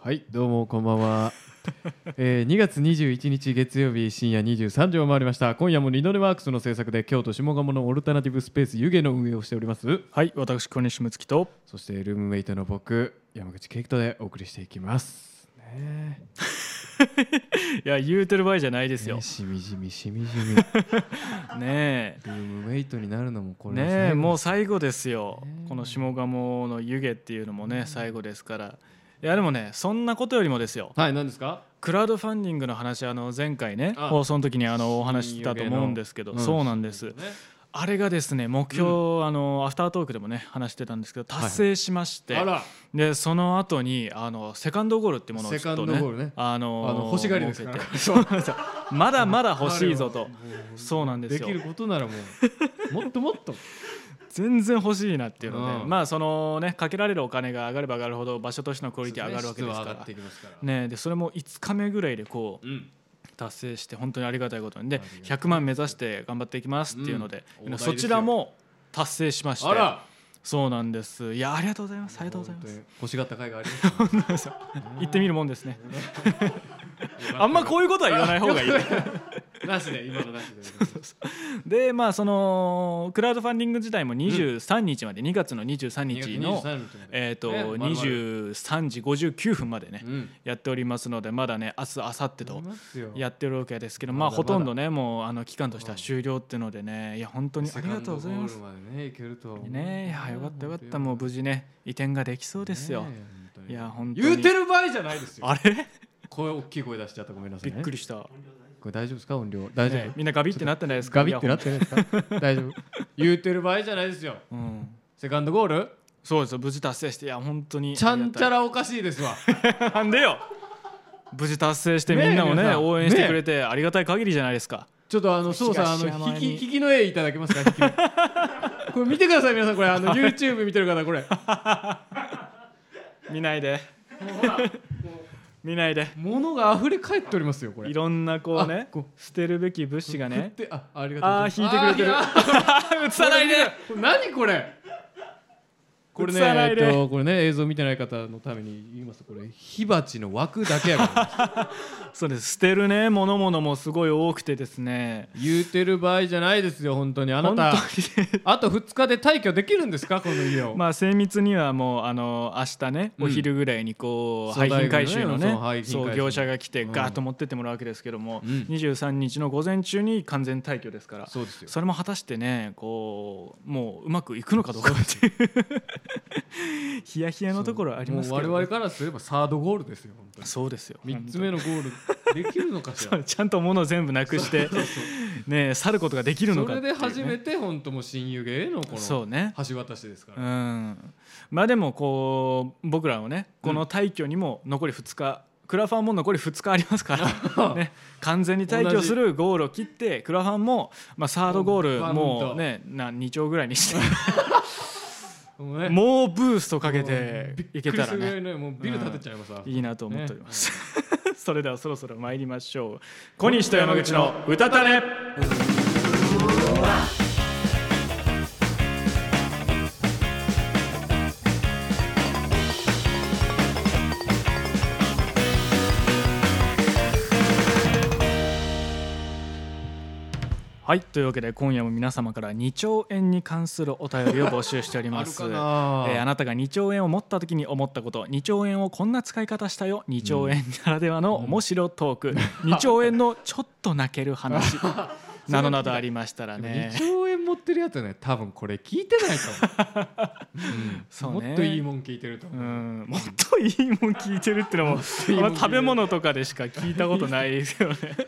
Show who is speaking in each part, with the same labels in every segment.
Speaker 1: はいどうもこんばんは、 えー、2月21日月曜日深夜23時を回りました今夜もリノレワークスの制作で京都下鴨のオルタナティブスペース湯気の運営をしております
Speaker 2: はい、私、小西睦月と。
Speaker 1: そしてルームメイトの僕山口ケイトでお送りしていきますね
Speaker 2: いや、言うてる場合じゃないで
Speaker 1: え
Speaker 2: すよ。
Speaker 1: ね
Speaker 2: ね
Speaker 1: しみじみしみじみ
Speaker 2: え。
Speaker 1: ルームメイトになるのもこれが
Speaker 2: ねえ、
Speaker 1: 最後
Speaker 2: もう最後ですよ
Speaker 1: ね。え
Speaker 2: この下鴨の湯気っていうのもね、最後ですから。いや、でもね、そんなことよりもですよ。
Speaker 1: はい何ですか
Speaker 2: クラウドファンディングの話、あの前回ね、
Speaker 1: あ
Speaker 2: 放送の時に、あのお話ししてたと思うんですけど。そうなんです。あれがですね、目標、あのアフタートークでもね、話してたんですけど、達成しまして。
Speaker 1: あら
Speaker 2: でその後にあのセカンドゴールってものをちょっとね
Speaker 1: セカンドゴールね
Speaker 2: あの
Speaker 1: あの欲しがりですから
Speaker 2: 設けてそうなんですよまだまだ欲しいぞとそうなんです
Speaker 1: で
Speaker 2: よ
Speaker 1: きることならもうもっともっと
Speaker 2: 全然欲しいなっていうので、
Speaker 1: うん
Speaker 2: まあそのねかけられるお金が上がれば上がるほど場所としてのクオリティ上がるわけです
Speaker 1: 質は
Speaker 2: か
Speaker 1: 上が
Speaker 2: ら
Speaker 1: っていきますから
Speaker 2: ねでそれも5日目ぐらいでこう
Speaker 1: うん
Speaker 2: 達成して本当にありがたいことにで
Speaker 1: ありがたい
Speaker 2: 100万目指して頑張っていきますっていうので、
Speaker 1: うん
Speaker 2: そちらも達成しまして
Speaker 1: あら
Speaker 2: そうなんですいやありがとうございますありがとうございま
Speaker 1: 本当
Speaker 2: す
Speaker 1: に欲しがった甲斐があります
Speaker 2: 行ってみるもんですねあんまこういうことは言わない方がいい
Speaker 1: なしで今のなしで
Speaker 2: でまあそのクラウドファンディング自体も23日まで、2月の23日の
Speaker 1: 223日まで
Speaker 2: えーと
Speaker 1: ね丸々
Speaker 2: 23時59分までね、
Speaker 1: うん
Speaker 2: やっておりますのでまだね明日明後日
Speaker 1: 思
Speaker 2: と
Speaker 1: いますよ
Speaker 2: やってるわけですけど
Speaker 1: ま
Speaker 2: ま
Speaker 1: だ
Speaker 2: あ
Speaker 1: まだ
Speaker 2: ほとんどねもうあの期間としては終了っていうのでねいや本当にありがとうございま
Speaker 1: セ
Speaker 2: す
Speaker 1: カンドゴールまでねいけるとは思う
Speaker 2: ねいやよかったよかったもう無事ね移転ができそうですよ、
Speaker 1: ねえ本当に
Speaker 2: いや本当に
Speaker 1: 言うてる場合じゃないですよ
Speaker 2: あれ
Speaker 1: 声大きい声出しちゃったごめんなさ
Speaker 2: び
Speaker 1: い
Speaker 2: っ
Speaker 1: ね
Speaker 2: くりした、
Speaker 1: これ大丈夫ですか音量大丈
Speaker 2: ねみんなガビってなってないです
Speaker 1: 夫
Speaker 2: か
Speaker 1: ガビってなってないですか大丈夫言うてる場合じゃないですよ
Speaker 2: いやほんうん
Speaker 1: セカンドゴール
Speaker 2: そうですよ無事達成していや本当に
Speaker 1: ちゃんちゃ
Speaker 2: ら
Speaker 1: らおかしいですわ
Speaker 2: なんでよ無事達成して
Speaker 1: ねえ
Speaker 2: みんなもね
Speaker 1: 皆さん
Speaker 2: 応援してくれてありがたい限りじゃないですか、
Speaker 1: ちょっとあのそうさんあ
Speaker 2: 東山
Speaker 1: の引
Speaker 2: に
Speaker 1: き引きの絵いただけます か引きこれ見てください皆さんこれあの YouTube 見てる方これ
Speaker 2: 見ないで見ないで
Speaker 1: 物が溢れ返っておりますよこれ
Speaker 2: いろんなこうね
Speaker 1: あこ
Speaker 2: 捨てるべき物資が ね
Speaker 1: 振ってあありがとう
Speaker 2: ああ
Speaker 1: ございます
Speaker 2: ー引いてくれてる
Speaker 1: あー
Speaker 2: 映さないで
Speaker 1: これ何これこれね
Speaker 2: 映さないで
Speaker 1: えっとこれね映像見てない方のために言いますとこれ火鉢の枠だけや から
Speaker 2: そうです捨てるねものものもすごい多くてですね
Speaker 1: 言うてる場合じゃないですよ本当にあなた
Speaker 2: 本当にね
Speaker 1: あと2日で退去できるんですかこの家を、
Speaker 2: まあ精密にはもうあの明日ね
Speaker 1: うん
Speaker 2: お昼ぐらいにこう
Speaker 1: 粗大
Speaker 2: 廃
Speaker 1: ゴミね
Speaker 2: 品回
Speaker 1: そう廃
Speaker 2: 収のね
Speaker 1: 品回収
Speaker 2: そう業者が来て
Speaker 1: うん
Speaker 2: ガーッと持ってってもらうわけですけども
Speaker 1: うん
Speaker 2: 23日の午前中に完全退去ですから
Speaker 1: そうですよ
Speaker 2: それも果たしてねこうもううまくいくのかどうかっていう ヒヤヒヤのところはありますけ
Speaker 1: もう
Speaker 2: ど、
Speaker 1: 我々からすればサードゴールですよ本当に
Speaker 2: そうですよ
Speaker 1: 3つ目のゴールできるのかしら
Speaker 2: ちゃんと物を全部なくしてね去ることができるの
Speaker 1: そ
Speaker 2: かって
Speaker 1: れ
Speaker 2: いうね
Speaker 1: で初めて本当もう親友芸のこ
Speaker 2: そ
Speaker 1: の
Speaker 2: うね
Speaker 1: 橋渡しですから、
Speaker 2: うんまあでもこう僕らもねこの退去にも残り2日、クラファンも残り2日ありま すから、ね、完全に退去するゴールを切ってクラファンも、まあ、サードゴールもうねな2丁ぐらいにして
Speaker 1: もうね
Speaker 2: もうブーストかけていけたら
Speaker 1: びっくりするぐ
Speaker 2: ね
Speaker 1: いのもうビル建てちゃいますわ、
Speaker 2: いいなと思っております、 それではそろそろ参りましょう小西と山口の「うたたね」はいというわけで今夜も皆様から2兆円に関するお便りを募集しており
Speaker 1: あ
Speaker 2: ま
Speaker 1: る
Speaker 2: す
Speaker 1: かな、
Speaker 2: えーあなたが2兆円を持った時に思ったこと2兆円をこんな使い方したよ2兆円ならではの面白トーク、2 兆円のちょっと泣ける話などなどありましたら
Speaker 1: でも
Speaker 2: ね
Speaker 1: 2兆円持ってるやつはね多分これ聞いてないと
Speaker 2: そう
Speaker 1: 思う、
Speaker 2: ね
Speaker 1: もっといいもん聞いてると
Speaker 2: う
Speaker 1: 思う、
Speaker 2: んもっといいもん聞いてるってのも
Speaker 1: いいもん聞いてる
Speaker 2: あんま食べ物とかでしか聞いたことないですよね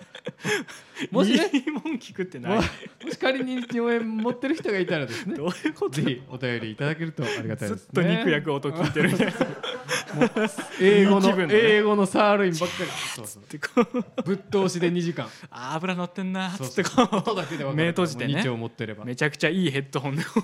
Speaker 1: もしね
Speaker 2: いいもん聞くってない
Speaker 1: ももし仮に2兆円持ってる人がいたらですね
Speaker 2: どういうこと
Speaker 1: ぜひお便りいただけるとありがたい
Speaker 2: ず
Speaker 1: で
Speaker 2: っ
Speaker 1: す、ね、
Speaker 2: と肉焼く音聞いてるみたいな
Speaker 1: 英語
Speaker 2: いい気
Speaker 1: の、
Speaker 2: 分だね
Speaker 1: 英語のサーロインばっ かりそうそう
Speaker 2: ってこ う
Speaker 1: ぶっ通しで2時間
Speaker 2: あー油乗ってんなー
Speaker 1: そう
Speaker 2: っつっ
Speaker 1: そ
Speaker 2: て
Speaker 1: う
Speaker 2: こ
Speaker 1: 音だけで分かる
Speaker 2: 目閉じてね
Speaker 1: 2兆持ってれば
Speaker 2: うめちゃくちゃいいヘッドホンで
Speaker 1: そ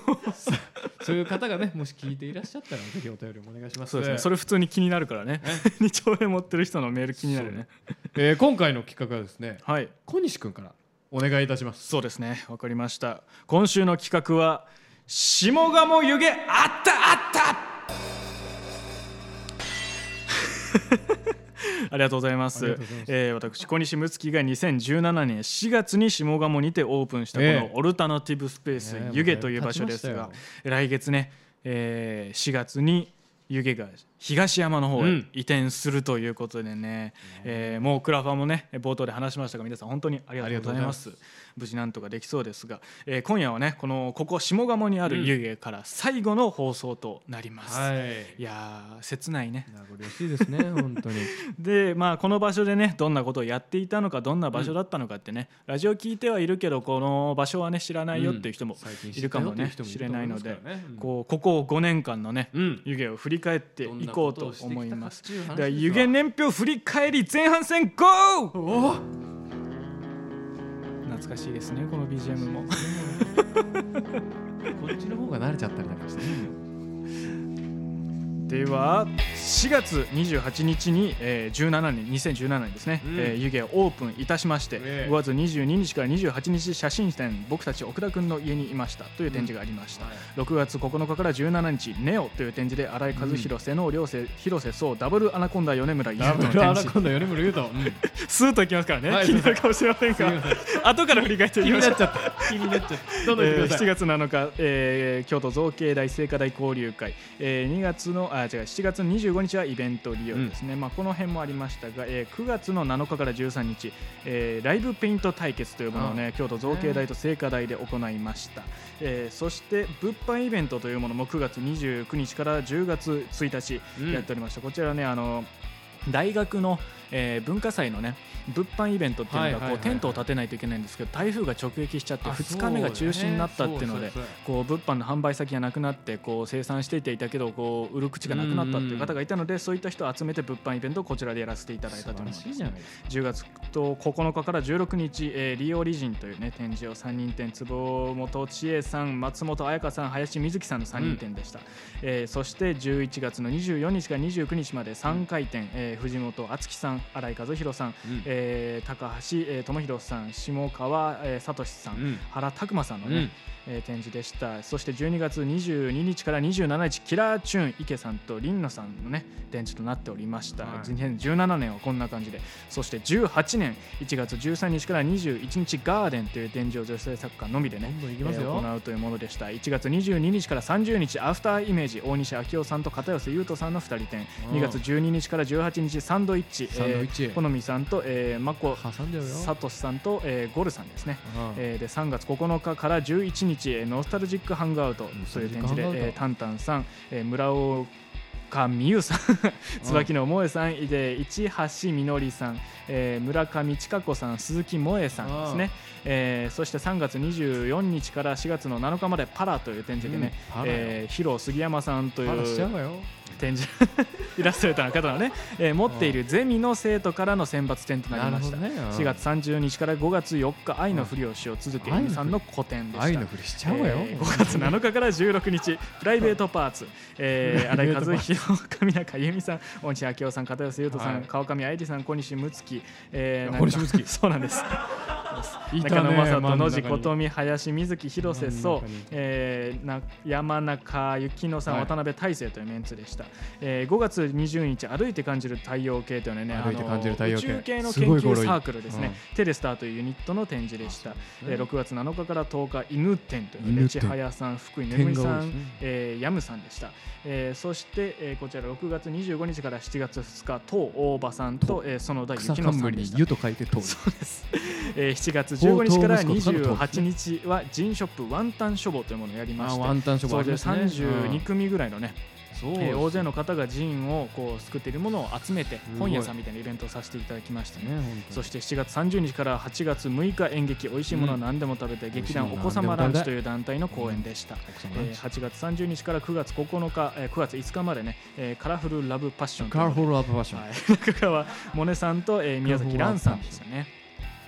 Speaker 1: ういう方がねもし聞いていらっしゃったらぜひお便りお願いします
Speaker 2: そうですね。それ普通に 気になるからね。2兆円持ってる人のメール気になるね。
Speaker 1: えー今回の企画はですね
Speaker 2: はい。
Speaker 1: 小西君からお願いいたします
Speaker 2: そうですね。わかりました。今週の企画は下鴨湯気あったあった。 ありがとうございま
Speaker 1: ありが
Speaker 2: す
Speaker 1: とうございます
Speaker 2: えー私小西睦月が2017年4月に下鴨にてオープンしたこ
Speaker 1: え
Speaker 2: の
Speaker 1: え
Speaker 2: オルタナティブスペース
Speaker 1: ねえ
Speaker 2: 湯気という場所
Speaker 1: もう
Speaker 2: で
Speaker 1: 立ち
Speaker 2: す
Speaker 1: ました
Speaker 2: が
Speaker 1: よ
Speaker 2: 来月ね、えー4月に湯気が東山の方
Speaker 1: う
Speaker 2: へ
Speaker 1: ん
Speaker 2: 移転するということでね,、えーもうクラファンもね冒頭で話しましたが皆さん本当にありがとうございます無事なんとかできそうですが、えー今夜はねこのここ下鴨にある湯気から最後の放送となります、
Speaker 1: はい
Speaker 2: いやー切ないね
Speaker 1: 名残惜しいです ね本当に
Speaker 2: でまあこの場所でねどんなことをやっていたのかどんな場所だったのかってね、ラジオ聞いてはいるけどこの場所はね知らないよっていう人も、
Speaker 1: うん最近
Speaker 2: いるかもね
Speaker 1: 知ったよってう人
Speaker 2: 知れないので
Speaker 1: いると思ますからね
Speaker 2: こうここ5年間のね、
Speaker 1: うん
Speaker 2: 湯気を振り返って
Speaker 1: どん
Speaker 2: い
Speaker 1: な
Speaker 2: こう
Speaker 1: ことをしてきたか
Speaker 2: 思います
Speaker 1: っていう話
Speaker 2: だ
Speaker 1: ですわ
Speaker 2: から湯気年表振り返り前半戦 GO!
Speaker 1: おお
Speaker 2: 懐かしいですねこの BGM も
Speaker 1: こっちの方が慣れちゃったりなんかして
Speaker 2: では4月28日に、えー17年2017年ですね、
Speaker 1: うん
Speaker 2: えー湯気をオープンいたしまして、
Speaker 1: ええ
Speaker 2: 5月22日から28日写真展「僕たち奥田君の家にいました」という展示がありました、6月9日から17日「ネオ」という展示で新井和弘、瀬能涼星広瀬壮ダブルアナコンダ米村優
Speaker 1: ダ
Speaker 2: 斗
Speaker 1: ブ
Speaker 2: の
Speaker 1: ルア
Speaker 2: 展
Speaker 1: ナ
Speaker 2: 示
Speaker 1: コンダ米村優斗、うん、
Speaker 2: スーッといきますからね、
Speaker 1: はい
Speaker 2: 気になるかもしれません
Speaker 1: すい
Speaker 2: が
Speaker 1: ません
Speaker 2: 後から振り返ってい
Speaker 1: 気
Speaker 2: き
Speaker 1: に
Speaker 2: まし
Speaker 1: な
Speaker 2: ょう
Speaker 1: っちゃった気になっちゃったどんどん言
Speaker 2: え
Speaker 1: っ
Speaker 2: ー
Speaker 1: てくださ
Speaker 2: 7
Speaker 1: い、
Speaker 2: 月7日、えー京都造形大聖火台交流会、えー2月のあ違う7月25日はイベント利用ですね、まあ、この辺もありましたが、えー9月の7日から13日、えーライブペイント対決というものを、ね、京都造形大と聖火台で行いました、えーそして物販イベントというものも9月29日から10月1日、
Speaker 1: うん
Speaker 2: やっておりました、こちらねあの大学の、えー文化祭のね物販イベントっていうのが、
Speaker 1: はいはいはいはい
Speaker 2: こうテントを立てないといけないんですけど台風が直撃しちゃって
Speaker 1: あ
Speaker 2: 2日目が中止になったっていうので
Speaker 1: そうだね
Speaker 2: こう物販の販売先がなくなってこう生産していていたけどこう売る口がなくなったっていう方がいたのでそういった人を集めて物販イベントをこちらでやらせていただいた
Speaker 1: そうそう
Speaker 2: というものです
Speaker 1: 素晴らしいじゃないですか
Speaker 2: 10月と9日から16日、えー、リオリジンという、ね、展示を3人展坪本千恵さん松本彩香さん林瑞希さんの3人展でした、えーそして11月の24日から29日まで3回展、えー藤本敦樹さん新井和弘さん、
Speaker 1: うん
Speaker 2: えー高橋、えー智弘さん下川、えー、聡さん、
Speaker 1: うん
Speaker 2: 原拓磨さんの、
Speaker 1: う
Speaker 2: ね
Speaker 1: ん
Speaker 2: えー展示でしたそして12月22日から27日キラーチューン池さんとリンナさんのね展示となっておりました、
Speaker 1: はい
Speaker 2: 2017年はこんな感じでそして18年1月13日から21日ガーデンという展示を女性作家のみでね
Speaker 1: どんどん行きますよ
Speaker 2: えー行うというものでした1月22日から30日アフターイメージ大西昭夫さんと片寄優斗さんの2人展
Speaker 1: うん
Speaker 2: 2月12日から18日サンドイッチ
Speaker 1: サンドイッチ
Speaker 2: えー好みさんと、えー、マコ
Speaker 1: 挟んじゃうよ
Speaker 2: サトシさんと、えーゴルさんですね
Speaker 1: うん
Speaker 2: えーで3月9日から11日えーノスタルジックハングアウトという展示で、
Speaker 1: ノスタルジックハングアウト
Speaker 2: えータンタンさん、えー村岡美優さん椿野萌さんで市橋みのりさん、えー村上千佳子さん鈴木萌さんです
Speaker 1: うん
Speaker 2: ね、えーそして3月24日から4月の7日までパラという展示でね、
Speaker 1: うんパラよ
Speaker 2: えーヒロ杉山さんとい
Speaker 1: 話しちゃ
Speaker 2: う
Speaker 1: うわよ
Speaker 2: 展示 イラストレーターの方のね、えー持っているゼミの生徒からの選抜展となりました、
Speaker 1: なるほどねうん
Speaker 2: 4月30日から5月4日「愛のふりをしよう」続け
Speaker 1: 愛のふり
Speaker 2: ゆみさんの個展でした
Speaker 1: 愛のふりしちゃうわよ、
Speaker 2: えー5月7日から16日プライベートパーツ、えー、
Speaker 1: プラ
Speaker 2: 新
Speaker 1: イ
Speaker 2: 井
Speaker 1: ベー
Speaker 2: 和
Speaker 1: トパーツ
Speaker 2: 弘上中由美さん大西明夫さん片寄優斗さん、
Speaker 1: はい
Speaker 2: 川上愛理さん小西睦月、え
Speaker 1: いや
Speaker 2: ー、なんか
Speaker 1: 小西睦月
Speaker 2: そうなんです
Speaker 1: いたね
Speaker 2: 中野
Speaker 1: 真
Speaker 2: 正人
Speaker 1: ん中
Speaker 2: 野
Speaker 1: に
Speaker 2: 地琴美林瑞希広瀬
Speaker 1: 真ん
Speaker 2: 壮
Speaker 1: 中に、
Speaker 2: えーな山中幸乃さん、
Speaker 1: はい
Speaker 2: 渡辺大成というメンツでした、えー、5月20日歩いて感じる太陽系というね
Speaker 1: 歩いて感じる太陽系
Speaker 2: あの宇宙系の
Speaker 1: す
Speaker 2: 研
Speaker 1: ごい語
Speaker 2: 究
Speaker 1: 呂いい
Speaker 2: サークルですね、
Speaker 1: うん
Speaker 2: テレスターというユニットの展示でした、えー6月7日から10日犬展という
Speaker 1: 犬
Speaker 2: ね
Speaker 1: 展
Speaker 2: 千早さん福井ねむいさ
Speaker 1: 点が多い
Speaker 2: ん
Speaker 1: ですね
Speaker 2: えーヤムさんでした、えーそして、えーこちら6月25日から7月2日当大場さんと、えー、その大
Speaker 1: 草
Speaker 2: 雪乃さん
Speaker 1: 冠
Speaker 2: で
Speaker 1: に
Speaker 2: した
Speaker 1: 湯と書いて通る
Speaker 2: そうです、えー7月15日から
Speaker 1: ほうとう息子とかの
Speaker 2: 28日はジンショップワンタン書房というものをやりま
Speaker 1: あ
Speaker 2: して
Speaker 1: ワンタンショップ
Speaker 2: そ
Speaker 1: あ
Speaker 2: う
Speaker 1: り
Speaker 2: で
Speaker 1: ましたね
Speaker 2: 32組ぐらいのね、
Speaker 1: そう
Speaker 2: えー大勢の方がジンをこう作っているものを集めて
Speaker 1: ごい
Speaker 2: 本屋さんみたいなイベントをさせていただきましたね
Speaker 1: ね
Speaker 2: そして7月30日から8月6日演劇おいしいものは何でも食べて、劇団お子様ランチという団体の公演でした、えー8月30日から9月9日、えー9月5日までね、えーカラフルラブパッションとい
Speaker 1: カ
Speaker 2: う
Speaker 1: ラフルアップファッション、
Speaker 2: はい、中川萌音さんと、えー宮崎蘭さんですよね。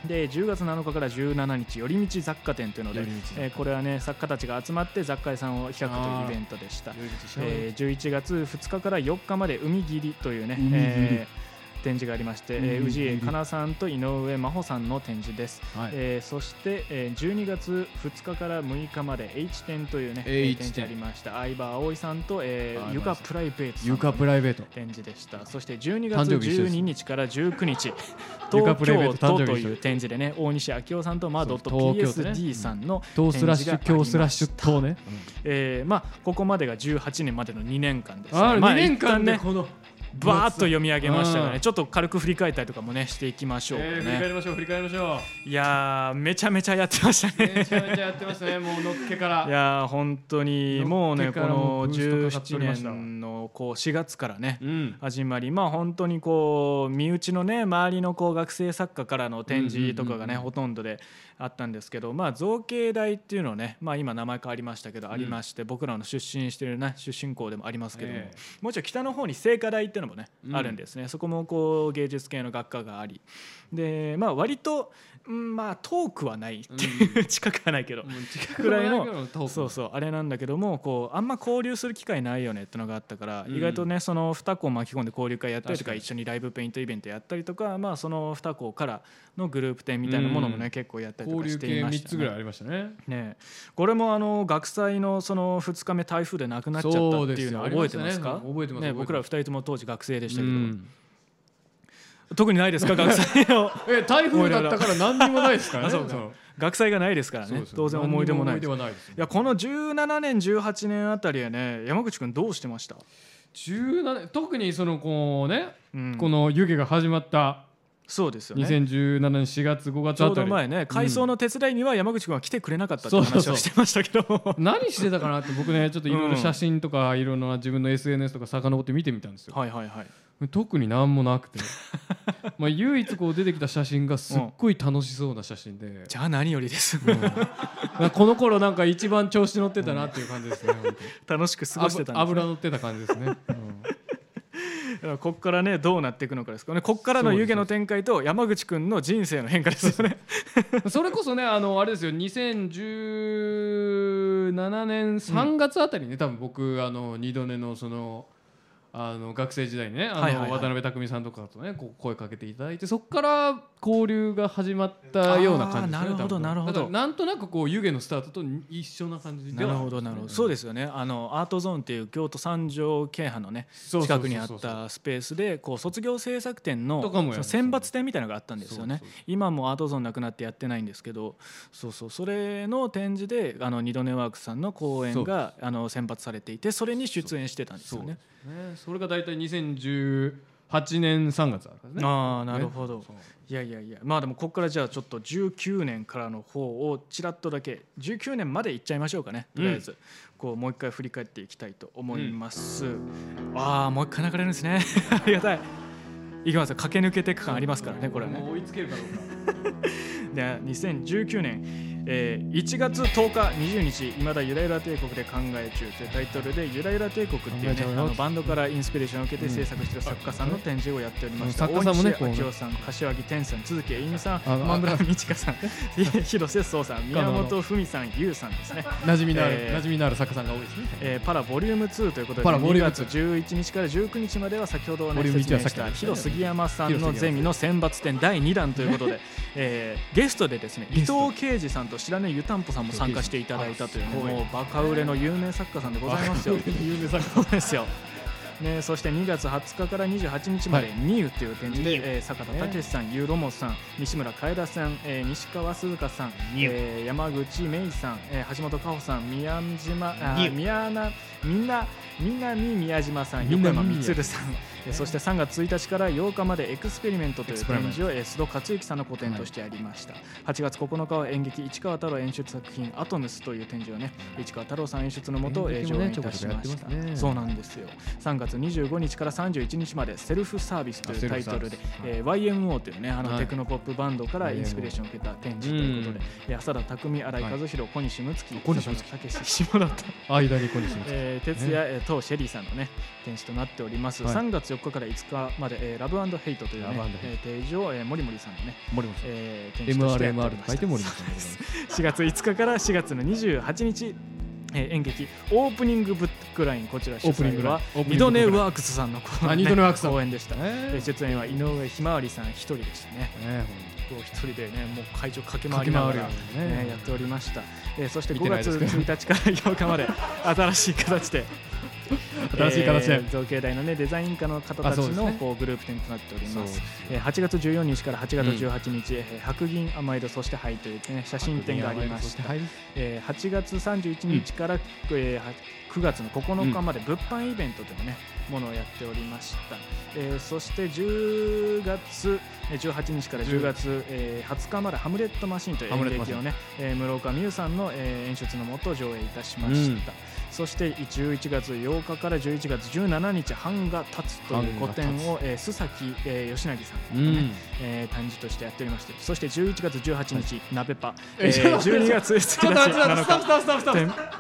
Speaker 2: で10月7日から17日寄り道雑貨店というので
Speaker 1: 寄り道雑貨、店
Speaker 2: えーこれはね作家たちが集まって雑貨屋さんを開くと
Speaker 1: あ
Speaker 2: いう
Speaker 1: ー
Speaker 2: イベントでした
Speaker 1: いろいろとしちゃうよ
Speaker 2: えー11月2日から4日まで海切りというね、
Speaker 1: 海切り
Speaker 2: えー展示がありまして、
Speaker 1: うんうんうん
Speaker 2: えー宇治江かなさんと井上真帆さんの展示です、
Speaker 1: はい
Speaker 2: えーそして、えー12月2日から6日まで H 展というね、えー
Speaker 1: H
Speaker 2: 展示ありました相葉葵さんと、え
Speaker 1: 相葉葵さん
Speaker 2: ー、ゆかプライベートさんの
Speaker 1: ゆかプライベート
Speaker 2: 展示でしたそして12
Speaker 1: 誕
Speaker 2: 月
Speaker 1: 生日一緒です
Speaker 2: 12日から19日
Speaker 1: ゆか
Speaker 2: 東
Speaker 1: プレイベー
Speaker 2: 京
Speaker 1: ト誕生日一緒
Speaker 2: 都という展示でね大西昭夫さんとまあ
Speaker 1: そ
Speaker 2: ド
Speaker 1: う
Speaker 2: ット
Speaker 1: 東京都ね
Speaker 2: PSD さんの、
Speaker 1: 党スラッシュ強スラッシュ党ね、
Speaker 2: えーまあ、ここまでが18年までの2年間ですね、
Speaker 1: ああ
Speaker 2: ま
Speaker 1: 2年間
Speaker 2: 一
Speaker 1: で
Speaker 2: 旦ね
Speaker 1: この
Speaker 2: バーッと読み上げましたが
Speaker 1: うん
Speaker 2: ねちょっと軽く振り返ったりとかもねしていきましょう、ね
Speaker 1: えー振り返りましょう振り返りましょ
Speaker 2: いやーめちゃめちゃやってました
Speaker 1: う
Speaker 2: ね
Speaker 1: めちゃめちゃやってましたねもうのっけから
Speaker 2: いやー本当にもう
Speaker 1: の
Speaker 2: ね
Speaker 1: っ
Speaker 2: こ
Speaker 1: けからもう
Speaker 2: の
Speaker 1: ブーストかかっておりました
Speaker 2: 17年のこう4月からね
Speaker 1: うん
Speaker 2: 始まりまあ本当にこう身内のね周りのこう学生作家からの展示とか
Speaker 1: うんう
Speaker 2: がね、
Speaker 1: んうんうん
Speaker 2: ほとんどであったんですけどまあ造形大っていうのねまあ今名前変わりましたけど、ありまして僕らの出身してるね出身校でもありますけども、
Speaker 1: ええ
Speaker 2: もうちょい北の方に聖火台っていうのもね、
Speaker 1: うん
Speaker 2: あるんですねそこもこう芸術系の学科がありでまあ割と、うん、まあ遠くはないっていう、近くはないけど、
Speaker 1: もう近
Speaker 2: くらいの
Speaker 1: トーク
Speaker 2: そうそうあれなんだけどもこうあんま交流する機会ないよねってのがあったから、
Speaker 1: うん
Speaker 2: 意外とねその2校巻き込んで交流会やったり
Speaker 1: 確
Speaker 2: とか
Speaker 1: かに
Speaker 2: 一緒にライブペイントイベントやったりとか、まあ、その2校からのグループ展みたいなものもね、
Speaker 1: うん
Speaker 2: 結構やったりと
Speaker 1: 交流
Speaker 2: かして
Speaker 1: 系
Speaker 2: いま
Speaker 1: 3
Speaker 2: した
Speaker 1: つ
Speaker 2: ね、
Speaker 1: ぐらいありましたね
Speaker 2: ねえこれもあの学祭のその2日目台風でなくなっちゃったっていうのは
Speaker 1: そう
Speaker 2: 覚え
Speaker 1: です
Speaker 2: て
Speaker 1: よ
Speaker 2: ます
Speaker 1: あ
Speaker 2: か
Speaker 1: りましたね覚えてます覚え
Speaker 2: ね
Speaker 1: てます
Speaker 2: 僕ら2人とも当時学生でしたけど、
Speaker 1: うん
Speaker 2: 特にないですか学祭の
Speaker 1: え台風だったから何にもないですからね
Speaker 2: あ そうそう 学祭がないですから
Speaker 1: そう
Speaker 2: ね
Speaker 1: ですよ
Speaker 2: 当然思い出もな
Speaker 1: 何
Speaker 2: いで
Speaker 1: に思
Speaker 2: す
Speaker 1: い出はないです
Speaker 2: いやこの17年18年あたりはね山口君どうしてました、
Speaker 1: 17特にそのこうね、
Speaker 2: うん
Speaker 1: この湯気が始まった
Speaker 2: そうですよね
Speaker 1: 2017年4月5
Speaker 2: ち
Speaker 1: 月
Speaker 2: ょ
Speaker 1: あ
Speaker 2: う
Speaker 1: た
Speaker 2: ど
Speaker 1: り
Speaker 2: 前ね改装の手伝いには山口君は来てくれなかったって
Speaker 1: そうそう
Speaker 2: 話
Speaker 1: そう
Speaker 2: をしてましたけ ど
Speaker 1: 何してたかなって僕 ねちょっといろいろ
Speaker 2: うん
Speaker 1: 写真とかいろんな自分の SNS とか遡って見てみたんですよ
Speaker 2: はいはいはい
Speaker 1: 特に何もなく てまあ唯一こう出てきた写真がすっごい楽しそうな写真で、
Speaker 2: じゃあ何よりです
Speaker 1: なんかこの頃なんか一番調子乗ってたなっていう感じですね本当に
Speaker 2: 楽しく 過ごしてたんです、
Speaker 1: 油
Speaker 2: ね、
Speaker 1: 乗ってた感じですね、
Speaker 2: だからこっからねどうなっていくのかですけどねこっからの湯気の展開と山口君の人生の変化ですよね
Speaker 1: うんそれこそねあのあれですよ2017年3月あたりね、多分僕あの2度寝のそのあの学生時代にねあの、
Speaker 2: はいはいはい
Speaker 1: 渡辺匠さんとかとねこう声かけていただいてそこから交流が始まったような感じですね
Speaker 2: あーなるほど
Speaker 1: 多分
Speaker 2: なるほど
Speaker 1: だからなんとなくこう湯気のスタートと一緒 な感じで
Speaker 2: な
Speaker 1: は
Speaker 2: る
Speaker 1: あ
Speaker 2: ほ
Speaker 1: ります
Speaker 2: ど
Speaker 1: ね
Speaker 2: なるほどそうですよねあのアートゾーンっていう京都三条京阪のね
Speaker 1: そうそうそうそう
Speaker 2: 近くにあったスペースでこう卒業制作展の
Speaker 1: とかもやる
Speaker 2: その選抜展みたいなのがあったんですよね
Speaker 1: そうそう
Speaker 2: 今もうアートゾーンなくなってやってないんですけどそうそうそれの展示であの二度寝ワークスさんの公演があの選抜されていてそれに出演してたんですよね。
Speaker 1: ねそれが大体2018年3月だったんですね
Speaker 2: ああなるほど、
Speaker 1: ねそう
Speaker 2: いやいやいやまあでもここからじゃあちょっと19年からの方をちらっとだけ19年までいっちゃいましょうかねとりあえず、こうもう一回振り返っていきたいと思います、ああもう一回流れるんですね ありがたいいきますよ駆け抜けていく感ありますからねこれはね
Speaker 1: もう追いつけるかどう
Speaker 2: で2019年、えー1月10日20日「いまだゆらゆら帝国で考え中」というタイトルで「ゆらゆら帝国」っていう
Speaker 1: 考えち
Speaker 2: ね
Speaker 1: ゃうよ
Speaker 2: あのバンドからインスピレーションを受けて制作してる作家さんの展示をやっておりました
Speaker 1: うん作家さんもね
Speaker 2: 大西
Speaker 1: こう
Speaker 2: 明夫さん柏木天さん鈴木えいみさん
Speaker 1: あの
Speaker 2: 駒村美智 香さん広瀬壮さん宮本文さん優さんですね
Speaker 1: か馴染みのある、
Speaker 2: えー
Speaker 1: 馴染みのある作家さんが多いですね
Speaker 2: えーパラボリューム2ということで
Speaker 1: パラボリ
Speaker 2: 2
Speaker 1: ューム
Speaker 2: 月11日から19日までは先ほど、
Speaker 1: ボ
Speaker 2: ね、
Speaker 1: リューム
Speaker 2: 説
Speaker 1: 1
Speaker 2: 明
Speaker 1: はさっ
Speaker 2: し
Speaker 1: きの
Speaker 2: た
Speaker 1: やつね
Speaker 2: 広杉山さん
Speaker 1: 広杉山
Speaker 2: の
Speaker 1: さん
Speaker 2: ゼミの選抜展第2弾ということで、えーゲストでですね伊
Speaker 1: ゲスト
Speaker 2: 藤圭司さんと白根湯たんぽさんも参加していただいたというね
Speaker 1: そうです
Speaker 2: もうバカ売れの有名作家さんでございますよ。
Speaker 1: 有名作家
Speaker 2: そうですよね、そして2月20日から28日まで
Speaker 1: は
Speaker 2: 「ミウという展示で、
Speaker 1: ミウ
Speaker 2: えー坂田武さん、ユーロモさん西村楓さん、えー西川鈴香さん、
Speaker 1: ミウ
Speaker 2: えー山口芽衣さん、えー橋本香穂さん宮島あ
Speaker 1: ミウ
Speaker 2: ー宮なみんな南宮島さん
Speaker 1: 南
Speaker 2: 横山
Speaker 1: 宮
Speaker 2: 充さん、えーそして3月1日から8日までエクスペリメントという展示をえー須戸克之さんの個展としてやりました、8月9日は演劇市川太郎演出作品「アトムス」という展示をね市川太郎さん演出のもとえー
Speaker 1: 演劇
Speaker 2: 上
Speaker 1: もね
Speaker 2: 演いたしま
Speaker 1: ちょこちょ
Speaker 2: した
Speaker 1: こやってますね
Speaker 2: そうなんですよ3月25日から31日までセルフサービスというタイトルで、えー YMO というねあの
Speaker 1: はい
Speaker 2: テクノポップバンドからインスピレーションを受けた展示ということで、えー浅田匠新井和弘、小西睦月
Speaker 1: 小西睦
Speaker 2: 月武史下田と
Speaker 1: 間に小西光
Speaker 2: えー徹夜、えー、とシェリーさんのね展示となっております、
Speaker 1: はい
Speaker 2: 3月4日から5日まで、えーラブヘイトという、ね
Speaker 1: ラブヘイ
Speaker 2: えー展示を、えー、モリモリさんのね、
Speaker 1: 森本さん
Speaker 2: えー展示としてやっており
Speaker 1: MRMR
Speaker 2: ま
Speaker 1: と書い
Speaker 2: した
Speaker 1: て森本さん
Speaker 2: 4月5日から4月の28日、えー演劇オープニングブックラインこちら主
Speaker 1: オープニング
Speaker 2: 催
Speaker 1: ライン
Speaker 2: は
Speaker 1: オープニング
Speaker 2: 二度寝
Speaker 1: 僕ら
Speaker 2: ワークスさんのこ
Speaker 1: あ
Speaker 2: の
Speaker 1: 二度寝ワークスさん
Speaker 2: 公演でした、
Speaker 1: え
Speaker 2: で出演は井上ひまわりさん一人でしたね
Speaker 1: ね
Speaker 2: こう一人でねもう会場駆け回りながら
Speaker 1: 駆け回るよね
Speaker 2: ねやっておりました、えーそして
Speaker 1: 見て
Speaker 2: 5
Speaker 1: ないで
Speaker 2: 月
Speaker 1: すけど
Speaker 2: 1日から8日 まで新しい形で
Speaker 1: ほん 新しい形で、
Speaker 2: えー造形大のねデザイン科の方た
Speaker 1: あ
Speaker 2: ち
Speaker 1: そうです
Speaker 2: の
Speaker 1: ね
Speaker 2: こうグループ展となっており
Speaker 1: そう
Speaker 2: ま
Speaker 1: ですすよ
Speaker 2: えー8月14日から8月18日、えー白銀甘えどそして灰という、ね、写真展がありました、
Speaker 1: はい
Speaker 2: えー8月31日から、えーは9月の9日まで物販イベントという、ねものをやっておりました、えーそして10月えー18日から10月、えー20日まで「ハムレットマシン」という
Speaker 1: ハムレッ
Speaker 2: 演
Speaker 1: トマシ
Speaker 2: 劇
Speaker 1: ン
Speaker 2: をね、えー室岡美優さんの、えー演出のもと上映いたしました、そして11月8日から11月17日「版が立つ」という個展
Speaker 1: 版
Speaker 2: を、えー須崎、えー吉成さん
Speaker 1: う
Speaker 2: がね、
Speaker 1: ん、
Speaker 2: えー、短時としてやっておりましてそして11月18日、鍋パ、
Speaker 1: え
Speaker 2: え
Speaker 1: ちょっと
Speaker 2: ー、
Speaker 1: 待って
Speaker 2: 12月1日
Speaker 1: ちょっと待ってちょっと待ってスタッ
Speaker 2: 7
Speaker 1: フスタッフスタッフスタ
Speaker 2: 日
Speaker 1: ッフ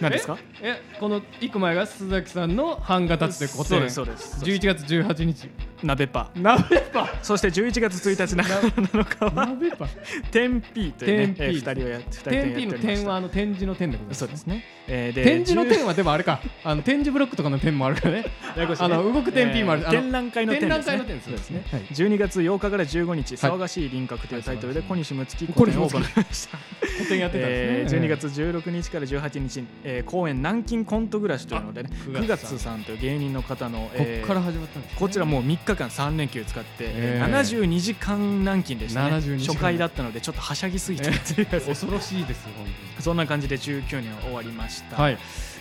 Speaker 2: 何ですか
Speaker 1: えこの一個前が須崎さんの版が立つでこ
Speaker 2: そう
Speaker 1: と
Speaker 2: ですそうです
Speaker 1: 11月18日
Speaker 2: 鍋パ
Speaker 1: 鍋パ
Speaker 2: そして11月1日7日は
Speaker 1: 鍋パ
Speaker 2: 天ピーというね
Speaker 1: 天
Speaker 2: えー
Speaker 1: 日
Speaker 2: 二人をやって二
Speaker 1: 天
Speaker 2: 人で
Speaker 1: 日
Speaker 2: やって
Speaker 1: の
Speaker 2: おりまし
Speaker 1: 点は
Speaker 2: た
Speaker 1: あの展示の点でございます
Speaker 2: そうですね、えー、で
Speaker 1: 展示の点
Speaker 2: は
Speaker 1: はでもあれかあの展示ブロックとかの点もあるからね
Speaker 2: ややこしいね
Speaker 1: あの動く点 P もあるあの
Speaker 2: 展覧会の点
Speaker 1: 展
Speaker 2: で
Speaker 1: 覧
Speaker 2: すね
Speaker 1: 会の点そうですねはい
Speaker 2: 12月8日から15日騒がしい輪郭というタイトルで
Speaker 1: はい
Speaker 2: 小西睦月公演を行いま した
Speaker 1: 個展やってたん
Speaker 2: え
Speaker 1: です
Speaker 2: ー
Speaker 1: ね
Speaker 2: 12月16日から18日、えー公演南京コント暮らしというのでね
Speaker 1: あ
Speaker 2: 9月さんという芸人の方の、え
Speaker 1: こっか
Speaker 2: ー
Speaker 1: ら始まったんですね
Speaker 2: こちらもう3日間3連休使って、
Speaker 1: え
Speaker 2: え
Speaker 1: ー
Speaker 2: ー72時間南京でしたね
Speaker 1: 72時間
Speaker 2: 初回だったのでちょっとはしゃぎすぎて、
Speaker 1: え
Speaker 2: 恐
Speaker 1: 恐ろしいですよ本
Speaker 2: そんな感じで19年は終わりまし
Speaker 1: 当
Speaker 2: た、
Speaker 1: にはい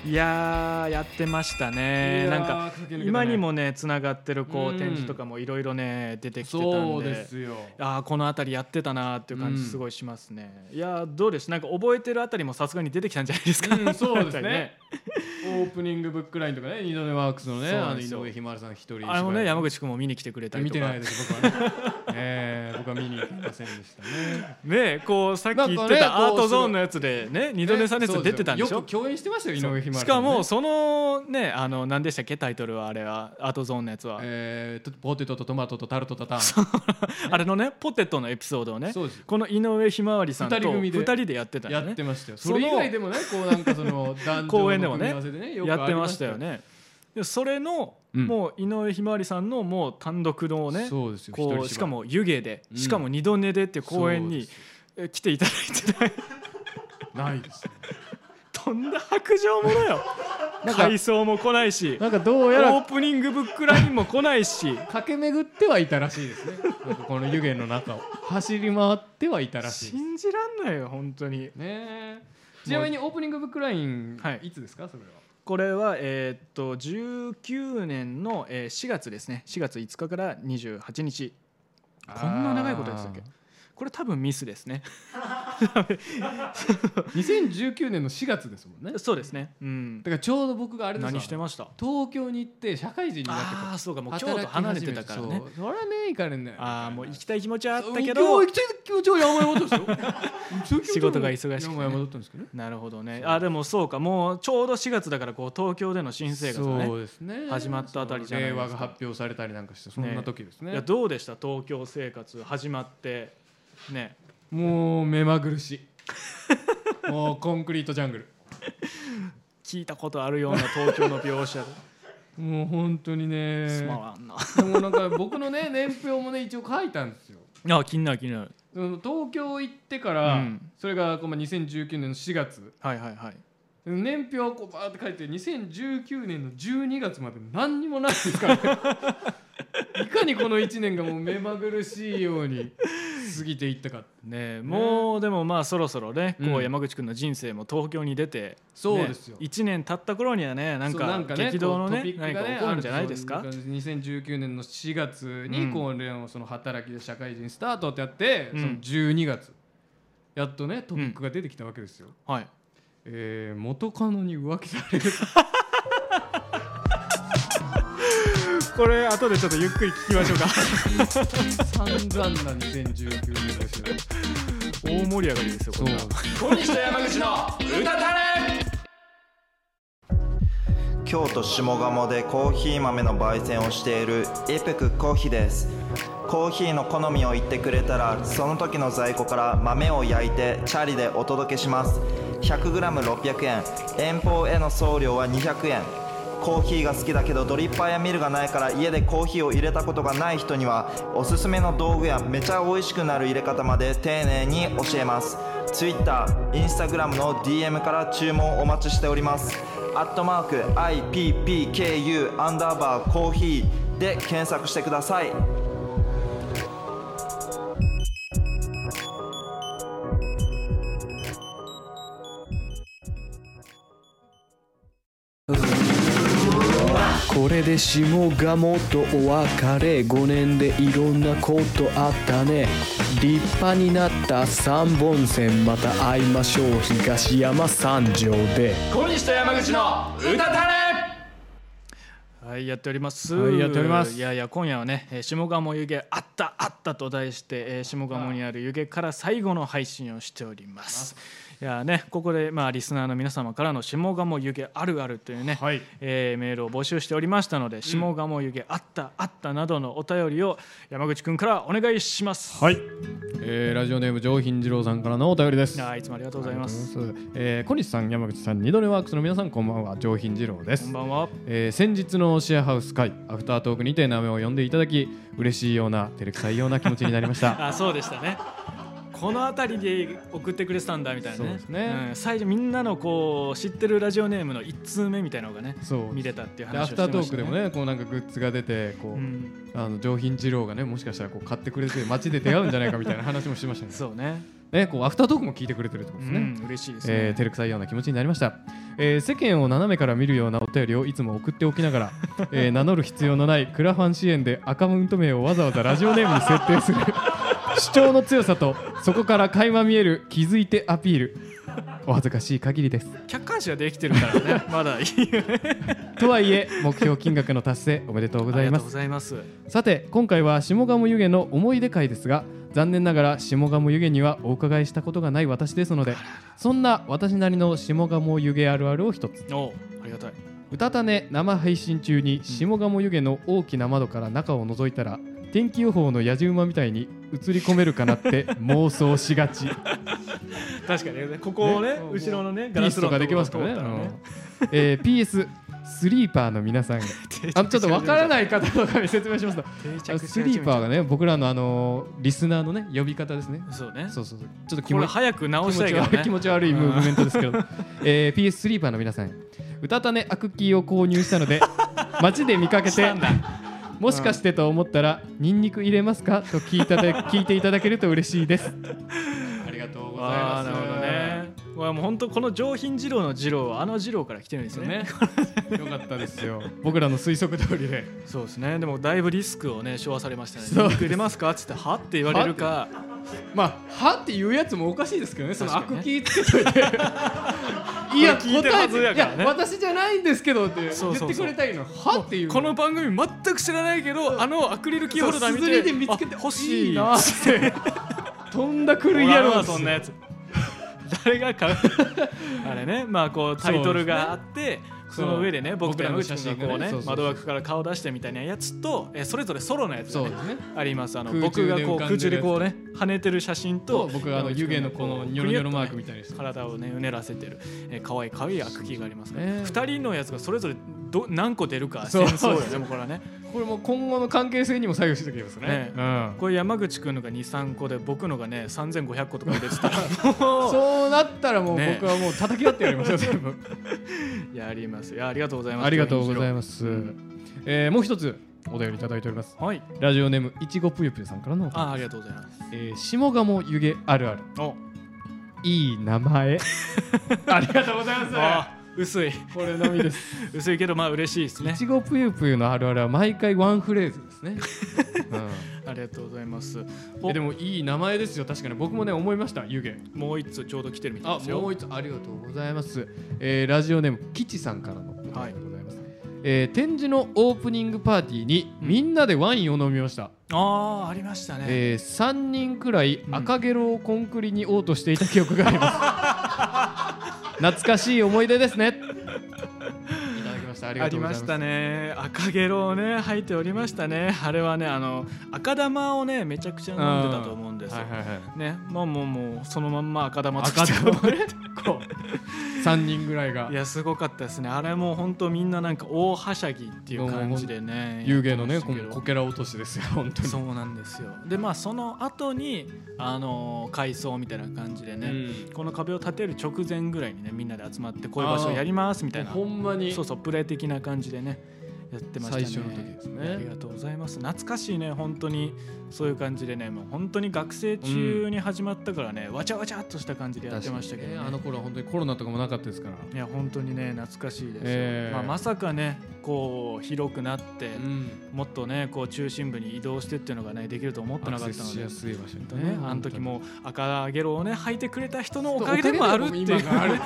Speaker 2: い、やーやってました
Speaker 1: いや
Speaker 2: ね
Speaker 1: ー
Speaker 2: なん
Speaker 1: 駆
Speaker 2: か
Speaker 1: け抜けたね
Speaker 2: 今にもねつながってるこ
Speaker 1: う
Speaker 2: うん展示とかもいろいろね出てきてたんで
Speaker 1: そうですよ
Speaker 2: あーこの辺りやってたなーっていう感じ
Speaker 1: うん
Speaker 2: すごいしますね、いやーどうですなんか覚えてるあたりもさすがに出てきたんじゃないですか、
Speaker 1: うんそうです
Speaker 2: なんか
Speaker 1: ねオープニングブックラインとかね二度目ワークスのね
Speaker 2: そうな
Speaker 1: あ
Speaker 2: ん
Speaker 1: の
Speaker 2: です
Speaker 1: 井
Speaker 2: よ
Speaker 1: 上ひまわりさん一人
Speaker 2: あれも
Speaker 1: 芝
Speaker 2: ね
Speaker 1: 居
Speaker 2: 山口君も見に来てくれたりと
Speaker 1: 見
Speaker 2: か
Speaker 1: てないです僕はね えー僕は見に行きませんでしたね
Speaker 2: ねこうさっき言
Speaker 1: な
Speaker 2: っ
Speaker 1: ん
Speaker 2: て
Speaker 1: かね
Speaker 2: たアー
Speaker 1: こ
Speaker 2: ト
Speaker 1: うす
Speaker 2: ゾ
Speaker 1: ごい
Speaker 2: ーンのやつでね 二度寝三
Speaker 1: ね
Speaker 2: 列
Speaker 1: そう
Speaker 2: 出てたんでし
Speaker 1: よ
Speaker 2: ょ
Speaker 1: く共演してましたよ井上ひまわり
Speaker 2: し
Speaker 1: さ
Speaker 2: か
Speaker 1: んね
Speaker 2: もそのねあの何でしたっけタイトルはあれはアートゾーンのやつは、
Speaker 1: えーとポテトとトマトとタルトタタン
Speaker 2: あれのねポテトのエピソードをね
Speaker 1: そうです
Speaker 2: この井上ひまわりさんと
Speaker 1: 二人組で
Speaker 2: 二人でやってたんだ
Speaker 1: や
Speaker 2: よね
Speaker 1: ってましたよ
Speaker 2: その
Speaker 1: それ以外でも ねこうなんかその男
Speaker 2: 公
Speaker 1: 女
Speaker 2: 演で
Speaker 1: の
Speaker 2: も
Speaker 1: 組み
Speaker 2: ね
Speaker 1: 合わせでねよく
Speaker 2: やっ
Speaker 1: あ
Speaker 2: て
Speaker 1: り
Speaker 2: ましたよねでそれ
Speaker 1: う
Speaker 2: の、
Speaker 1: ん
Speaker 2: もう井上ひまわりさんのもう単独のね
Speaker 1: そうですよ一人
Speaker 2: こ
Speaker 1: 芝
Speaker 2: う
Speaker 1: 居
Speaker 2: しかも湯気で、
Speaker 1: うん
Speaker 2: しかも二度寝でっていう公演に
Speaker 1: そうです
Speaker 2: え来ていただいてない
Speaker 1: ないですね
Speaker 2: とんだ白状者よ
Speaker 1: なんか
Speaker 2: 回想も来ないし
Speaker 1: なんかどう
Speaker 2: オ
Speaker 1: や
Speaker 2: ー
Speaker 1: ら
Speaker 2: プニングブックラインも来ないし
Speaker 1: 駆け巡ってはいたらしいですねなんかこの湯気の中を走り回ってはいたらしいです
Speaker 2: 信じらんないよ本当に
Speaker 1: ねちなみにオープニングブックライン
Speaker 2: はい
Speaker 1: いつですかそれは
Speaker 2: これはえーっと19年の、えー4月ですね4月5日から28日こんな長いことでしたっけこれ多分ミスですね
Speaker 1: 2019年の4月ですもんねだ
Speaker 2: そうですねうん
Speaker 1: からちょうど僕があれですわ
Speaker 2: 何してました
Speaker 1: 東京に行って社会人になって
Speaker 2: ああーそうかもう
Speaker 1: 働
Speaker 2: 京
Speaker 1: き始め
Speaker 2: 都離れてたからね
Speaker 1: そうそれはね行かれんね
Speaker 2: ああもう行きたい気持ちはあったけ
Speaker 1: 今
Speaker 2: ど
Speaker 1: 日行きたい気持ちは山々だ ったんですよ
Speaker 2: 仕事が忙しくて
Speaker 1: 山
Speaker 2: ね
Speaker 1: 々だったんですけどね
Speaker 2: なるほどね
Speaker 1: そう
Speaker 2: あーでもそうかもうちょうど4月だからこう東京での新生活がね
Speaker 1: そうですね
Speaker 2: 始まったあたりじゃないで
Speaker 1: 令
Speaker 2: すか
Speaker 1: 和が発表されたりなんかしてそんな時です
Speaker 2: い
Speaker 1: ね
Speaker 2: やどうでした東京生活始まってね
Speaker 1: もう目まぐるしい もうコンクリートジャングル
Speaker 2: 聞いたことあるような東京の描 写で
Speaker 1: もう本当にね
Speaker 2: つまらんな
Speaker 1: でもなんか僕のね年表もね一応書いたんですよ
Speaker 2: あ気になる気になる
Speaker 1: その東京行ってから、
Speaker 2: うん
Speaker 1: それがこうまあ2019年の4月
Speaker 2: はいはいはい
Speaker 1: 年表をこうバーって書いて2019年の12月まで何にもないです から、ね、いかにこの1年がもう目まぐるしいように過ぎていったか
Speaker 2: ねえもうでもまあそろそろねこ
Speaker 1: う
Speaker 2: うん山口君の人生も東京に出て
Speaker 1: そうですよ
Speaker 2: 1年経った頃にはねなん
Speaker 1: そう
Speaker 2: か激動の
Speaker 1: こうトピ
Speaker 2: ね
Speaker 1: ッ
Speaker 2: 何
Speaker 1: ク
Speaker 2: か
Speaker 1: がね
Speaker 2: 起こるんじゃないですか
Speaker 1: あるとそういう感じ2019年の4月
Speaker 2: う
Speaker 1: に
Speaker 2: ん
Speaker 1: こう、レオンその働きで社会人スタートってやって、
Speaker 2: うん
Speaker 1: その12月やっとねトピックが出てきたわけですよ、
Speaker 2: はい
Speaker 1: えー元カノに浮気される
Speaker 2: これ後でちょっとゆっくり聞きましょうか
Speaker 1: 散々な2019年ですよ
Speaker 2: 大盛り上がりですよこれは
Speaker 1: 小西と山口の歌たれ
Speaker 3: 京都下鴨でコーヒー豆の焙煎をしているエペクコーヒーですコーヒーの好みを言ってくれたらその時の在庫から豆を焼いてチャリでお届けします 100g600 円遠方への送料は200円コーヒーが好きだけどドリッパーやミルがないから家でコーヒーを入れたことがない人にはおすすめの道具やめちゃ美味しくなる入れ方まで丁寧に教えます TwitterInstagram の DM から注文お待ちしておりますアットマーク IPPKU アンダーバーコーヒーで検索してください
Speaker 4: これで下鴨とお別れ5年でいろんなことあったね立派になった三本線また会いましょう東山三条で
Speaker 2: はいやっております、
Speaker 1: はいやっております
Speaker 2: いやいや今夜はねえー下鴨湯気あったあったと題してえー下鴨にある湯気から最後の配信をしておりますいやねここでまあリスナーの皆様からの下鴨湯気あるあるというね、
Speaker 1: はい
Speaker 2: えーメールを募集しておりましたので下鴨湯気あったあったなどのお便りを山口くんからお願いします
Speaker 1: はい、えーラジオネーム上品次郎さんからのお便りです。
Speaker 2: あーいつもありがとうございます
Speaker 1: ありがとうございます。えー小西さん、山口さん、二度寝ワークスの皆さん、こんばんは。上品次郎で
Speaker 2: こ
Speaker 1: す
Speaker 2: んば。んは
Speaker 1: えー先日のシェアハウス会アフタートークにて名前を呼んでいただき嬉しいような照れくさいような気持ちになりまし た
Speaker 2: あそうでしたねこの辺りで送ってくれてたんだみたいなね
Speaker 1: そうですね
Speaker 2: うん、最初みんなのこう知ってるラジオネームの1通目みたいなのがね
Speaker 1: そう
Speaker 2: 見れたっていう
Speaker 1: でア
Speaker 2: 話
Speaker 1: フ
Speaker 2: をしてま
Speaker 1: タ
Speaker 2: し
Speaker 1: ー
Speaker 2: た、
Speaker 1: ト
Speaker 2: ね、
Speaker 1: ークでもねこうなんかグッズが出てこう、
Speaker 2: うん、
Speaker 1: あの上品二郎がねもしかしたらこう買ってくれて街で出会うんじゃないかみたいな話もしましたね
Speaker 2: そうね
Speaker 1: ねこうアフタートークも聞いてくれてるってことですね、
Speaker 2: うん、嬉しいですね、
Speaker 1: えー照れくさいような気持ちになりました、えー世間を斜めから見るようなお便りをいつも送っておきなが ら、えー名乗る必要のないクラファン支援でアカウント名をわざわざラジオネームに設定す る主張の強さとそこから垣間見える気づいてアピールお恥ずかしい限りです
Speaker 2: 客観視はできてるか らねまだいいよ
Speaker 1: とはいえ目標金額の達成おめでとうご
Speaker 2: あ
Speaker 1: ざ
Speaker 2: り
Speaker 1: い
Speaker 2: が
Speaker 1: ま
Speaker 2: とうご
Speaker 1: す
Speaker 2: ざいます
Speaker 1: さて今回は下鴨湯気の思い出会ですが残念ながら下鴨湯気にはお伺いしたことがない私ですのでそんな私なりの下鴨湯気あるあるを一つ
Speaker 2: おうありがたいう
Speaker 1: たたね生配信中に下鴨湯気の大きな窓から中を覗いたら天気予報のやじ馬みたいに映り込めるかな って妄想しがち
Speaker 2: 確かにねここをね
Speaker 1: ね
Speaker 2: 後ろのね
Speaker 1: ピ
Speaker 2: ガ
Speaker 1: ー
Speaker 2: ラ
Speaker 1: ス
Speaker 2: ス
Speaker 1: と
Speaker 2: の
Speaker 1: か
Speaker 2: こ
Speaker 1: できますからね
Speaker 2: 通ったら
Speaker 1: うんえー PS スリーパーの皆さ んあちょっとわからない方とかに説明し ますと
Speaker 2: 定
Speaker 1: あの
Speaker 2: 着し
Speaker 1: スリーパーが
Speaker 2: ね
Speaker 1: ね僕らのあのーリスナーのね呼び方ですね
Speaker 2: そうね
Speaker 1: そうそうそうちょっと気
Speaker 2: こ
Speaker 1: 持
Speaker 2: れ
Speaker 1: ち
Speaker 2: 早く直し
Speaker 1: 気
Speaker 2: た
Speaker 1: 持
Speaker 2: い
Speaker 1: ち
Speaker 2: けど
Speaker 1: 悪い
Speaker 2: ね
Speaker 1: 気持ち悪いムーブメントですけ ど、えー PS スリーパーの皆さんうたたねアクキーを購入したの で街で見かけ
Speaker 2: した
Speaker 1: て
Speaker 2: んだ
Speaker 1: もしかしてと思ったら、ニンニク入れますかと聞いただ 聞いていただけると嬉しいです。 ありがとうござい
Speaker 2: あ
Speaker 1: ま
Speaker 2: あ
Speaker 1: す。
Speaker 2: なるほどね。これはもう本当この上品二郎の二郎はあの二郎から来てるんですね。
Speaker 1: ね、よかったですよ。僕らの推測通りで。
Speaker 2: そうですね。でもだいぶリスクをね昭和されましたね。
Speaker 1: そう
Speaker 2: リンク入れますかっつってはって言われるか。
Speaker 1: まあ、はっていうやつもおかしいですけどね、その
Speaker 2: 確か
Speaker 1: 悪
Speaker 2: に
Speaker 1: 気つ けといて。いや、
Speaker 2: 聞いてる
Speaker 1: 答えて、
Speaker 2: はずや
Speaker 1: い
Speaker 2: からね
Speaker 1: や、私じゃないんですけどって言
Speaker 2: そうそうそう
Speaker 1: ってくれたいの。はっていう。
Speaker 2: この番組全く知らないけどあのアクリルキーホルダー見
Speaker 1: そう
Speaker 2: て
Speaker 1: 硯で見つけて
Speaker 2: あ欲しい
Speaker 1: いな ってとんだ狂い野郎
Speaker 2: は
Speaker 1: です
Speaker 2: そん なやつ。誰が買う あれねまあこうタイトルがあって
Speaker 1: そ
Speaker 2: そ,、
Speaker 1: うですね
Speaker 2: の上でね僕と山口
Speaker 1: 僕らの写
Speaker 2: 君
Speaker 1: 真
Speaker 2: がこ
Speaker 1: が
Speaker 2: う
Speaker 1: ね
Speaker 2: ね
Speaker 1: そうそうそう
Speaker 2: 窓枠から顔出してみたいなやつとえそれぞれソロのやつ
Speaker 1: そ
Speaker 2: が
Speaker 1: う
Speaker 2: ね
Speaker 1: ですね。
Speaker 2: ありますあの
Speaker 1: 空中
Speaker 2: 僕がこう
Speaker 1: で浮かんでる
Speaker 2: 空中でこうね跳ねてる写真と
Speaker 1: と僕があの湯気のこのニョロニョロマークみたいにしてる
Speaker 2: 体をねうねらせてるえー可愛い可愛いアクキーがあります
Speaker 1: そう
Speaker 2: ね
Speaker 1: で
Speaker 2: 二
Speaker 1: すね
Speaker 2: 人のやつがそれぞれど何個出るか
Speaker 1: そう
Speaker 2: 戦争よねもうこれはね
Speaker 1: これも今後の関係性にも左右してきますね。
Speaker 2: ね
Speaker 1: うん。
Speaker 2: これ山口くんのが23個で僕のがね3500個とか出て たらもう
Speaker 1: そうなったらもう
Speaker 2: ね
Speaker 1: 僕はもう叩き合ってやりますよ、全部。
Speaker 2: やりますいやありがとうございます
Speaker 1: ありがとうござい
Speaker 2: ま
Speaker 1: ます。えーもう一つお便りいただいております。
Speaker 2: すはい
Speaker 1: ラジオネームいちごぷよぷよさんからのお便り、
Speaker 2: あありがとうございます
Speaker 1: えー下鴨湯気あるある。
Speaker 2: お
Speaker 1: いい名前。ありがとうございま
Speaker 2: あ薄い
Speaker 1: す。これのみです。
Speaker 2: 薄いけどまあ嬉しいです
Speaker 1: い
Speaker 2: ね
Speaker 1: ちごぷよぷよのあるあるは毎回ワンフレーズです ね。う
Speaker 2: ありがとうございます
Speaker 1: ん、
Speaker 2: お
Speaker 1: えでもいい名前ですよ確かに僕もね思いました湯気
Speaker 2: もう一つちょうど来てるみたい
Speaker 1: あ
Speaker 2: ですよ
Speaker 1: もう一つありがとうございます、えーラジオネーム吉さんからのお便りでございます、えー展示のオープニングパーティーに
Speaker 2: うん
Speaker 1: みんなでワインを飲みました、
Speaker 2: ああありましたね、
Speaker 1: え3人くらい
Speaker 2: うん
Speaker 1: 赤ゲロをコンクリに嘔吐していた記憶 があります懐かしい思い出ですねいただきましたしたあり
Speaker 2: あ
Speaker 1: がと
Speaker 2: り
Speaker 1: うございま
Speaker 2: ま
Speaker 1: す
Speaker 2: したね赤ゲロをね吐いておりましたねあれはねあの赤玉をねめちゃくちゃ飲んでたと思うんですよ、
Speaker 1: はいはいはい
Speaker 2: ねもうもうもうそのまんま赤玉と
Speaker 1: 赤
Speaker 2: して
Speaker 1: 玉ねこ う3人ぐらいが
Speaker 2: いやすごかったですねあれもう本当みんななんか大はしゃぎっていう感じでね
Speaker 1: 有芸のね
Speaker 2: やって
Speaker 1: こ
Speaker 2: まし
Speaker 1: の
Speaker 2: たけど
Speaker 1: こけら落としですよ本当に
Speaker 2: そうなんですよでまあその後にあの改装みたいな感じでね、
Speaker 1: うん
Speaker 2: この壁を建てる直前ぐらいにねみんなで集まってこういう場所をやりますみたいな
Speaker 1: ほんまに
Speaker 2: そうそうプレー的な感じでねやってましたね
Speaker 1: 最初の時ですね
Speaker 2: ありがとうございます懐かしいね本当にそういう感じでねもう本当に学生中に始まったからね、わちゃわちゃっとした感じでやってましたけど、ね
Speaker 1: 確かにねあの頃は本当にコロナとかもなかったですから
Speaker 2: いや本当にね懐かしいですよ、
Speaker 1: ええ
Speaker 2: まあ、まさかねこう広くなって、
Speaker 1: うん
Speaker 2: もっとねこう中心部に移動してっていうのがねできると思って
Speaker 1: ア
Speaker 2: な
Speaker 1: ク
Speaker 2: かっ
Speaker 1: セ
Speaker 2: た
Speaker 1: ス
Speaker 2: の
Speaker 1: し
Speaker 2: で
Speaker 1: や。すい場所
Speaker 2: と
Speaker 1: に
Speaker 2: ね
Speaker 1: ね
Speaker 2: あの時も赤ゲロをね履いてくれた人のおかげでもあるってい
Speaker 1: そうお
Speaker 2: う
Speaker 1: かげでも今がある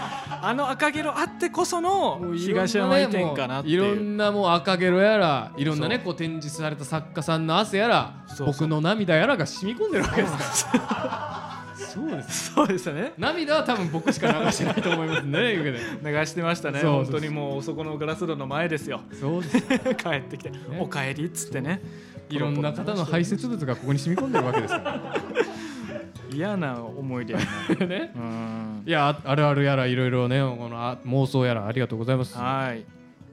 Speaker 2: あの赤ゲロあってこそ
Speaker 1: も
Speaker 2: の
Speaker 1: ういろんなね
Speaker 2: 東山移転かなってい
Speaker 1: もういろ
Speaker 2: うん
Speaker 1: なもう赤ゲロやらいろんなね
Speaker 2: そう
Speaker 1: こう展示された作家さんの汗やら
Speaker 2: そうそう
Speaker 1: 僕の涙やらが染み込んでるわけですから そうです
Speaker 2: そうでしたね
Speaker 1: 涙は多分僕しか流してないと思いますねいうわけで
Speaker 2: 流してましたね
Speaker 1: そう
Speaker 2: 本当にもうそこのガラス戸の前ですよ
Speaker 1: そうです
Speaker 2: 帰ってきて「おかえり」っつってね
Speaker 1: いろんな方の排泄物がここに染み込んでるわけですか
Speaker 2: 嫌な思い出やな
Speaker 1: らね
Speaker 2: うーん
Speaker 1: いやああるあるやらいろいろねこのあ妄想やらありがとうございます
Speaker 2: はい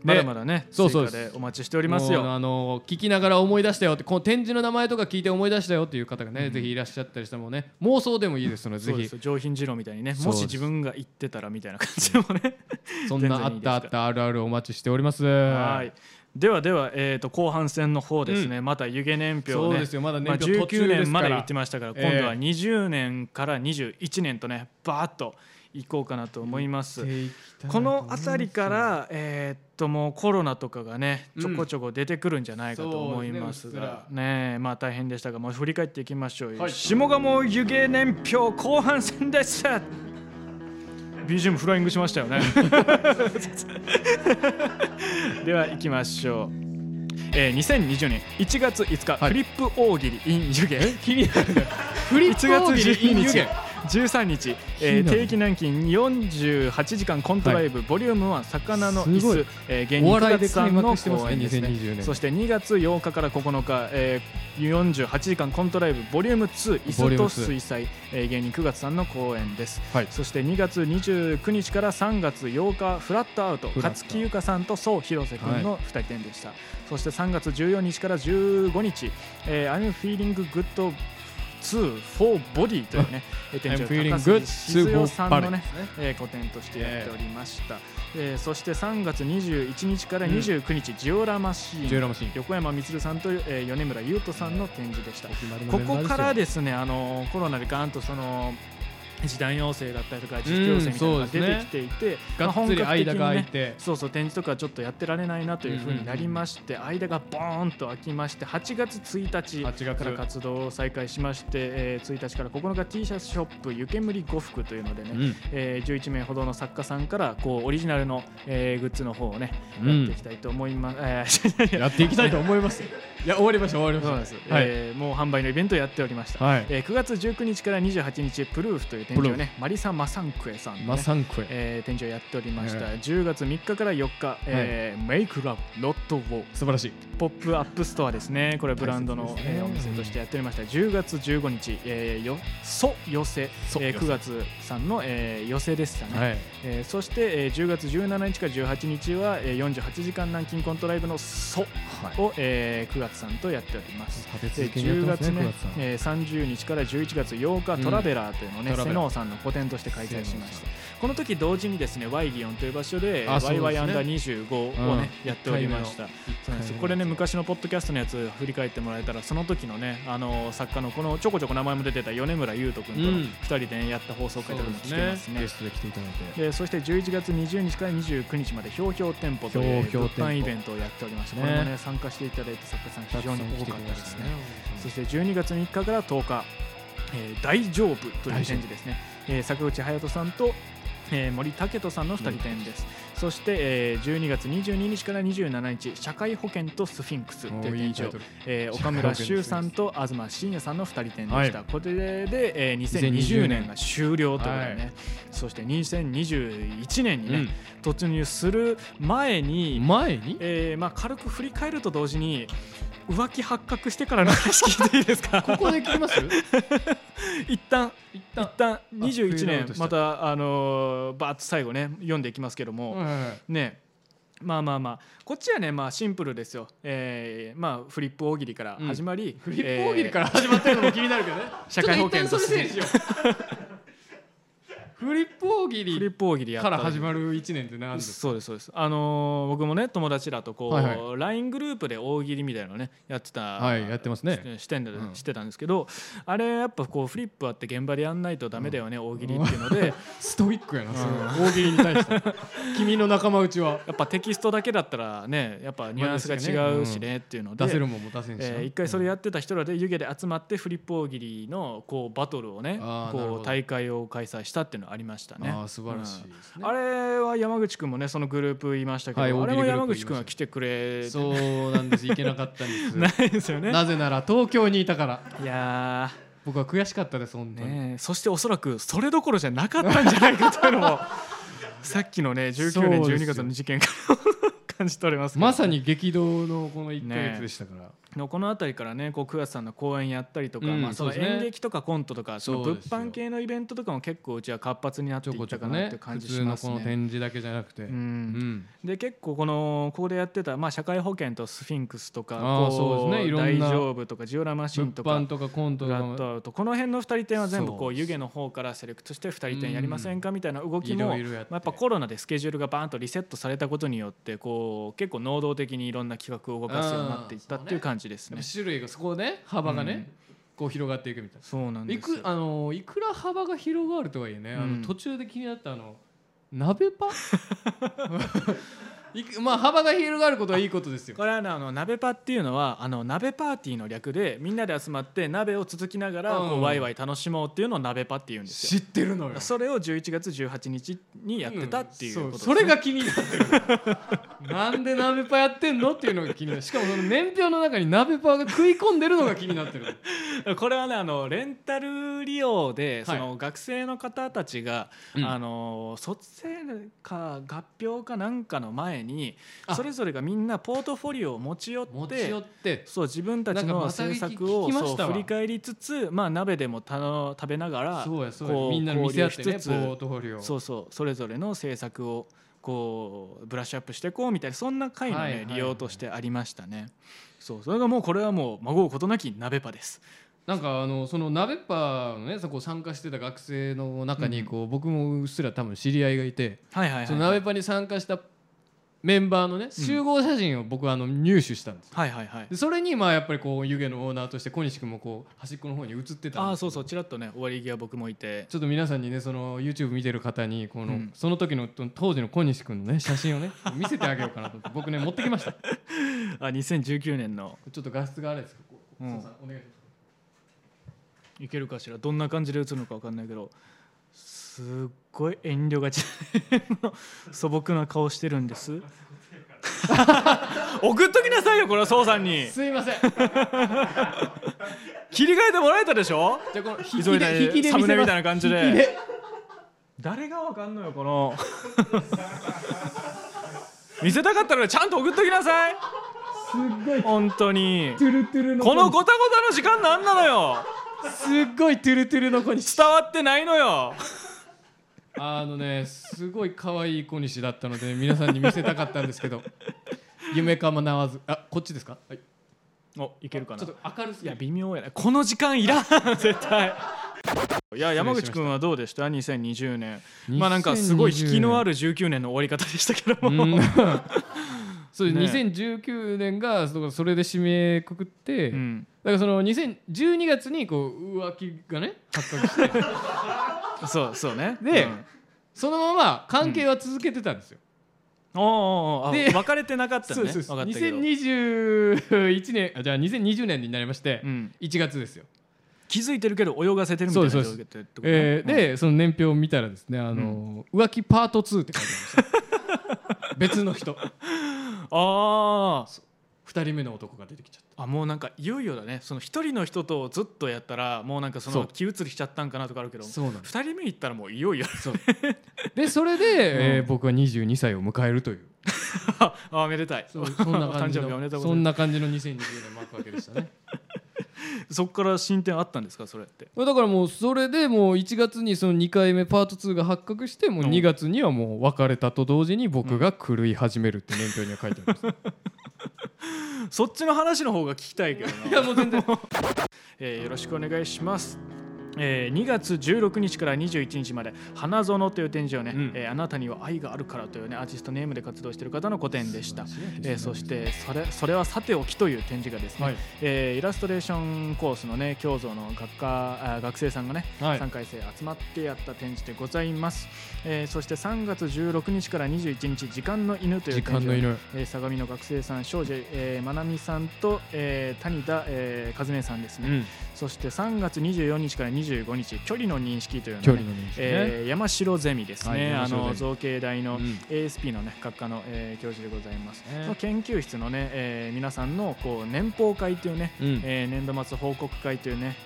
Speaker 2: まだまだね
Speaker 1: そうそう
Speaker 2: 追加でお待ちしております
Speaker 1: もう
Speaker 2: よ
Speaker 1: あの聞きながら思い出したよってこの展示の名前とか聞いて思い出したよっていう方がね、ぜひいらっしゃったりしたらもうね妄想でもいいですのでぜ
Speaker 2: そうで
Speaker 1: ひ
Speaker 2: すよ上品二郎みたいにね
Speaker 1: そう
Speaker 2: も
Speaker 1: です
Speaker 2: し自分が行ってたらみたいな感じでもね
Speaker 1: そんなあっ
Speaker 2: 全然いいですか
Speaker 1: たあったあるあるお待ちしております
Speaker 2: はい。ではでは、えー、と後半戦の方ですね、また湯気年表ね
Speaker 1: そうですよまだ年表
Speaker 2: あ
Speaker 1: 途中
Speaker 2: 19
Speaker 1: ですから
Speaker 2: 年まで言ってましたから、
Speaker 1: ええ
Speaker 2: 今度は20年から21年とねバーッといこうかなと思います、この辺りから、えーっともうコロナとかがねちょこちょこ出てくるんじゃないかと思います
Speaker 1: うんそう
Speaker 2: が
Speaker 1: で、す
Speaker 2: ねえまあ大変でしたがもう振り返っていきましょうよ、
Speaker 1: はい
Speaker 2: 下鴨湯気年表後半戦です BGM フライングしました よねでは行きましょう、えー、2020年1月5日、
Speaker 1: はい
Speaker 2: フリップ大喜利 in 湯気気になる
Speaker 1: フリッ
Speaker 2: 1
Speaker 1: プ大
Speaker 2: 月
Speaker 1: 喜利
Speaker 2: 12
Speaker 1: in 湯気
Speaker 2: 日13日、
Speaker 1: 気に
Speaker 2: えー
Speaker 1: なる
Speaker 2: 定期軟禁48時間コントライブ、ボリューム1魚の椅
Speaker 1: すご
Speaker 2: 子
Speaker 1: い、
Speaker 2: えー、芸
Speaker 1: お
Speaker 2: 人
Speaker 1: 笑い
Speaker 2: 深
Speaker 1: で
Speaker 2: 津さんの
Speaker 1: 開幕してますね
Speaker 2: 公演です
Speaker 1: 2020
Speaker 2: ね
Speaker 1: 年
Speaker 2: そして2月8日から9日、えー、48時間コントライブボリューム2椅
Speaker 1: ボリ
Speaker 2: 子
Speaker 1: ューム
Speaker 2: と
Speaker 1: 2
Speaker 2: 水彩、えー、芸人9月さんの公演です
Speaker 1: はい
Speaker 2: そして2月29日から3月8日フラットアウト
Speaker 1: フラット
Speaker 2: 勝木優香さんと宋広瀬君の2人展でした、そして3月14日から15日「えー I'm feeling good 2 for body」というね展
Speaker 1: I'm
Speaker 2: 示
Speaker 1: feeling
Speaker 2: を
Speaker 1: good
Speaker 2: 高杉静代さんの
Speaker 1: to
Speaker 2: ね
Speaker 1: body
Speaker 2: えー個展としてやっておりました、えーそして3月21日から29日、ジオラマシ
Speaker 1: ジ
Speaker 2: ー
Speaker 1: ュ
Speaker 2: ン
Speaker 1: ラマシン
Speaker 2: 横山光さんと、えー米村優斗さんの展示でした
Speaker 1: お決まりの
Speaker 2: こ
Speaker 1: メンバーで
Speaker 2: こ
Speaker 1: すよ
Speaker 2: からですねあのコロナでガンとその時短要請だったりとか自主要請みたいなのが出てきていて、ま
Speaker 1: が
Speaker 2: あ
Speaker 1: っつり間が空い
Speaker 2: 本格的にね
Speaker 1: て
Speaker 2: そうそう展示とかちょっとやってられないなというふうになりまして、間がボーンと空きまして8月1
Speaker 1: 8
Speaker 2: 日
Speaker 1: 月
Speaker 2: から活動を再開しまして、えー1日から9日 T シャツショップ湯煙呉服というのでね、
Speaker 1: うん
Speaker 2: えー11名ほどの作家さんからこうオリジナルの、えーグッズの方をね、
Speaker 1: うん
Speaker 2: やっていきたいと思います、 えー
Speaker 1: やっていきたいと思いますいや終わりました終わりま
Speaker 2: そうなん
Speaker 1: し
Speaker 2: です、
Speaker 1: たはい、
Speaker 2: えーもう販売のイベントをやっておりました、
Speaker 1: はい
Speaker 2: えー9月19日から28日プルーフという展示を
Speaker 1: プルー
Speaker 2: ねマリサ・マサンクエさんのね、
Speaker 1: マサンクエ
Speaker 2: えー展示をやっておりました、
Speaker 1: はい
Speaker 2: 10月3日から4日、えーメイクラブロットウォー
Speaker 1: 素晴らしい
Speaker 2: ポップアップストアですねこれブランドの、
Speaker 1: 大切ですね
Speaker 2: えーお店としてやっておりました10月15日、えー、よそ寄せ、え
Speaker 1: そ
Speaker 2: ー9月さんの、えー寄せでしたね、
Speaker 1: はい
Speaker 2: えーそして、えー10月17日から18日は、えー48時間軟禁コントライブの「ソを、えー9月さんとやっております
Speaker 1: 立て
Speaker 2: で
Speaker 1: 続けにやって
Speaker 2: 10
Speaker 1: ます
Speaker 2: 月
Speaker 1: ね
Speaker 2: ね
Speaker 1: 9月さん、
Speaker 2: えー30日から11月8
Speaker 1: うん
Speaker 2: 日トラベラーというのをね、
Speaker 1: トラベラー
Speaker 2: セノーさんの個展として開催しましたこの時同時にですねワイギオンという場所で
Speaker 1: あそうですね
Speaker 2: YY&25 をね、
Speaker 1: うん
Speaker 2: やっておりましたそうなんですこれね昔のポッドキャストのやつ振り返ってもらえたらその時のねあの作家のこのちょこちょこ名前も出てた米村優斗君との
Speaker 1: うん
Speaker 2: 2人でねやった放送
Speaker 1: そ
Speaker 2: 回
Speaker 1: う
Speaker 2: とか
Speaker 1: で
Speaker 2: も
Speaker 1: す
Speaker 2: 聞けますね
Speaker 1: ゲストで来ていただいて
Speaker 2: でそして11月20日から29日までひょうひょう店舗という
Speaker 1: ひょう
Speaker 2: 物
Speaker 1: ひょう店舗
Speaker 2: 販イベントをやっておりました、
Speaker 1: ね
Speaker 2: これもね参加していただいた作家さん非常に多かったですねそして12月3日から10日、えー大丈夫という展示ですね、えー坂口隼人さんと、えー森武人さんの2人展です、そして、えー、12月22日から27日社会保険とスフィンクスという
Speaker 1: いいタイ
Speaker 2: 展示を
Speaker 1: トル
Speaker 2: えー岡村修さんと東真也さんの2人展でした、
Speaker 1: は
Speaker 2: これで、えー
Speaker 1: 2020
Speaker 2: 2020
Speaker 1: 年
Speaker 2: 年が終了ということでね、
Speaker 1: は
Speaker 2: そして2021年に
Speaker 1: う
Speaker 2: ね、
Speaker 1: ん
Speaker 2: 突入する前に、
Speaker 1: 前に
Speaker 2: えーまあ、軽く振り返ると同時に浮気発覚してからの話聞いていいです か
Speaker 1: ここで聞き ます
Speaker 2: 一旦
Speaker 1: 一
Speaker 2: 一
Speaker 1: 旦
Speaker 2: 旦
Speaker 1: フェー
Speaker 2: 21
Speaker 1: ドアウト
Speaker 2: 年
Speaker 1: した
Speaker 2: また、あのーバーッと最後ね読んでいきますけども、
Speaker 1: はい
Speaker 2: ねまあまあまあこっちはねまあシンプルですよ、えーまあ、フリップ大喜利から始まり、、
Speaker 1: フリップ大喜利からら始まったのも気になるけどね
Speaker 2: 社会保険
Speaker 1: ちょっと一旦
Speaker 2: と
Speaker 1: それ整理しようフリップ大喜
Speaker 2: フリ
Speaker 1: 利
Speaker 2: ップ大喜利やっ
Speaker 1: か
Speaker 2: た
Speaker 1: ら始まる1年って何 ですか
Speaker 2: そうですそうですあのー僕もね友達らとこう、
Speaker 1: はいは
Speaker 2: LINE グループで大喜利みたいなのねやってた、
Speaker 1: はいやってますね
Speaker 2: ししてんだ
Speaker 1: うん
Speaker 2: してたんですけど、あれやっぱこうフリップあって現場でやんないとダメだよね、大喜利っていう ので
Speaker 1: ストイックやなすごい大喜利に対して 君の仲間内は
Speaker 2: やっぱテキストだけだったらねやっぱニュアンスが違うしねっていうので、
Speaker 1: 出せるもんも出せんしな
Speaker 2: えー一回それやってた人らで湯気で集まってフリップ大喜利のこうバトルをね
Speaker 1: あーなるほ
Speaker 2: こ
Speaker 1: ど
Speaker 2: う大会を開催したっていうのありましたね。
Speaker 1: ああ素晴らしい
Speaker 2: うん
Speaker 1: ですね
Speaker 2: あれは山口君もねそのグループいましたけど、
Speaker 1: はい
Speaker 2: あれも
Speaker 1: 大喜利グルー
Speaker 2: 山
Speaker 1: プいました
Speaker 2: 口君は来てくれて
Speaker 1: そうなんです行けなかったん
Speaker 2: な
Speaker 1: で
Speaker 2: いですよ
Speaker 1: す
Speaker 2: ね。
Speaker 1: なぜなら東京にいたから
Speaker 2: いや
Speaker 1: 僕は悔しかったです本
Speaker 2: ー
Speaker 1: 当に
Speaker 2: ねえそしておそらくそれどころじゃなかったんじゃないかという のもさっきのね19年
Speaker 1: そうです
Speaker 2: 12
Speaker 1: よ
Speaker 2: 月の事件から感じ取れますけど
Speaker 1: まさに激動のこの1ヶ月でしたから
Speaker 2: のこの辺りからねこう9月さんの公演やったりとか、
Speaker 1: うん
Speaker 2: まあ、その
Speaker 1: そうですね
Speaker 2: 演劇とかコントとかそ
Speaker 1: そ
Speaker 2: の
Speaker 1: う
Speaker 2: 物
Speaker 1: ですよ
Speaker 2: 販系のイベントとかも結構うちは活発になっ
Speaker 1: ち
Speaker 2: て
Speaker 1: ょ
Speaker 2: い
Speaker 1: こ
Speaker 2: っ
Speaker 1: ち
Speaker 2: た
Speaker 1: ょこ
Speaker 2: かなっ
Speaker 1: ね
Speaker 2: て感
Speaker 1: 普
Speaker 2: じし
Speaker 1: 通
Speaker 2: ま
Speaker 1: の
Speaker 2: す
Speaker 1: この
Speaker 2: ね。
Speaker 1: 展示だけじゃなくてう
Speaker 2: うん
Speaker 1: ん
Speaker 2: で結構このここでやってた、まあ、社会保険とスフィンクスとか
Speaker 1: あー
Speaker 2: こ
Speaker 1: そうですねいろん
Speaker 2: 大
Speaker 1: な
Speaker 2: 丈夫とかジオラマシ
Speaker 1: 物
Speaker 2: ンとか
Speaker 1: 販。とかコント
Speaker 2: フ
Speaker 1: と
Speaker 2: ラ
Speaker 1: か
Speaker 2: ット
Speaker 1: も
Speaker 2: アウトこの辺の2人展は全部こ
Speaker 1: そう
Speaker 2: う湯気の方からセレクトして2人展やりませんかみたいな動き
Speaker 1: い
Speaker 2: も
Speaker 1: ろ
Speaker 2: ま
Speaker 1: いろ
Speaker 2: あ
Speaker 1: や
Speaker 2: や
Speaker 1: っ
Speaker 2: ってぱコロナでスケジュールがバーンとリセットされたことによってこう結構能動的にいろんな企画を動かすようになっていったっていう感じで
Speaker 1: やっぱ。
Speaker 2: すね
Speaker 1: 種類がそこね幅が
Speaker 2: うん
Speaker 1: ねこう広がっていくみたい
Speaker 2: そうなん
Speaker 1: な
Speaker 2: で
Speaker 1: い
Speaker 2: すよ
Speaker 1: くあのいくら幅が広がるとはいえねあ
Speaker 2: うん
Speaker 1: の途中で気になったあの鍋パン いくまあ幅が広がることはいいことですよ
Speaker 2: これはねあの鍋パっていうのはあの鍋パーティーの略でみんなで集まって鍋を続きながらこ
Speaker 1: うん
Speaker 2: うワイワイ楽しもうっていうのを鍋パっていうんです
Speaker 1: 知
Speaker 2: よ。
Speaker 1: ってるのよ
Speaker 2: それを11月18日にやってたっていう
Speaker 1: ん
Speaker 2: ことです、
Speaker 1: そ
Speaker 2: ね
Speaker 1: うそれが気になって るなんで鍋パやってんのっていうのが気になるしかもその年表の中に鍋パが食い込んでるのが気にな ってる
Speaker 2: これはねあのレンタル利用で
Speaker 1: は
Speaker 2: そ
Speaker 1: い
Speaker 2: の学生の方たちが、
Speaker 1: うん
Speaker 2: あの卒生か合評かなんかの前に
Speaker 1: あ
Speaker 2: それぞれがみんなポートフォリオを持ち寄って
Speaker 1: 持ち寄って
Speaker 2: そう自分たち
Speaker 1: なんか
Speaker 2: の
Speaker 1: また
Speaker 2: 制
Speaker 1: 劇
Speaker 2: 作を
Speaker 1: 聞きま
Speaker 2: そ
Speaker 1: し
Speaker 2: う
Speaker 1: たわ
Speaker 2: 振り返りつつ、まあ、鍋でもたの食べながら
Speaker 1: そうやそうや
Speaker 2: こう
Speaker 1: みんなの見せ合ってねポ
Speaker 2: 交流しつつ
Speaker 1: ートフォリオ
Speaker 2: そうそうそれぞれの制作をこうブラッシュアップしていこうみたいなそんな回の、ね
Speaker 1: はいはいはい
Speaker 2: 利用としてありましたね。そうそれがもうこれはもう孫うことなき鍋パです。
Speaker 1: なんかあのその鍋パのねそこ参加してた学生の中にこう、僕もうっすら多分知り合いがいて、
Speaker 2: はいはいはい、
Speaker 1: その鍋パに参加したメンバーのね集合写真を僕はあの入手したんです、
Speaker 2: はいはいはい
Speaker 1: で。それにまあやっぱりこう湯気のオーナーとして小西君もこう端っこの方に映ってたん
Speaker 2: あ
Speaker 1: で
Speaker 2: あ
Speaker 1: すけど
Speaker 2: そうそうちらっとね終わり際僕もいて
Speaker 1: ちょっと皆さんにねその YouTube 見てる方にこの、
Speaker 2: うん
Speaker 1: その時のと当時の小西君のね写真をね 見せてあげようかなと思って僕ね持ってきましたち
Speaker 2: あ2019年の
Speaker 1: ょっと画質があれですけどこう
Speaker 2: うん
Speaker 1: そうさんお願いします
Speaker 2: いけるかしらどんな感じで映るのかわかんないけどすっごい遠慮がちの 素朴な顔してるんです 送っときなさいよこれは宋さんに
Speaker 1: すい ませんじ
Speaker 2: 切り替えてもらえたでし
Speaker 1: ゃ
Speaker 2: ょ
Speaker 1: あこの引
Speaker 2: 急
Speaker 1: きで
Speaker 2: いで
Speaker 1: 引きで
Speaker 2: サ
Speaker 1: 見
Speaker 2: ムネ
Speaker 1: せます
Speaker 2: みたいな感じで
Speaker 1: 引き
Speaker 2: 誰がわかんのよこの 見せたかったらちゃんと送っときなさい
Speaker 1: すっごい
Speaker 2: 本当に
Speaker 1: トゥルトゥルの
Speaker 2: この
Speaker 1: 子
Speaker 2: ゴタゴタの時間なんなのよ
Speaker 1: すっごいトゥルトゥルの子に
Speaker 2: 伝わってないのよ
Speaker 1: あのねすごい可愛い小西だったので皆さんに見せたかったんですけど 夢かもなわずあこっちですか、はい、
Speaker 2: おいけるかな
Speaker 1: ちょっと明るす
Speaker 2: い
Speaker 1: ぎ
Speaker 2: や
Speaker 1: る
Speaker 2: 微妙やなこの時間いらん 絶対いや山口君はどうでした2020年まあなんかすごい引きのある19年の終わり方でしたけども、
Speaker 1: そう、
Speaker 2: ね
Speaker 1: 2019年がそうそれで締めくくって、
Speaker 2: うん
Speaker 1: だからその2012月にこう浮気がね発覚 して
Speaker 2: そうそうね
Speaker 1: で
Speaker 2: うん
Speaker 1: そのまま関係は続けてたんですよ、
Speaker 2: おうおうおうあ
Speaker 1: で
Speaker 2: 別れてなかった
Speaker 1: そ
Speaker 2: の
Speaker 1: う
Speaker 2: ね
Speaker 1: です
Speaker 2: 分
Speaker 1: そう
Speaker 2: かった
Speaker 1: です
Speaker 2: けど、
Speaker 1: 2021年あじゃあ2020年になりまして、
Speaker 2: うん、
Speaker 1: 1月ですよ、
Speaker 2: 気づいてるけど泳がせてるみたいな
Speaker 1: そう
Speaker 2: 状
Speaker 1: です
Speaker 2: 況ってことね
Speaker 1: えーでその年表を見たらですね、あのー浮気パート2って書いてありました 別の人
Speaker 2: あー
Speaker 1: 2人目の男が出てきちゃった
Speaker 2: あもうなんかいよいよだねその一人の人とずっとやったらもうなんかそ
Speaker 1: そ
Speaker 2: の
Speaker 1: う
Speaker 2: 気移りしちゃったんかなとかあるけど
Speaker 1: そうなんです
Speaker 2: 二人目行ったらもう いよいよ
Speaker 1: そうでそれで、えー僕は22歳を迎えるという
Speaker 2: ああめでたい
Speaker 1: そそんな感じ
Speaker 2: お誕生日おめで
Speaker 1: の
Speaker 2: とうござ
Speaker 1: そ
Speaker 2: い
Speaker 1: ん
Speaker 2: ま
Speaker 1: な感じの2020年巻くわけでしたね
Speaker 2: すそっから進展あったんですかそれって
Speaker 1: だからもうそれでもう1月にその2回目パート2が発覚してもう
Speaker 2: うん
Speaker 1: 2月にはもう別れたと同時に僕が狂い始めるって年表には書いてあります
Speaker 2: そっちの話の方が聞きたいけどな
Speaker 1: いやもう全然
Speaker 2: えーよろしくお願いします。えー2月16日から21日まで「花園」という展示をね、
Speaker 1: うん
Speaker 2: えーあなたには愛があるから」というねアーティストネームで活動している方の個展でした、えーそしてそれ「それはさておき」という展示がですね、
Speaker 1: はい
Speaker 2: えーイラストレーションコースのね教祖の学科あー学生さんがね、
Speaker 1: はい
Speaker 2: 3回生集まってやった展示でございます、えーそして3月16日から21日「時間の犬」という
Speaker 1: 時
Speaker 2: 展
Speaker 1: 間
Speaker 2: 示を
Speaker 1: の
Speaker 2: ね
Speaker 1: 犬
Speaker 2: えー相模の学生さん庄司、えー、まなみさんと、えー谷田、えー和音さんですね、そして3月24日から25日距離の認識というの、ね
Speaker 1: 距離の認識ね
Speaker 2: えー山城ゼミです
Speaker 1: はい
Speaker 2: ね、
Speaker 1: 山
Speaker 2: あ
Speaker 1: 城ゼミ
Speaker 2: の造形大の
Speaker 1: うん
Speaker 2: ASP の、ね、学科の、えー教授でございます、
Speaker 1: ね
Speaker 2: その研究室の、ねえー皆さんのこう年報会というね、
Speaker 1: うん
Speaker 2: えー年度末報告会というね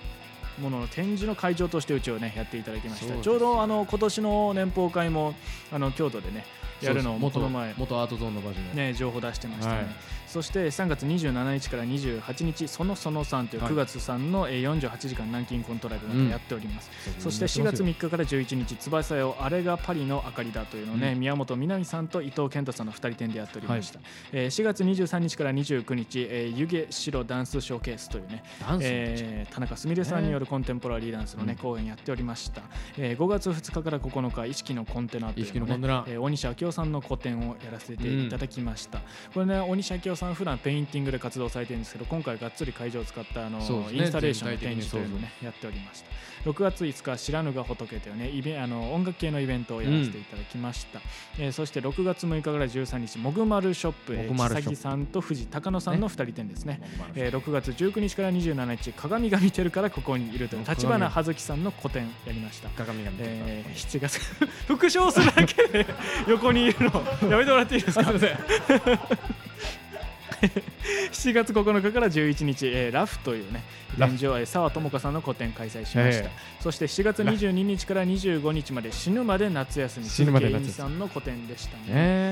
Speaker 2: ものの展示の会場としてうちをねやっていただきまし
Speaker 1: そう
Speaker 2: た
Speaker 1: です
Speaker 2: ちょうどあの今年の年報会もあの京都でねやるの
Speaker 1: そ
Speaker 2: を
Speaker 1: うそ
Speaker 2: こ
Speaker 1: う
Speaker 2: の
Speaker 1: 元
Speaker 2: 前
Speaker 1: 元アートゾーンの場所の、
Speaker 2: ね、情報出してましたね、
Speaker 1: はい
Speaker 2: そして3月27日から28日そのそのさんという
Speaker 1: はい
Speaker 2: 9月さんのえー48時間軟禁コントライブなどやっております、そして4月3日から11日翼よあれがパリの明かりだというのをね、
Speaker 1: うん
Speaker 2: 宮本みなみさんと伊藤健太さんの2人展でやっておりました、えー4月23日から29日、えー、湯気白ダンスショーケースというね
Speaker 1: ダンス、
Speaker 2: えー田中すみれさんによるコンテンポラリーダンスの、ね
Speaker 1: うん
Speaker 2: 公演やっておりました、えー5月2日から9日「意識のコンテナ」とい
Speaker 1: 意識
Speaker 2: う
Speaker 1: の
Speaker 2: の
Speaker 1: コン
Speaker 2: ね
Speaker 1: テナ
Speaker 2: えー大西明夫さんの個展をやらせていただきました、これね大西明夫さん普段ペインティングで活動されてるんですけど今回がっつり会場を使ったあの、
Speaker 1: そうです
Speaker 2: イ
Speaker 1: ね
Speaker 2: ンスタレーションの展示
Speaker 1: 全
Speaker 2: と
Speaker 1: 体的に
Speaker 2: いうのをねやっておりました6月5日「知らぬが仏」というねイベあの音楽系のイベントをやらせていただきました、えーそして6月6日から13日「もぐまるショップ」え
Speaker 1: もぐま
Speaker 2: ー
Speaker 1: るショップ
Speaker 2: 千咲さんと藤高野さんの2人展ですねえ
Speaker 1: え
Speaker 2: ー6月19日から27日鏡が見てるからここにいるという立花葉月さんの個展やりました、
Speaker 1: 鏡が見てるから
Speaker 2: えー7月 復唱するだけで 横にいるのやめてもらっていいですか 7月9日から11日、えーラフというね
Speaker 1: ラ
Speaker 2: 展
Speaker 1: フ
Speaker 2: 示をえー澤智子さんの個展開催しました、
Speaker 1: え
Speaker 2: そして7月22日から25日まで死ぬまで夏休み
Speaker 1: 死ぬまで夏休み
Speaker 2: 鈴木英美さんの個展でしたね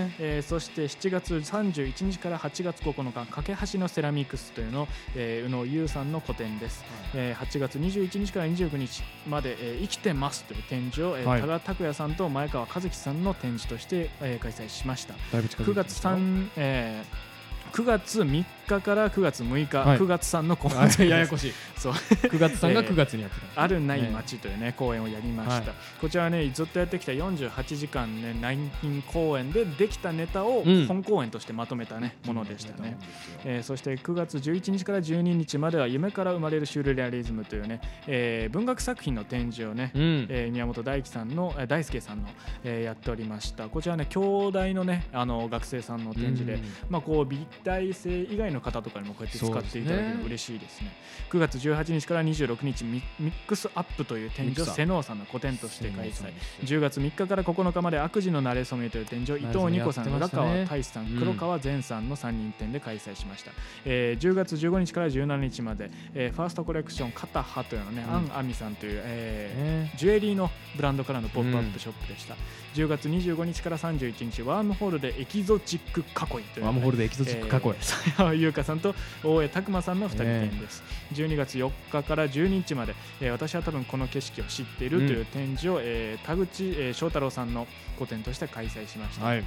Speaker 1: ね
Speaker 2: えーそして7月31日から8月9日架け橋のセラミックスというのを、えー宇野優さんの個展です、えー8月21日から29日まで、えー生きてます」という展示を、えー
Speaker 1: はい
Speaker 2: 多賀拓也さんと前川和樹さんの展示として、えー開催しました
Speaker 1: だいぶ近づいて
Speaker 2: 9
Speaker 1: きま
Speaker 2: 月
Speaker 1: したよ
Speaker 2: 3、えー9月3日から9月6日、
Speaker 1: はい
Speaker 2: 9月さんの公演
Speaker 1: あややこし い
Speaker 2: そう
Speaker 1: 9月さんが
Speaker 2: えー
Speaker 1: 9月にやってた、
Speaker 2: あるない街というね公演をやりました、
Speaker 1: は
Speaker 2: こちらはねずっとやってきた48時間ね軟禁公演でできたネタを
Speaker 1: うん
Speaker 2: 本公演としてまとめたね、ものでしたね、
Speaker 1: え
Speaker 2: えーそして9月11日から12日までは夢から生まれるシュールレアリズムというね、えー文学作品の展示をね、
Speaker 1: うん
Speaker 2: えー宮本大樹さんのえー大輔さんの、えーやっておりましたこちらね京大のねあの学生さんの展示で、
Speaker 1: うん
Speaker 2: まあ、こう美大生以外の方とかにもこうやって使っていただけ
Speaker 1: そうで
Speaker 2: る
Speaker 1: す
Speaker 2: と
Speaker 1: ね
Speaker 2: 嬉しいですね9月18日から26日ミミックスアップという展示
Speaker 1: ミックスアッ
Speaker 2: を
Speaker 1: プ
Speaker 2: 瀬能さんの個展として開
Speaker 1: そう
Speaker 2: 催
Speaker 1: なんですよ
Speaker 2: 10月3日から9日まで悪事のなれ初めという展示を伊藤二子さん、
Speaker 1: なれ
Speaker 2: 浦
Speaker 1: 初めやってましたね
Speaker 2: 川大志さん
Speaker 1: うん
Speaker 2: 黒川善さんの3人展で開催しました、えー10月15日から17日まで、えーファーストコレクション「肩派」というのをね、
Speaker 1: うん
Speaker 2: アン・アミさんという、えー
Speaker 1: ね
Speaker 2: ジュエリーのブランドからのポップアップショップでした、10月25日から31日ワームホールでエキゾチック囲いというね、
Speaker 1: ワームホールでエキゾチック囲い、
Speaker 2: えー 佐山優香さんと大江拓磨さんの2人展です、12月4日から12日まで、えー私は多分この景色を知っているという展示を、えー田口、えー翔太郎さんの個展として開催しました、
Speaker 1: はい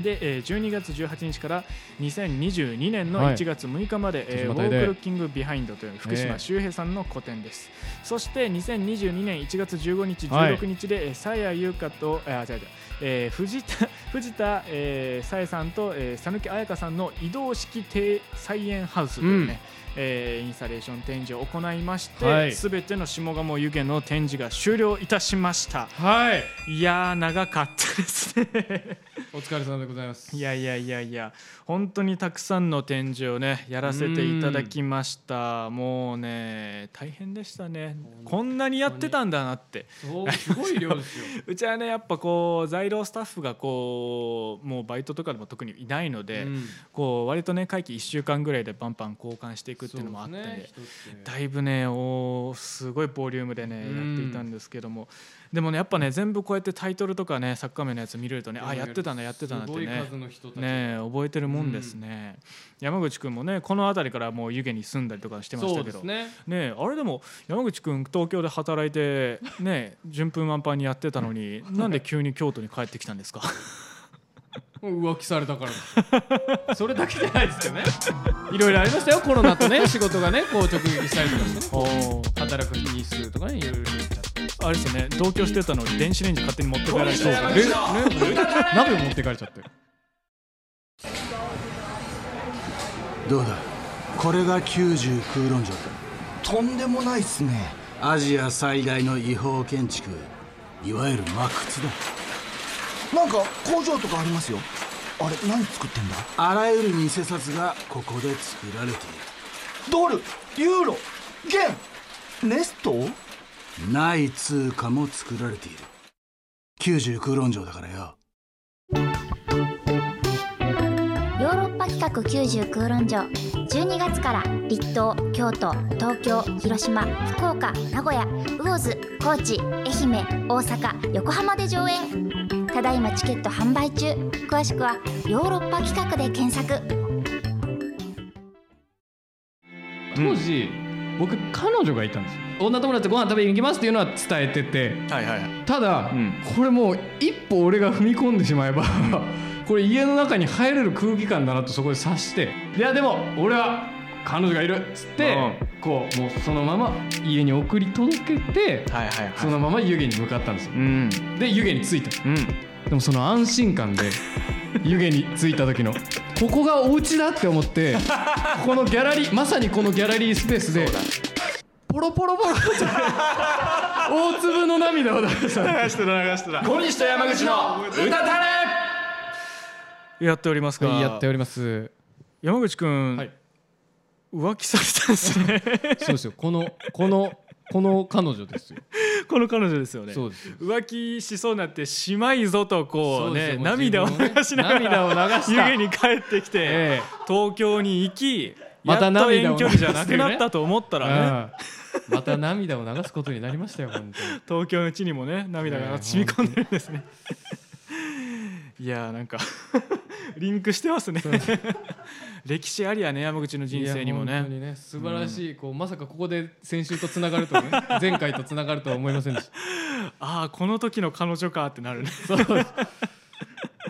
Speaker 2: で、えー12月18日から2022年の
Speaker 1: はい
Speaker 2: 1月6日まで、えーウ
Speaker 1: 手
Speaker 2: ォ
Speaker 1: 島大で
Speaker 2: ークルッキングビハインドという福
Speaker 1: え
Speaker 2: 島
Speaker 1: え
Speaker 2: 周平さんの個展です、そして2022年1月15日
Speaker 1: はい
Speaker 2: 16日で、えーさやゆうかとあ違う違う、えー藤田 藤田えーさえさんと、えー、さぬきあやかさんの移動式庭菜園ハウスというね、
Speaker 1: うん
Speaker 2: えーインスタレーション展示を行いまして、
Speaker 1: はい
Speaker 2: すべての下鴨湯気の展示が終了いたしました
Speaker 1: はい
Speaker 2: いやー長かったですね
Speaker 1: お疲れ様ででございます
Speaker 2: いやいやいやいや本当にたくさんの展示をねやらせていただきましたもうね大変でしたねこんなにやってたんだなって
Speaker 1: そうすごい量ですよ
Speaker 2: うちはねやっぱこう在労スタッフがこうもうバイトとかでも特にいないので、
Speaker 1: うん
Speaker 2: こう割とね会期1週間ぐらいでバンバン交換していくっていうのもあって、
Speaker 1: そうですね人って
Speaker 2: だいぶねおーすごいボリュームでね
Speaker 1: う
Speaker 2: や
Speaker 1: ん
Speaker 2: っていたんですけどもでもねやっぱね全部こうやってタイトルとかねサッカー名のやつ見れるとねあやってたなやってたなっ
Speaker 1: す
Speaker 2: て
Speaker 1: ごい
Speaker 2: ね
Speaker 1: 数の人たち
Speaker 2: ねえ覚えてるもんですね、山口君もねこの辺りからもう湯気に住んだりとかしてまし
Speaker 1: そ
Speaker 2: た
Speaker 1: う
Speaker 2: け
Speaker 1: で
Speaker 2: ど
Speaker 1: すね
Speaker 2: ねえあれでも山口君東京で働いてねえ順風満帆にやってたの になんで急に京都に帰ってきたんですか
Speaker 1: 浮気されたからです それだけじゃないですよねいろいろありま したよコロナとね仕事がねこう直撃したりとかしてね働く日数とかねいろいろ
Speaker 2: あれですよね同居してたのに電子レンジ勝手に持って帰られた
Speaker 1: え鍋持ってかれちゃって
Speaker 5: どうだこれが90空論城か
Speaker 6: とんでもないっすね
Speaker 5: アジア最大の違法建築いわゆる真靴だ
Speaker 6: なんか工場とかありますよあれ何作ってんだ
Speaker 5: あらゆる偽札がここで作られてい
Speaker 6: ドルユーロ元ネスト
Speaker 5: るない通貨も作られている90空論城だからよ
Speaker 7: ヨーロッパ企画90空論城12月から立東京都東京広島福岡名古屋魚津高知愛媛大阪横浜で上演ただいまチケット販売中詳しくは「ヨーロッパ企画」で検索
Speaker 1: 当時僕彼女がいたんですよ女友達とご飯食べに行きますっていうのは伝えてて
Speaker 2: はいはい
Speaker 1: ただ、
Speaker 2: うん
Speaker 1: これもう一歩俺が踏み込んでしまえばこれ家の中に入れる空気感だなとそこで察していやでも俺は彼女がいるっつって、こうもうそのまま家に送り届けて、
Speaker 2: はいはい
Speaker 1: そのまま湯気に向かったんですよ
Speaker 2: うん
Speaker 1: で湯気に着いた
Speaker 2: うん
Speaker 1: でもその安心感 で湯気に着いた時のここがお家だって思ってこのギャラリーまさにこのギャラリースペースでポロポロポロって 大粒の涙を出したんです
Speaker 2: やっておりますが
Speaker 1: やっております。
Speaker 2: 山口君、
Speaker 1: はい
Speaker 2: 浮気されたんですね
Speaker 1: そうですよ。このこのこの彼女ですよ。
Speaker 2: この彼女ですよね
Speaker 1: そう ですよ。
Speaker 2: 浮気しそうになってしまいぞとこう
Speaker 1: そうです
Speaker 2: ね
Speaker 1: よ
Speaker 2: 涙を
Speaker 1: もう自分のね
Speaker 2: 流しなが
Speaker 1: 涙を
Speaker 2: ら
Speaker 1: 流した
Speaker 2: 湯気に帰ってきて、
Speaker 1: え
Speaker 2: 東京に行き
Speaker 1: また
Speaker 2: やっと
Speaker 1: 涙
Speaker 2: 遠
Speaker 1: を
Speaker 2: 距離じゃなくなったと思った
Speaker 1: え
Speaker 2: らね
Speaker 1: うんまた涙を流すことになりましたよ本当に。
Speaker 2: 東京の地にもね涙が染み込んでるんですね、いやーなんか リンクしてますね 歴史ありやね山口の人生にも
Speaker 1: いや
Speaker 2: ね
Speaker 1: 本当にね素晴らしいこうまさかここで先週とつながる とはね前回とつながるとは思いませんでし
Speaker 2: ああこの時の彼女かってなるね
Speaker 1: た。そうです。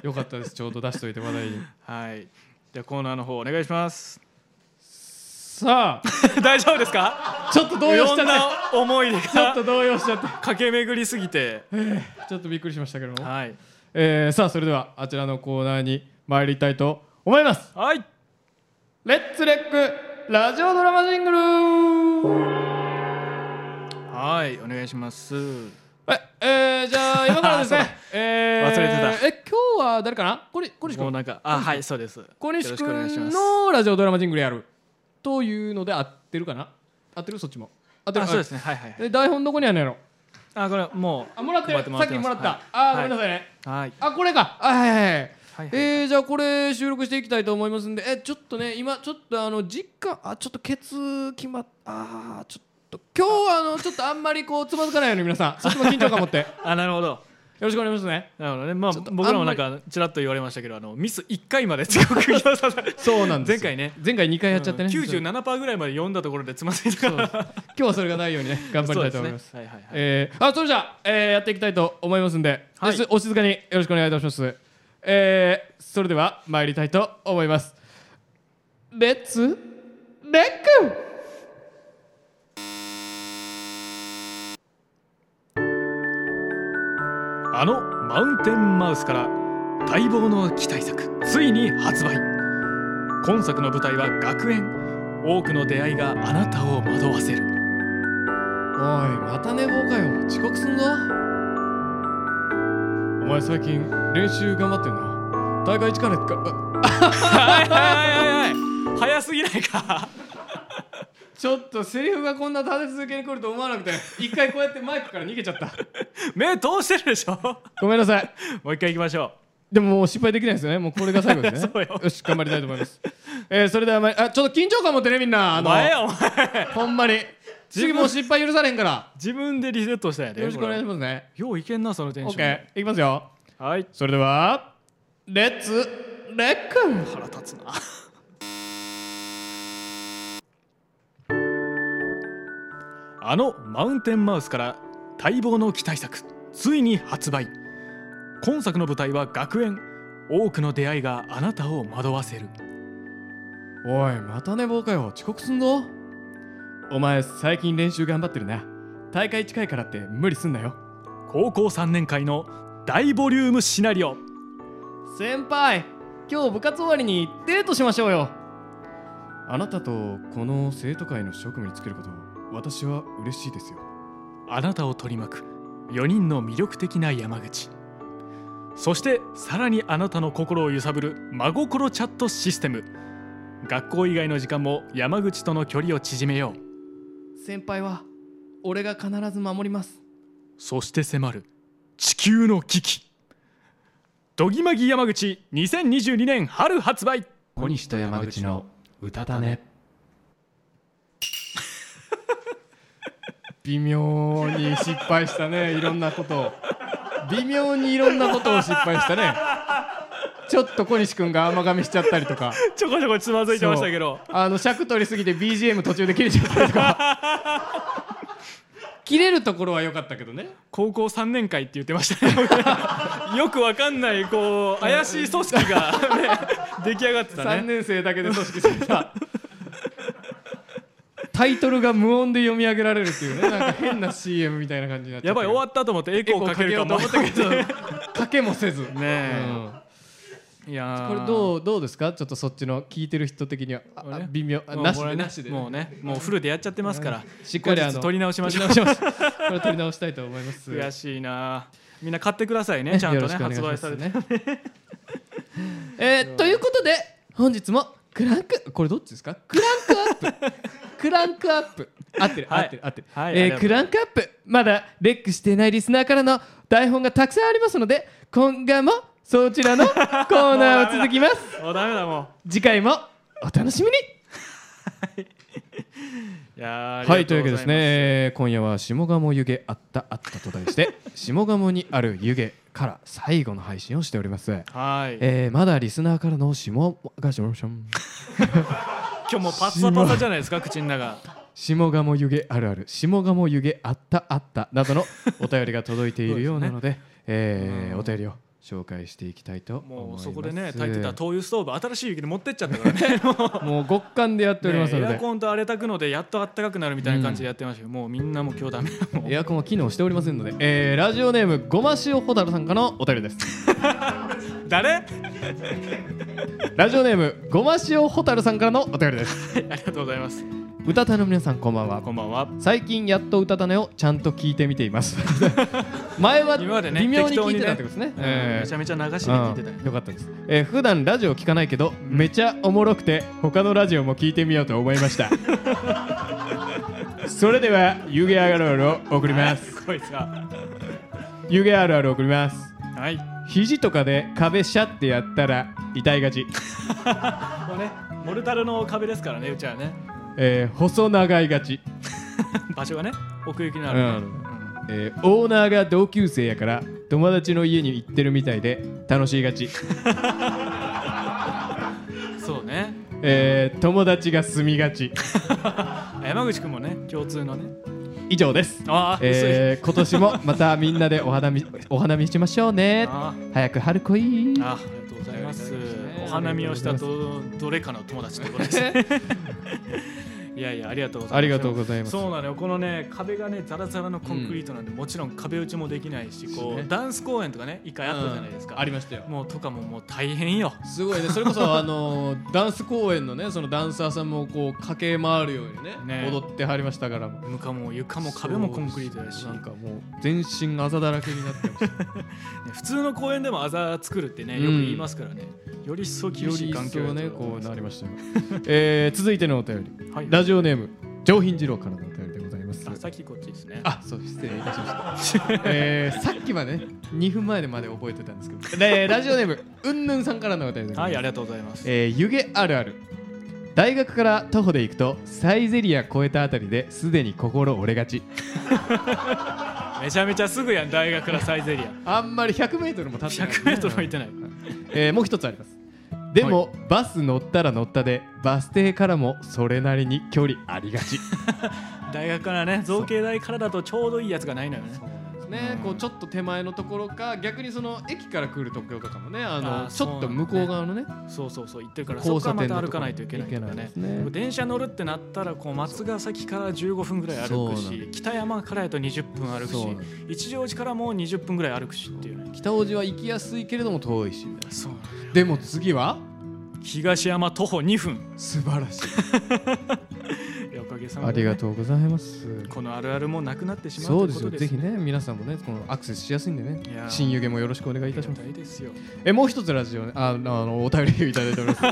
Speaker 1: よかったです。ちょうど出しといて話題に。
Speaker 2: はいじゃあコーナーの方お願いします
Speaker 1: さ
Speaker 2: 大丈夫ですか
Speaker 1: あちょっと動
Speaker 2: い
Speaker 1: 揺し
Speaker 2: ろ
Speaker 1: ちゃっ
Speaker 2: ん
Speaker 1: て
Speaker 2: な思い出
Speaker 1: ちょっ
Speaker 2: が
Speaker 1: と動揺しちゃって
Speaker 2: 駆け巡りすぎて
Speaker 1: ちょっとびっくりしましたけども。
Speaker 2: はい
Speaker 1: えーさあそれではあちらのコーナーに参りたいと思います。
Speaker 2: はい
Speaker 1: レッツレックラジオドラマジングル
Speaker 2: はいお願いします
Speaker 1: え、えー、じ ゃあ今からです
Speaker 2: あ
Speaker 1: ね
Speaker 2: そうだ、
Speaker 1: えー、
Speaker 2: 忘れて
Speaker 1: え今日は誰かなこれ小西
Speaker 2: もう
Speaker 1: 君
Speaker 2: なんかあはいそうです
Speaker 1: 小西
Speaker 2: よろしくお願
Speaker 1: 君
Speaker 2: いします
Speaker 1: のラジオドラマジングルやるというので合ってるかな合ってるそっちも合ってる
Speaker 2: あそうです
Speaker 1: ね
Speaker 2: ねはいはいはい
Speaker 1: 台本どこにあるのやろ
Speaker 2: あこれもう
Speaker 1: あもらってる
Speaker 2: 配
Speaker 1: さっきもらった、あーごめんなさいね、
Speaker 2: はい
Speaker 1: あこれかあはいはいはい
Speaker 2: はいはい
Speaker 1: えー、じゃあこれ収録していきたいと思いますんでえちょっとね今ちょっとあの実家あちょっとケツ決まっあーちょっと今日はあのちょっとあんまりこうつまずかないように皆さんそっちも緊張感持ってよ
Speaker 2: あなるほど
Speaker 1: ろしくお願いしますね
Speaker 2: なるほどねまあ
Speaker 1: と
Speaker 2: 僕らもなんかちらっと言われましたけどあのミス1回まで強 く言わされ
Speaker 1: そうなんです
Speaker 2: 前回ね
Speaker 1: 前回2回やっちゃってね、今
Speaker 2: 97%ぐらいまで読んだところでつまずいた から
Speaker 1: 日はそれがないようにね頑張りたいと思います
Speaker 2: そうですねはいはいはい
Speaker 1: えーあそれじゃあ、えーやっていきたいと思いますんで、
Speaker 2: はい
Speaker 1: おしお静かによろしくお願いいたします、えーそれでは参りたいと思いますレッツレック
Speaker 2: あのマウンテンマウスから待望の期待作ついに発売今作の舞台は学園多くの出会いがあなたを惑わせる
Speaker 1: おいまた寝坊かよ遅刻すんぞお前最近練習頑張ってんな大会力かあ
Speaker 2: はいはいはいはい早すぎないか
Speaker 1: ちょっとセリフがこんな立て続けに来ると思わなくて一回こうやってマイクから逃げちゃった
Speaker 2: 目通してるでしょ
Speaker 1: ごめんなさい
Speaker 2: もう一回行きましょ
Speaker 1: でももう失敗できないですよねもうこれが最後ですね
Speaker 2: そうよ
Speaker 1: し頑張りたいと思います、 えー、それではまいあちょっと緊張感持ってねみんなあ
Speaker 2: うお
Speaker 1: の
Speaker 2: 前お前
Speaker 1: ほんまに次もう失敗許されへんから
Speaker 2: 自分でリセットしたんやで
Speaker 1: よろしくお願いし
Speaker 2: こ
Speaker 1: ますね
Speaker 2: れよういけんなそのテンション
Speaker 1: OK いきますよ
Speaker 2: はい
Speaker 1: それではレッツレックン
Speaker 2: 腹立つなあのマウンテンマウスから待望の期待作ついに発売今作の舞台は学園多くの出会いがあなたを惑わせる
Speaker 1: おいまた寝坊かよ遅刻すんぞお前最近練習頑張ってるな大会近いからって無理すんなよ
Speaker 2: 高校3年会の大ボリュームシナリオ
Speaker 1: 先輩今日部活終わりにデートしましょうよあなたとこの生徒会の職務につけること私は嬉しいですよ
Speaker 2: あなたを取り巻く4人の魅力的な山口そしてさらにあなたの心を揺さぶる真心チャットシステム学校以外の時間も山口との距離を縮めよう
Speaker 1: 先輩は俺が必ず守ります
Speaker 2: そして迫る地球の危機ドギマギ山口2022年春発売
Speaker 1: 小西と山口の歌だね微妙に失敗したね いろんなことを微妙にいろんなことを失敗したねちょっと小西君が甘噛みしちゃったりとか
Speaker 2: ちょこちょこつまずいてましたけど
Speaker 1: そうあの尺取りすぎて BGM 途中で切れちゃったりとか 切れるところは良かったけどね
Speaker 2: 高校3年会って言ってましたね よくわかんないこう怪しい組織 が、ね、出来上がってた
Speaker 1: 3
Speaker 2: ね
Speaker 1: 年生だけで組織されたタイトルが無音で読み上げられるっていうねなんか変な CM みたいな感じになっちゃ
Speaker 2: やばい終わ
Speaker 1: っ
Speaker 2: ったと思ってエ
Speaker 1: て
Speaker 2: コーかけるかも
Speaker 1: と思ったけどかけもせず ね
Speaker 2: いや
Speaker 1: これ
Speaker 2: う
Speaker 1: どうどうですかちょっとそっちの聞いてる人的にはあ
Speaker 2: これね
Speaker 1: あ微妙あ
Speaker 2: もう
Speaker 1: なし
Speaker 2: こ
Speaker 1: で
Speaker 2: れね
Speaker 1: なしで
Speaker 2: もうねもうフルでやっちゃってますから
Speaker 1: しっかりあ
Speaker 2: 後
Speaker 1: の
Speaker 2: 日取り直しましょう
Speaker 1: 取り直しますこれ取り直したいと思います
Speaker 2: 悔しいなみんな買ってくださいねちゃん
Speaker 1: よ
Speaker 2: と
Speaker 1: ろ
Speaker 2: ね
Speaker 1: しくお願い
Speaker 2: 発
Speaker 1: します
Speaker 2: 売されて
Speaker 1: ねえーということで本日もクランクこれどっちですかクランクアップクランクアップ合ってる合
Speaker 2: はい
Speaker 1: ってる合ってる
Speaker 2: はいあ
Speaker 1: え
Speaker 2: り
Speaker 1: ー
Speaker 2: がと
Speaker 1: ク
Speaker 2: うござ
Speaker 1: ラ
Speaker 2: い
Speaker 1: ンクアップまだレックしていないリスナーからの台本がたくさんありますので今後もそちらのコーナーを続きます
Speaker 2: もうダメだも
Speaker 1: 次回もお楽しみに
Speaker 2: ういやー
Speaker 1: はいというわけで
Speaker 2: ありがとござ
Speaker 1: す
Speaker 2: ま
Speaker 1: ね、えー今夜は下鴨湯気あったあったと題して 下鴨にある湯気から最後の配信をしております
Speaker 2: はい
Speaker 1: えー、まだリスナーからの下がしもしょん
Speaker 2: 今日もうパッサパサじゃないですか口の中
Speaker 1: 下鴨湯気あるある下鴨湯気あったあったな どのお便りが届いているようなのでえー
Speaker 2: うん
Speaker 1: お便りを紹介していきたいと思います
Speaker 2: もうそこでね炊いてた灯油ストーブ新しい雪に持ってっちゃったからね
Speaker 1: もう極寒でやっておりますの
Speaker 2: エ
Speaker 1: で、
Speaker 2: アコンと荒れたくのでやっと暖かくなるみたいな感じでやってましたけどもうみんなもう今日ダメ だもう
Speaker 1: エアコンは機能しておりませんので、えーラジオネームごま塩ほたるさんからのお便りです
Speaker 2: 誰あ
Speaker 1: ラジオネームごま塩ほたるさんからのお便りです
Speaker 2: りがとうございます
Speaker 1: 歌たの皆さんこんばんは
Speaker 2: こんばんは
Speaker 1: 最近やっと歌種をちゃんと聞いてみています 前は
Speaker 2: 今までね
Speaker 1: 微妙に
Speaker 2: 適当
Speaker 1: 聞い
Speaker 2: にね
Speaker 1: てたってことですね
Speaker 2: うん
Speaker 1: えー
Speaker 2: めちゃめちゃ流しで聞いてたよ
Speaker 1: うんよかったです、えー普段ラジオ聞かないけどめちゃおもろくて他のラジオも聞いてみようと思いました それでは湯気あるあるを送ります
Speaker 2: こいつが
Speaker 1: 湯気あるあるを送ります
Speaker 2: はい
Speaker 1: 肘とかで壁シャってやったら痛いがち、
Speaker 2: もうねモルタルの壁ですからねうちはね
Speaker 1: えー細長いがち、
Speaker 2: 場所がね奥行きの
Speaker 1: う
Speaker 2: ある、
Speaker 1: んえーオーナーが同級生やから友達の家に行ってるみたいで楽しいがち、
Speaker 2: そうね
Speaker 1: えー友達が住みがち
Speaker 2: 山口くんもね共通のね
Speaker 1: 以上です
Speaker 2: ああ、
Speaker 1: えー、今年もまたみんなでお花見お花見しましょうね
Speaker 2: あ
Speaker 1: 早く春来い
Speaker 2: ーあーありがとうございます
Speaker 1: ありがとうございます
Speaker 2: お花見をしたどどれかの友達ってことですねいいやいやありがとうございます
Speaker 1: ありがとうございます
Speaker 2: そうなのよこのね壁がねザラザラのコンクリートなんで、もちろん壁打ちもできないしこう、
Speaker 1: ですね
Speaker 2: ダンス公演とかね一回あったじゃないですか、
Speaker 1: うんありましたよ
Speaker 2: もうとかももう大変よ
Speaker 1: すごいねそれこそあのダンス公演のねそのダンサーさんもこう駆け回るようにね
Speaker 2: ね
Speaker 1: 踊ってはりましたから
Speaker 2: 床も床も壁もコンクリートだし、
Speaker 1: なんかもう全身あざだらけになってました
Speaker 2: ね普通の公園でもあざ作るってねよく言いますからね、より一層厳
Speaker 1: よ
Speaker 2: し
Speaker 1: り
Speaker 2: い
Speaker 1: 一
Speaker 2: 環境
Speaker 1: 層
Speaker 2: だ
Speaker 1: ね
Speaker 2: と思
Speaker 1: こ
Speaker 2: いうす
Speaker 1: なりましたよ、えー続いてのお便り
Speaker 2: はい
Speaker 1: ラジオネーム上品次郎からのお便りでございます
Speaker 2: あさっきこっちですね
Speaker 1: あそう失礼いたしました、えーさっきはね2分前でまで覚えてたんですけど、でラジオネームうんぬんさんからのお便りでございます
Speaker 2: はいありがとうございます
Speaker 1: えー湯気あるある大学から徒歩で行くとサイゼリア越えたあたりですでに心折れがち
Speaker 2: めちゃめちゃすぐやん大学からサ イゼリア
Speaker 1: あんまり 100m も経ってない、
Speaker 2: 100メートルも行ってない
Speaker 1: えーもう一つありますでも、バス乗ったら乗ったでバス停からもそれなりに距離ありがち
Speaker 2: 大学からね造形大からだとちょうどいいやつがないのよね
Speaker 1: ね
Speaker 2: うん
Speaker 1: こうちょっと手前のところか逆にその駅から来るところとかもねあの
Speaker 2: あー
Speaker 1: ちょっと向こう側のね
Speaker 2: そうそうそう行ってるからそ
Speaker 1: 交差
Speaker 2: こからま
Speaker 1: 点のと
Speaker 2: た歩
Speaker 1: こ
Speaker 2: か
Speaker 1: ろ
Speaker 2: ないといけないとか
Speaker 1: 行けない
Speaker 2: ね
Speaker 1: ですね
Speaker 2: 電車乗るってなったらこう松ヶ崎から15分ぐらい歩く
Speaker 1: そうな
Speaker 2: し北山からやと20分歩く
Speaker 1: そう
Speaker 2: し
Speaker 1: なんです
Speaker 2: 一条寺からもう20分ぐらい歩くしっていうね
Speaker 1: 北大路は行きやすいけれども遠いしみたい
Speaker 2: そう
Speaker 1: なでも次は
Speaker 2: 東山徒歩2分
Speaker 1: 素晴らしい
Speaker 2: いやおかげさ ま
Speaker 1: あ
Speaker 2: でね、
Speaker 1: りがとうございます
Speaker 2: このあるあるもなくなってしまう
Speaker 1: そうです
Speaker 2: ということ
Speaker 1: よ、
Speaker 2: です
Speaker 1: ぜひね、皆さんもね、このアクセスしやすいんでね
Speaker 2: いや、ー
Speaker 1: 新湯気もよろしくお願いい
Speaker 2: あ
Speaker 1: た
Speaker 2: り
Speaker 1: し
Speaker 2: が
Speaker 1: ます
Speaker 2: た。いですよ
Speaker 1: え、もう一つラジオね、ああの、お便りをいただいており ます。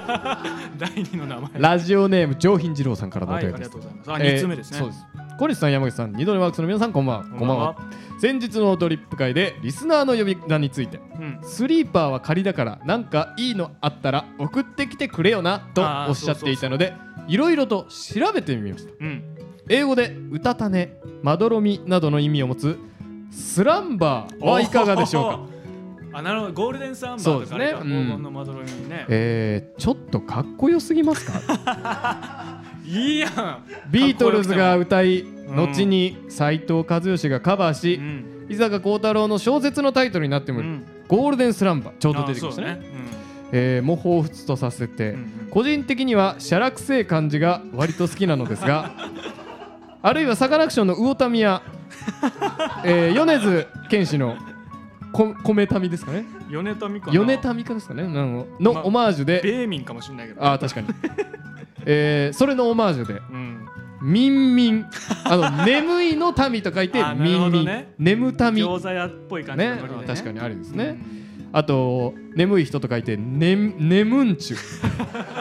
Speaker 2: 第二の名前
Speaker 1: ラジオネーム、上品二郎さんからのお
Speaker 2: はいあ
Speaker 1: 便
Speaker 2: り
Speaker 1: りです
Speaker 2: がと。うございますあ二つ目ですね、
Speaker 1: えーそうです。小西さん、山口さん、二度のワークスの皆さん、こんばんは。
Speaker 2: こんばんは
Speaker 1: こんばんは先日のドリップ会で、リスナーの呼び名について、
Speaker 2: うん
Speaker 1: スリーパーは仮だから、なんかいいのあったら、送ってきてくれよな、と
Speaker 2: あー
Speaker 1: おっしゃっていたので、いろいろと調べてみました。
Speaker 2: うん
Speaker 1: 英語で「うたたね」「まどろみ」などの意味を持つスランバーはいかがでしょう か、
Speaker 2: かあなるほどゴールデンサンバ
Speaker 1: そ
Speaker 2: ー
Speaker 1: うです
Speaker 2: とか
Speaker 1: ね
Speaker 2: ね黄
Speaker 1: うん
Speaker 2: 金のまどろみにね
Speaker 1: えー、ちょっとかっこよすぎ ますか
Speaker 2: いいやん
Speaker 1: ビートルズが
Speaker 2: かっ
Speaker 1: 歌い
Speaker 2: ん
Speaker 1: 後に斎藤和義がカバーし、
Speaker 2: うん
Speaker 1: 伊坂幸太郎の小説のタイトルになっても
Speaker 2: う
Speaker 1: いる、
Speaker 2: ん
Speaker 1: ゴールデンスランバーちょうど
Speaker 2: あ
Speaker 1: 出てきましたね
Speaker 2: そう
Speaker 1: えーも彷彿とさせて、
Speaker 2: うんうん
Speaker 1: 個人的には写楽性感じが割と好きなのですが あるいはサカナクションの魚民 や、えー、米津玄師のこ米民ですかね
Speaker 2: うん米民かな
Speaker 1: 米民かですかねなんの
Speaker 2: まあ
Speaker 1: オマージュで、
Speaker 2: 米民かもしれないけど
Speaker 1: あー確かに、えーそれのオマージュで
Speaker 2: うん
Speaker 1: 「みんみん」あ の眠いの民と書いて
Speaker 2: あー
Speaker 1: 「
Speaker 2: なる
Speaker 1: み
Speaker 2: ほ
Speaker 1: んみ
Speaker 2: ど
Speaker 1: ん」
Speaker 2: ね
Speaker 1: 眠民ね
Speaker 2: 餃子屋っぽい感じのノリでね
Speaker 1: 確かにありですね、
Speaker 2: うん
Speaker 1: あと眠い人と書いて「ね眠んちゅ」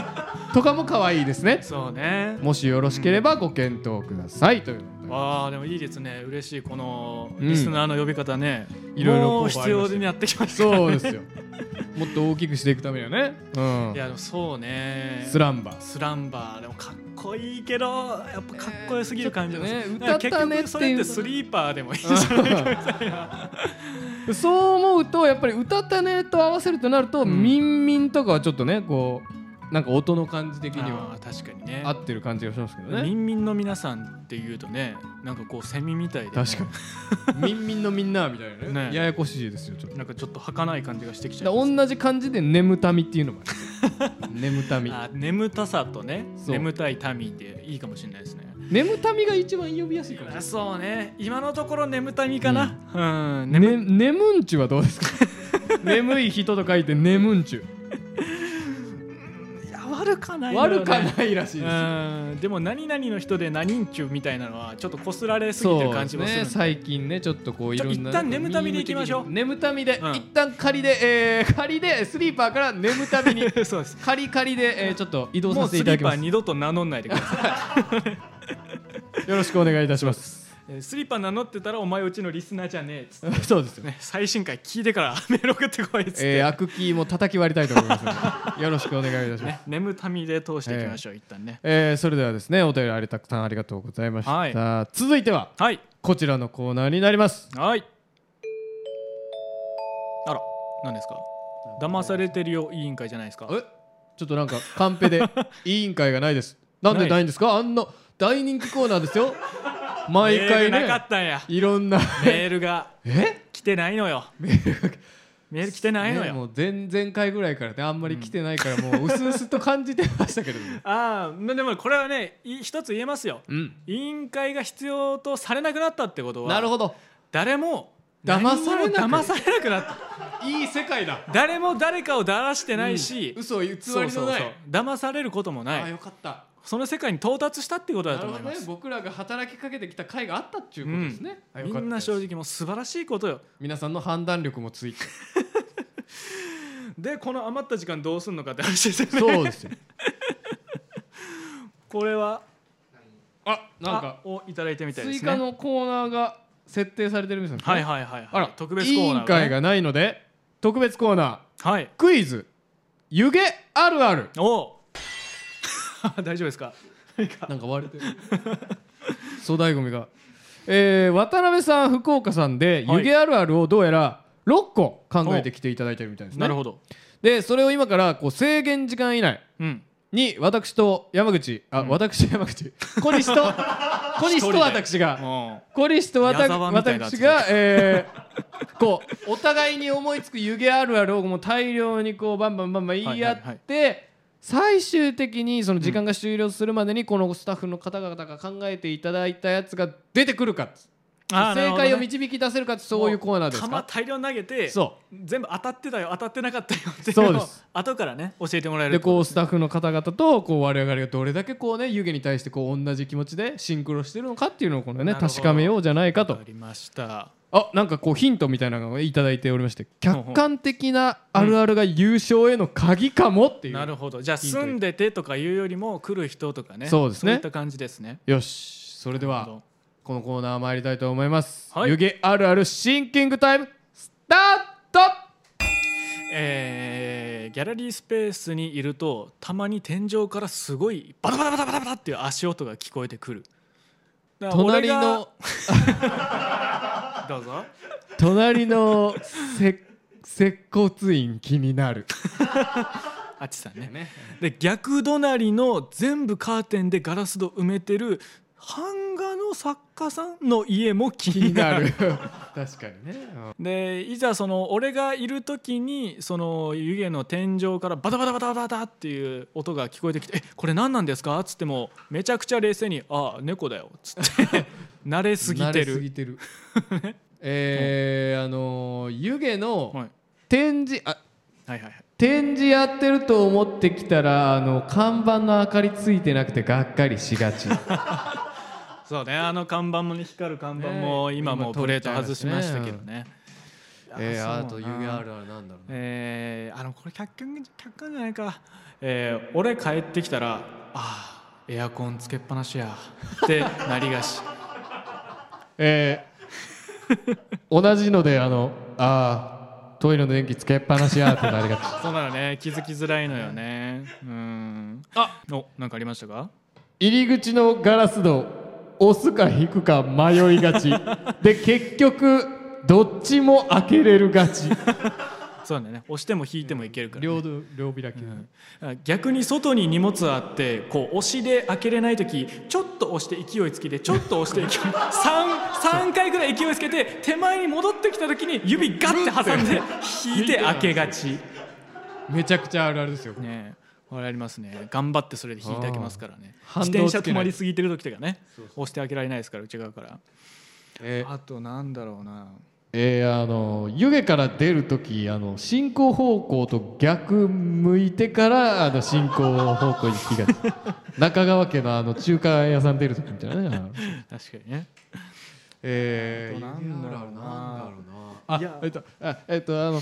Speaker 1: とかも可愛いですね
Speaker 2: そうね
Speaker 1: もしよろしければご検討くださいという
Speaker 2: わあでもいいですね嬉しいこのリスナーの呼び方ね、
Speaker 1: いろいろこう
Speaker 2: もう必要になってきましたね
Speaker 1: そうですよもっと大きくしていくためにはね、うん
Speaker 2: いやでもそうね
Speaker 1: スランバー
Speaker 2: スランバーでもかっこいいけどやっぱかっこよすぎる感じがする、
Speaker 1: ねちょっとね
Speaker 2: だから
Speaker 1: 歌ったね
Speaker 2: 結局それ
Speaker 1: って
Speaker 2: って
Speaker 1: いう
Speaker 2: スリーパーでもいいじゃん
Speaker 1: そう思うとやっぱり歌ったねと合わせるとなると、
Speaker 2: ん
Speaker 1: みんみんとかはちょっとねこうなんか音の感じ的に
Speaker 2: あ
Speaker 1: は
Speaker 2: ー確かにね
Speaker 1: 合ってる感じがしますけど
Speaker 2: み
Speaker 1: ね
Speaker 2: んみんの皆さんっていうとねなんかこうセミみたいで、ね、
Speaker 1: 確かにみんみんのみんなみたいなね
Speaker 2: ね
Speaker 1: ややこしいですよちょっと
Speaker 2: なんかちょっと儚い感じがしてきちゃ
Speaker 1: だ
Speaker 2: う
Speaker 1: から同じ感じで眠たみっていうのもある眠たみ
Speaker 2: あー 眠たさとね
Speaker 1: そう
Speaker 2: 眠たい民でいいかもしれないですね
Speaker 1: 眠たみが一番呼びやすいかもしれない
Speaker 2: そうね今のところ眠たみかなうん、眠
Speaker 1: ね、眠んちゅはどうです か眠い人と書いて眠んちゅ
Speaker 2: いや悪かないのよね
Speaker 1: 悪かないらしいですよ
Speaker 2: うんでも何々の人で何んちゅうみたいなのはちょっとこすられすぎて
Speaker 1: そ
Speaker 2: る
Speaker 1: うで
Speaker 2: 感
Speaker 1: す
Speaker 2: じもする
Speaker 1: ね
Speaker 2: んで
Speaker 1: 最近ねちょっとこうい
Speaker 2: ちょ
Speaker 1: ろんな
Speaker 2: 一旦眠たみでいきましょう
Speaker 1: ミーム的に眠たみで、
Speaker 2: うん
Speaker 1: 一旦仮で、えー、仮でスリーパーから眠た みに
Speaker 2: そうです
Speaker 1: 仮仮で、えー、ちょっと移動
Speaker 2: も
Speaker 1: さ
Speaker 2: う
Speaker 1: せて
Speaker 2: ス
Speaker 1: いただ
Speaker 2: リー
Speaker 1: き
Speaker 2: パ
Speaker 1: ま
Speaker 2: ー
Speaker 1: す
Speaker 2: 二度と名乗んないでください
Speaker 1: よろしくお願いいたします
Speaker 2: えースリーパー名乗ってたらお前うちのリスナーじゃねえっつって
Speaker 1: そうですよ、
Speaker 2: ね最新回聞いてから メール送ってこいっつって、
Speaker 1: えー、アクキーも叩き割りたいと思いますのでよろしくお願いいたします、
Speaker 2: ね、眠たみで通していきましょう、一旦ね
Speaker 1: えー、それではですねお便りありたくさんありがとうございました、
Speaker 2: は
Speaker 1: 続いては
Speaker 2: はい
Speaker 1: こちらのコーナーになります
Speaker 2: はいあら何ですか騙されてるよ委員会じゃないですか
Speaker 1: えちょっとなんかカンペで委員会がない ですなんでないんですかあんな大人気コーナーですよ毎
Speaker 2: メー
Speaker 1: 回
Speaker 2: ルなか
Speaker 1: ね
Speaker 2: ったんや
Speaker 1: いろんな
Speaker 2: メールが
Speaker 1: え
Speaker 2: 来てないのよメール来てないの
Speaker 1: ね
Speaker 2: よ、
Speaker 1: もう前々回ぐらいからねあんまり来てない からもう薄々と感じてましたけれども
Speaker 2: ああまあでもこれはねい一つ言えますよ
Speaker 1: うん
Speaker 2: 委員会が必要とされなくなったってことは
Speaker 1: なるほど
Speaker 2: 誰も
Speaker 1: 騙されなく
Speaker 2: 何も騙されなくなった
Speaker 1: いい世界だ
Speaker 2: 誰も誰かをだらしてないし、
Speaker 1: 嘘を偽りの
Speaker 2: そう
Speaker 1: ない
Speaker 2: そうそう騙されることも
Speaker 1: あ
Speaker 2: な
Speaker 1: あ
Speaker 2: い
Speaker 1: よかった
Speaker 2: その世界に到達したってことだ
Speaker 1: な
Speaker 2: と
Speaker 1: る
Speaker 2: 思
Speaker 1: ほ
Speaker 2: い
Speaker 1: ど
Speaker 2: ま
Speaker 1: ね
Speaker 2: す
Speaker 1: 僕らが働きかけてきた甲斐があったっていうことですね、あよか
Speaker 2: み
Speaker 1: った
Speaker 2: んな正直もう素晴らしいことよ
Speaker 1: 皆さんの判断力もついて
Speaker 2: でこの余った時間どうすんのかって話ですよね
Speaker 1: そうですよ
Speaker 2: これは
Speaker 1: あなんか
Speaker 2: あをいただいてみたいですね
Speaker 1: 追加のコーナーが設定されてるみたいですね
Speaker 2: はいはいはいはい
Speaker 1: あら
Speaker 2: 特別コーナー、ね、
Speaker 1: 委員会がないので特別コーナー
Speaker 2: はい
Speaker 1: クイズ湯気あるある
Speaker 2: おう 大丈夫ですか
Speaker 1: なんか割れて る粗大ゴミが、えー渡辺さん福岡さんで
Speaker 2: はい
Speaker 1: 湯気あるあるをどうやら6個考えてきていただいてるみたいですね
Speaker 2: なるほど
Speaker 1: でそれを今からこう制限時間以内
Speaker 2: うん
Speaker 1: に私と山口あ、私山 口小西と小西と私が
Speaker 2: も
Speaker 1: コリスとわた
Speaker 2: 矢沢みたいなやつ
Speaker 1: 私が、えーこうお互いに思いつく湯気あるあるをもう大量にこうバンバンバンバン言い合って、
Speaker 2: はい
Speaker 1: 最終的にその時間が終了するまでにこのスタッフの方々が考えていただいたやつが出てくるか、
Speaker 2: うあーなる
Speaker 1: 正
Speaker 2: ほどね
Speaker 1: 解を導き出せるかってそういうコーナーです
Speaker 2: もう
Speaker 1: か
Speaker 2: 球大量投げて
Speaker 1: そ
Speaker 2: 全部当たってたよ当たってなかったよっていう
Speaker 1: そう
Speaker 2: の
Speaker 1: で
Speaker 2: を
Speaker 1: す
Speaker 2: 後からね教えてもらえ
Speaker 1: う
Speaker 2: る
Speaker 1: で
Speaker 2: と
Speaker 1: こうスタッフの方々とこう我々がどれだけこうね湯気に対してこう同じ気持ちでシンクロしてるのかっていうのをこのね
Speaker 2: なるほど
Speaker 1: 確かめようじゃないかと
Speaker 2: わかりました
Speaker 1: あなんかこうヒントみたいなのをいただいておりまして客観的なあるあるが優勝への鍵かもっていう、
Speaker 2: なるほどじゃあ
Speaker 1: ヒント
Speaker 2: 住んでてとかいうよりも来る人とかね
Speaker 1: そうですね
Speaker 2: そういった感じですね
Speaker 1: よしそれで
Speaker 2: なるほ
Speaker 1: は
Speaker 2: ど
Speaker 1: このコーナー参りたいと思います、
Speaker 2: はい
Speaker 1: 湯気あるあるシンキングタイムスタート
Speaker 2: えーギャラリースペースにいるとたまに天井からすごいバタバタバタバタバタっていう足音が聞こえてくるだから
Speaker 1: 隣
Speaker 2: 俺が
Speaker 1: の
Speaker 2: どうぞ
Speaker 1: 隣のせ接骨院気になる
Speaker 2: あっちさんねで逆隣の全部カーテンでガラス戸埋めてる版画の作家さんの家も気
Speaker 1: 気
Speaker 2: に
Speaker 1: に
Speaker 2: な
Speaker 1: な
Speaker 2: る
Speaker 1: る確かにね
Speaker 2: でいざその俺がいる時にその湯気の天井からバタバタバタバタバタっていう音が聞こえてきて「えこれ何なんですか?」っつってもめちゃくちゃ冷静に「ああ猫だよ」っつって 慣れすぎ
Speaker 1: 慣
Speaker 2: て
Speaker 1: れす
Speaker 2: る
Speaker 1: ぎてる えーあのー湯気
Speaker 2: は
Speaker 1: の
Speaker 2: い
Speaker 1: 展示あ
Speaker 2: はいはいはい
Speaker 1: 展示やってると思ってきたらあの看板の明かりついてなくてがっかりし がち
Speaker 2: そうねあの看板もね光る看板も
Speaker 1: ね
Speaker 2: 今もう
Speaker 1: 今
Speaker 2: プレート外
Speaker 1: 取れ
Speaker 2: し
Speaker 1: ちゃい
Speaker 2: ま
Speaker 1: ま
Speaker 2: し
Speaker 1: したた
Speaker 2: け
Speaker 1: ね
Speaker 2: どね
Speaker 1: えー、あと
Speaker 2: そう
Speaker 1: 湯
Speaker 2: だな
Speaker 1: 気あるあるなんだろうね
Speaker 2: えー、あのこれ客観客観じゃないか、えー、俺帰ってきたらあーエアコンつけっぱなしやってなりがち
Speaker 1: えー、 同じのであのあートイレの電気つけっぱなしやって なりがち
Speaker 2: そうなのね気づきづらいのよねうんあおなんかありましたか
Speaker 1: 入り口のガラス戸押すか引くか迷いがちで結局どっちも開けれるがち
Speaker 2: そうなんだよね押しても引いてもいけるから、ね
Speaker 1: 両戸両開き、
Speaker 2: あ逆に外に荷物あってこう押しで開けれない時ちょっと押して勢いつけてちょっと押して勢 い 3, 3回ぐらい勢いつけて手前に戻ってきた時に指ガッて挟んで引いて開けがち。
Speaker 1: めちゃくちゃあるあるですよ、
Speaker 2: ねこれありますね頑張ってそれで引いてあげますからね
Speaker 1: あー
Speaker 2: 自転車
Speaker 1: 反動つけ
Speaker 2: 止
Speaker 1: ない
Speaker 2: まりすぎてる時とかね押してあげられないですから内側から
Speaker 1: えー
Speaker 2: あとなんだろうな
Speaker 1: えーあの湯気から出るときあの進行方向と逆向いてからあの進行方向に行きがち 中川家のあの中華屋さん出るときみたいなねあの
Speaker 2: 確かにね
Speaker 1: え
Speaker 2: あとなんだろうな
Speaker 1: あ
Speaker 2: いや
Speaker 1: えっとあえっとあの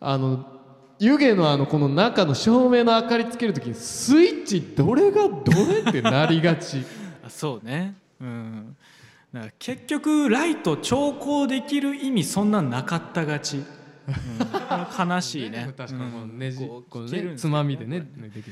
Speaker 1: あの湯気のあのこの中の照明の明かりつけるときスイッチどれがどれってなりが ち
Speaker 2: あそうねうんだから結局ライト調光できる意味そんなんなかったがち、うん悲し いねうんこう消えるんですけど
Speaker 1: できる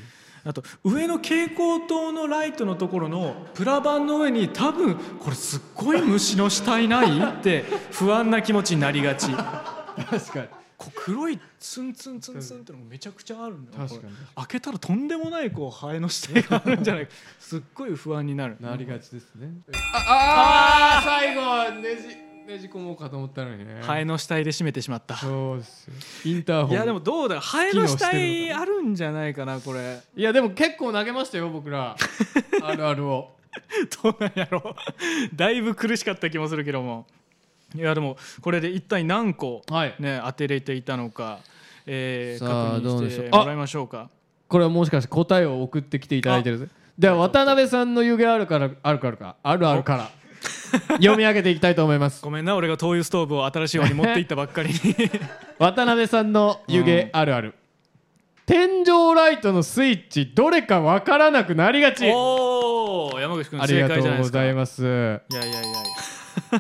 Speaker 2: あと上の蛍光灯のライトのところのプラ板の上に多分これすっごい虫の死体ないって不安な気持ちになりがち
Speaker 1: 確かに
Speaker 2: こう黒いツンツンツンツンってのがめちゃくちゃあるんだよ
Speaker 1: 確かに
Speaker 2: これ開けたらとんでもないこうハエの死体があるんじゃないかすっごい不安になる
Speaker 1: なりがちですね。ああー最後はねじねねじ込もうかと思ったのにね
Speaker 2: ハエの死体で締めてしまった
Speaker 1: そうですよインターホン
Speaker 2: いやでもどうだハエの死
Speaker 1: 機能してるのか
Speaker 2: 体
Speaker 1: な
Speaker 2: あるんじゃないかなこれ
Speaker 1: いやでも結構投げましたよ僕 らあるあるを
Speaker 2: どうなんやろ うだいぶ苦しかった気もするけどもいやでもこれで一体何個、
Speaker 1: はい
Speaker 2: ね、当てれていたのか、えー
Speaker 1: さあ
Speaker 2: 確
Speaker 1: どう
Speaker 2: 認
Speaker 1: でし
Speaker 2: し
Speaker 1: ょう
Speaker 2: てもらいましょうか
Speaker 1: これはもしかして答えを送ってきていただいてるぜでは渡辺さんの湯気あるからあるからかあるある から読み上げていきたいと思います
Speaker 2: ごめんな俺が灯油ストーブを新しい方に持っていったばっかり に
Speaker 1: 渡辺さんの湯気あるある、天井ライトのスイッチどれかわからなくなりがち
Speaker 2: おお山口君
Speaker 1: あり
Speaker 2: 正
Speaker 1: が
Speaker 2: 解じゃな
Speaker 1: とうご
Speaker 2: いですか
Speaker 1: ざいます
Speaker 2: いやいやいやい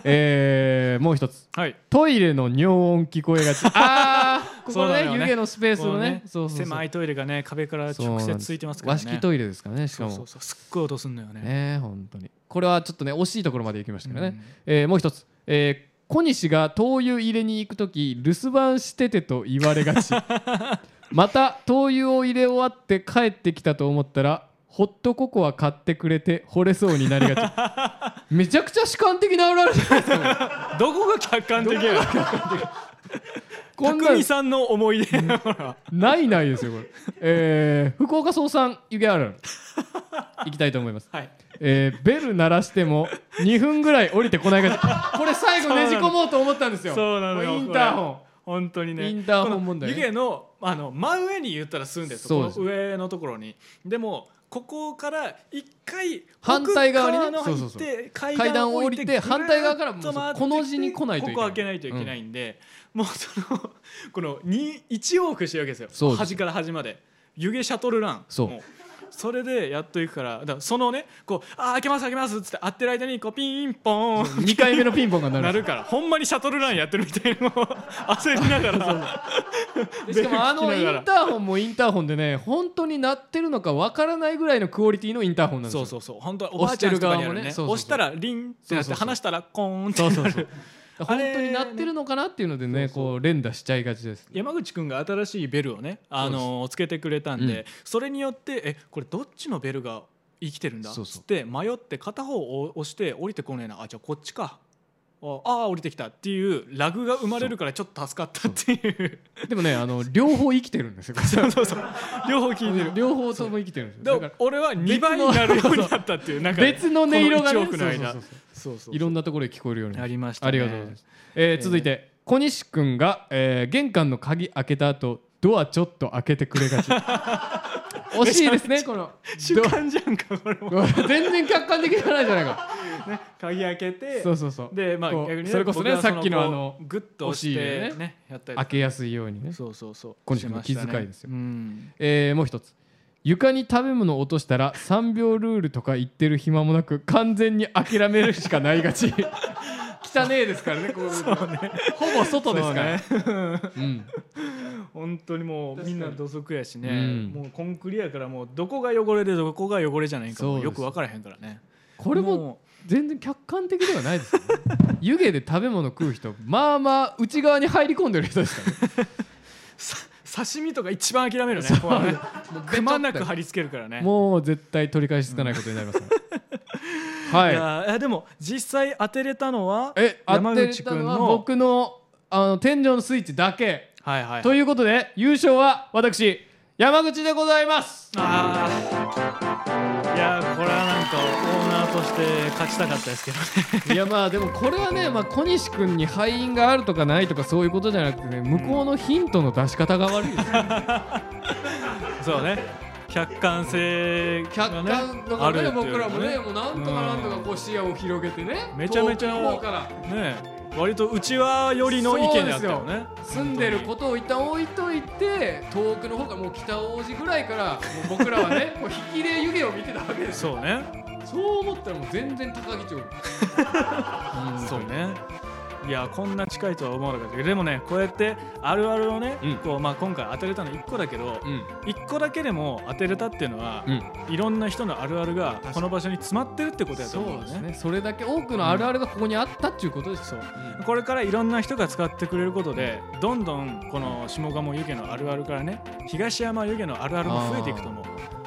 Speaker 1: えー、もう一つ
Speaker 2: やはい
Speaker 1: トイレの尿音聞こえ がちあーここの
Speaker 2: そうなの
Speaker 1: ね
Speaker 2: よね
Speaker 1: 湯気のスペースのね
Speaker 2: こ
Speaker 1: そう
Speaker 2: の
Speaker 1: そうそう
Speaker 2: 狭いトイレがね壁から直接ついてますから
Speaker 1: 和
Speaker 2: ね
Speaker 1: 式トイレですからねしかも
Speaker 2: そうそうそうすっごい音すんのよね
Speaker 1: ね本当にこれはちょっとね惜しいところまで行きましたからね、えーもう一つ、えー小西が灯油入れに行く時留守番しててと言われ がちまた灯油を入れ終わって帰ってきたと思ったらホットココア買ってくれて惚れそうになりが ちめちゃくちゃ主観的なあるあるじゃないですか
Speaker 2: どこが客観的や
Speaker 1: こんな
Speaker 2: 匠
Speaker 1: ん
Speaker 2: さんの思い出ほら
Speaker 1: ないないですよこれ、えー福岡総産湯気ある行きたいと思います
Speaker 2: はい
Speaker 1: えーベル鳴らしても2分ぐらい降りてこないがちこれ最後ねじ込もうと思ったんですよ
Speaker 2: そうなのよ
Speaker 1: もインターホン
Speaker 2: 本当にね
Speaker 1: インターホン問題ね
Speaker 2: この湯気のあの真上に言ったら済んです
Speaker 1: そうです
Speaker 2: この上のところにでもここから一回
Speaker 1: 反対側にね
Speaker 2: 奥側
Speaker 1: そう
Speaker 2: の入っ
Speaker 1: そうそ
Speaker 2: て階
Speaker 1: 階段
Speaker 2: 段
Speaker 1: を
Speaker 2: を
Speaker 1: 降
Speaker 2: 降
Speaker 1: り
Speaker 2: り
Speaker 1: て
Speaker 2: て
Speaker 1: 反対側からもう
Speaker 2: ぐるっと回って
Speaker 1: この字に来ないといけない
Speaker 2: ここ開けないといけないんで、もうそのこのに一往復してるわけですよ
Speaker 1: そうです
Speaker 2: 端から端まで湯気シャトルラン
Speaker 1: そう
Speaker 2: もそれでやっと行くからだからそのねこうあー開けます開けますっつって合ってる間にこうピンポーン
Speaker 1: 2回目のピンポンが鳴
Speaker 2: な
Speaker 1: る
Speaker 2: るからほんまにシャトルランやってるみたいなの を焦りながら
Speaker 1: で しかもあの
Speaker 2: ベ
Speaker 1: イン
Speaker 2: ル聞きながら
Speaker 1: ターホンもインターホンでね本当に鳴ってるのかわからないぐらいのクオリティのインターホンなんです
Speaker 2: そ
Speaker 1: よ
Speaker 2: うそうそう本当はおばあちゃんとかにあるね
Speaker 1: 押してる側もねそうそうそう
Speaker 2: 押したらリンってなっ
Speaker 1: そうそうそ
Speaker 2: て
Speaker 1: う
Speaker 2: 離したらコーンっ
Speaker 1: そう
Speaker 2: てなる
Speaker 1: そうそうだから
Speaker 2: あ
Speaker 1: 本
Speaker 2: れ
Speaker 1: 当に鳴ってるのかなっていうのでね
Speaker 2: そうそう
Speaker 1: こう連打しちゃいがちです
Speaker 2: 山口君が新しいベルをね、あのーつけてくれたんで、
Speaker 1: うん
Speaker 2: それによってえこれどっちのベルが生きてるんだ
Speaker 1: そう
Speaker 2: っ
Speaker 1: そう
Speaker 2: つって迷って片方を押して降りてこねえなあじゃあこっちかああー降りてきたっていうラグが生まれるからちょっと助かったっていう
Speaker 1: でもねあの両方生きてるんですよ
Speaker 2: そうそうそう両方聞いてる
Speaker 1: 両方とも生きてるんですよ
Speaker 2: で
Speaker 1: だ
Speaker 2: も
Speaker 1: か
Speaker 2: 俺は2倍になるようになったっていうなん
Speaker 1: ら
Speaker 2: か
Speaker 1: 別の音色がね
Speaker 2: この1億の間
Speaker 1: そうそうそう
Speaker 2: そうそ
Speaker 1: いろんなところで聞こえるように
Speaker 2: ありましたね
Speaker 1: ありがとうございます。えー続いて、小西くんが、えー玄関の鍵開けた後、ドアちょっと開けてくれが ち。惜しいですね、この。
Speaker 2: 主観じゃんかこれも
Speaker 1: ドア全然客観的じゃないじゃないか。
Speaker 2: 鍵開けて
Speaker 1: そうそうそう。
Speaker 2: でまあ
Speaker 1: こう
Speaker 2: 逆にね
Speaker 1: それこそね
Speaker 2: 僕は
Speaker 1: さっきの
Speaker 2: こう
Speaker 1: あの
Speaker 2: グッと押
Speaker 1: 押
Speaker 2: し
Speaker 1: して入れ
Speaker 2: ねやったりと
Speaker 1: 開
Speaker 2: か
Speaker 1: けやすいようにね。
Speaker 2: そうそうそう
Speaker 1: 小西君の気遣い
Speaker 2: してましたね
Speaker 1: ですよ
Speaker 2: うん
Speaker 1: えーもう一つ。床に食べ物落としたら3秒ルールとか言ってる暇もなく完全に諦めるしかないがち汚ねえですからねこういうのほぼ外ですから
Speaker 2: そうね
Speaker 1: うん、
Speaker 2: 本当にもうみんな土足やしね、
Speaker 1: うん
Speaker 2: もうコンクリやからもうどこが汚れでどこが汚れじゃないか
Speaker 1: そう
Speaker 2: も
Speaker 1: です
Speaker 2: よく分からへんからね
Speaker 1: これも
Speaker 2: も
Speaker 1: 全然客観的ではないですよね湯気で食べ物食う人まあまあ内側に入り込んでる人ですからね
Speaker 2: うさ刺身とか一番諦めるねこうねくまなく貼り付けるからね
Speaker 1: もう絶対取り返しつかないことになりますね、
Speaker 2: い
Speaker 1: はい
Speaker 2: やいやでも実際当てれたのは
Speaker 1: え
Speaker 2: 山
Speaker 1: 当てれ
Speaker 2: 口
Speaker 1: たの
Speaker 2: 君の
Speaker 1: は僕のあの天井のスイッチだけ
Speaker 2: はいはい、は い、
Speaker 1: ということで優勝は私山口でございます
Speaker 2: あーいやーこれはなんかオーナーとして勝ちたかったですけどね
Speaker 1: いやまあでもこれはね、まあ、小西君に敗因があるとかないとかそういうことじゃなくてね向こうのヒントの出し方が悪いです
Speaker 2: そうね客観性
Speaker 1: 客
Speaker 2: が
Speaker 1: 観
Speaker 2: ね
Speaker 1: だか
Speaker 2: あ
Speaker 1: ら
Speaker 2: る
Speaker 1: ね
Speaker 2: っていう
Speaker 1: 僕らもね
Speaker 2: の
Speaker 1: もうなんとかなんとかこう視野を広げてね
Speaker 2: めちゃめちゃ
Speaker 1: 遠くの方から
Speaker 2: ね割とうちわよりの意見だったよね
Speaker 1: 住んでることを一旦置いといて遠くの方からもう北王子ぐらいからもう僕らは ねこう引きで湯気を見てたわけですよ
Speaker 2: そうね
Speaker 1: そう思ったらもう全然高木町
Speaker 2: そうねいやこんな近いとは思わなかったけどでもねこうやってあるあるをね、
Speaker 1: うん
Speaker 2: こうまあ、今回当てれたの1個だけど、
Speaker 1: うん
Speaker 2: 一1個だけでも当てれたっていうのは、いろんな人のあるあるがこの場所に詰まってるってことやと
Speaker 1: そ
Speaker 2: 思う
Speaker 1: う
Speaker 2: よ
Speaker 1: ですねそれだけ多くのあるあるがここにあったっていうことです
Speaker 2: そ
Speaker 1: よ、
Speaker 2: うこれからいろんな人が使ってくれることでどんどんこの下鴨湯気のあるあるからね東山湯気のあるあるも増えていくと思う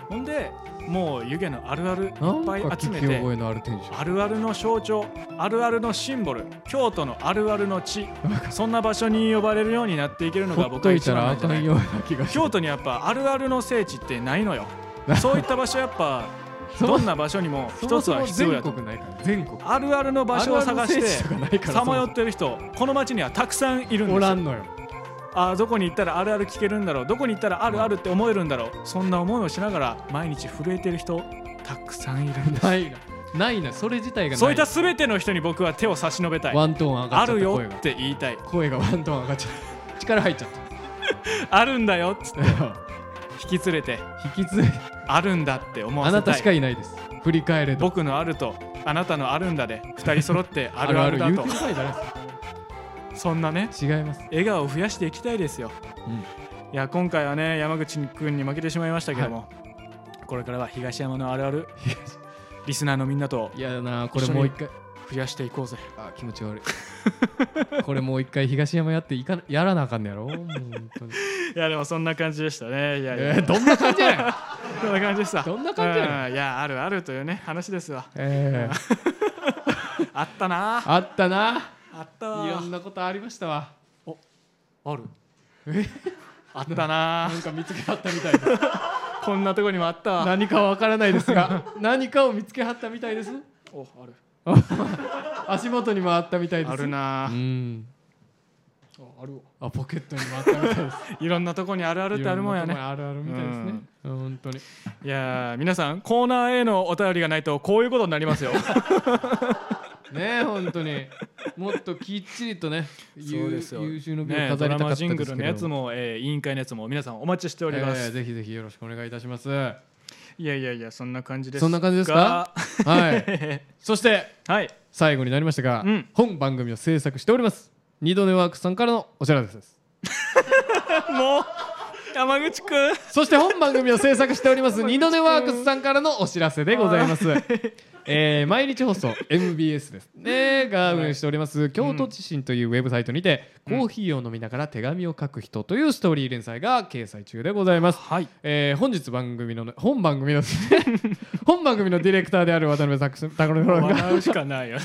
Speaker 2: ほんでもう湯気のあるあるいっ
Speaker 1: なんか
Speaker 2: ぱい集
Speaker 1: 聞
Speaker 2: め
Speaker 1: き
Speaker 2: て
Speaker 1: 覚えのあるテンション
Speaker 2: あるあるの象徴あるあるのシンボル京都のあるあるの地そんな場所に呼ばれるようになっていけるのが
Speaker 1: ほっ
Speaker 2: 僕
Speaker 1: と
Speaker 2: はい一
Speaker 1: たら
Speaker 2: 番な
Speaker 1: あ
Speaker 2: んじゃ
Speaker 1: か
Speaker 2: ない
Speaker 1: んような気がし
Speaker 2: 京都にやっぱあるあるの聖地ってない のよそういった場所やっぱ
Speaker 1: そう
Speaker 2: どんな場所にも一つは必要や
Speaker 1: 全
Speaker 2: と
Speaker 1: 国ないから全国
Speaker 2: あるあるの場所を探し
Speaker 1: あるあるの聖地とかない
Speaker 2: て
Speaker 1: から
Speaker 2: さまよってる人この町にはたくさんいるん
Speaker 1: お
Speaker 2: です
Speaker 1: ら
Speaker 2: よ
Speaker 1: んのよ
Speaker 2: あーどこに行ったらあるある聞けるんだろうどこに行ったらあるあるって思えるんだろうそんな思いをしながら毎日震えてる人たくさんいるんです
Speaker 1: ないなないなそれ自体がない
Speaker 2: そういった全ての人に僕は手を差し伸べたい
Speaker 1: ワントーン上が
Speaker 2: あ
Speaker 1: っちゃった
Speaker 2: るよ
Speaker 1: 声が
Speaker 2: って言いたい
Speaker 1: 声がワントーン上がっちゃった力入っちゃっ
Speaker 2: あるんだよっつって
Speaker 1: た
Speaker 2: 引き連れて
Speaker 1: 引き継い
Speaker 2: あるんだって思わ
Speaker 1: あ
Speaker 2: せ
Speaker 1: な
Speaker 2: た
Speaker 1: た
Speaker 2: い
Speaker 1: しかいないです振り返れど
Speaker 2: 僕のあるとあなたのあるんだで2人揃ってあるあるだ
Speaker 1: 言
Speaker 2: と
Speaker 1: うてる場合じゃないで
Speaker 2: そんなね
Speaker 1: す違います
Speaker 2: 笑顔を増やしていきたいですよ、いや今回はね山口君に負けてしまいましたけども、これからは東山のあるあるリスナーのみんなと
Speaker 1: いやなこれもう一回
Speaker 2: 増やしていこうぜ
Speaker 1: あ気持ち悪いこれもう一回東山やっていかなやらなあかんねやろもう本 当に
Speaker 2: いやでもそんな感じでしたねいやいや、
Speaker 1: えー、どんな感じやねん
Speaker 2: そんな感じでした
Speaker 1: どんな感じやね
Speaker 2: うんいやあるあるというね話ですわ
Speaker 1: えー、
Speaker 2: あったなあ
Speaker 1: あったな
Speaker 2: った
Speaker 1: いろ
Speaker 2: わ
Speaker 1: んなことありましたわ
Speaker 2: あるあった
Speaker 1: な
Speaker 2: な
Speaker 1: んか見つけはったみたいです
Speaker 2: こんなとこにもあったわ
Speaker 1: 何かは分からないです が何かを見つけはったみたいです
Speaker 2: おある
Speaker 1: 足元にもあったみたいです
Speaker 2: あるな
Speaker 1: う、ん
Speaker 2: あるわ
Speaker 1: あポケットにもあったみたいです
Speaker 2: いろんなとこにあるあるってあるもんや
Speaker 1: いろ
Speaker 2: ね
Speaker 1: なとこにあるあるみたいですね、うん、本当に
Speaker 2: いやー皆さんコーナーへのお便りがないとこういうことになりますよ
Speaker 1: ねえ本当にもっときっちりとね
Speaker 2: そうですよ
Speaker 1: 優優秀の美を
Speaker 2: ね
Speaker 1: 飾
Speaker 2: ド
Speaker 1: り
Speaker 2: ラ
Speaker 1: たか
Speaker 2: マ
Speaker 1: った
Speaker 2: ジング
Speaker 1: です
Speaker 2: ル
Speaker 1: け
Speaker 2: の
Speaker 1: ど
Speaker 2: やつも、えー委員会のやつも皆さんお待ちしております、
Speaker 1: えーぜひぜひよろしくお願いいたしますはい
Speaker 2: やいやいやそんな感じです
Speaker 1: そんな感じですかい そして
Speaker 2: はい
Speaker 1: 最後になりましたが、
Speaker 2: うん
Speaker 1: 本番組を制作しております二度寝ワークさんからのお知らせです
Speaker 2: もう山口くん
Speaker 1: そして本番組を制作しており ます二度寝ワークスさんからのお知らせでございますえー毎日放送 MBS ですねが運営しております京都地震というウェブサイトにて、コーヒーを飲みながら手紙を書く人というストーリー連載が掲載中でございます
Speaker 2: はい
Speaker 1: えー本日番組の本番組の 本番組のディレクターである渡辺拓司拓郎が、
Speaker 2: 笑うしかないよね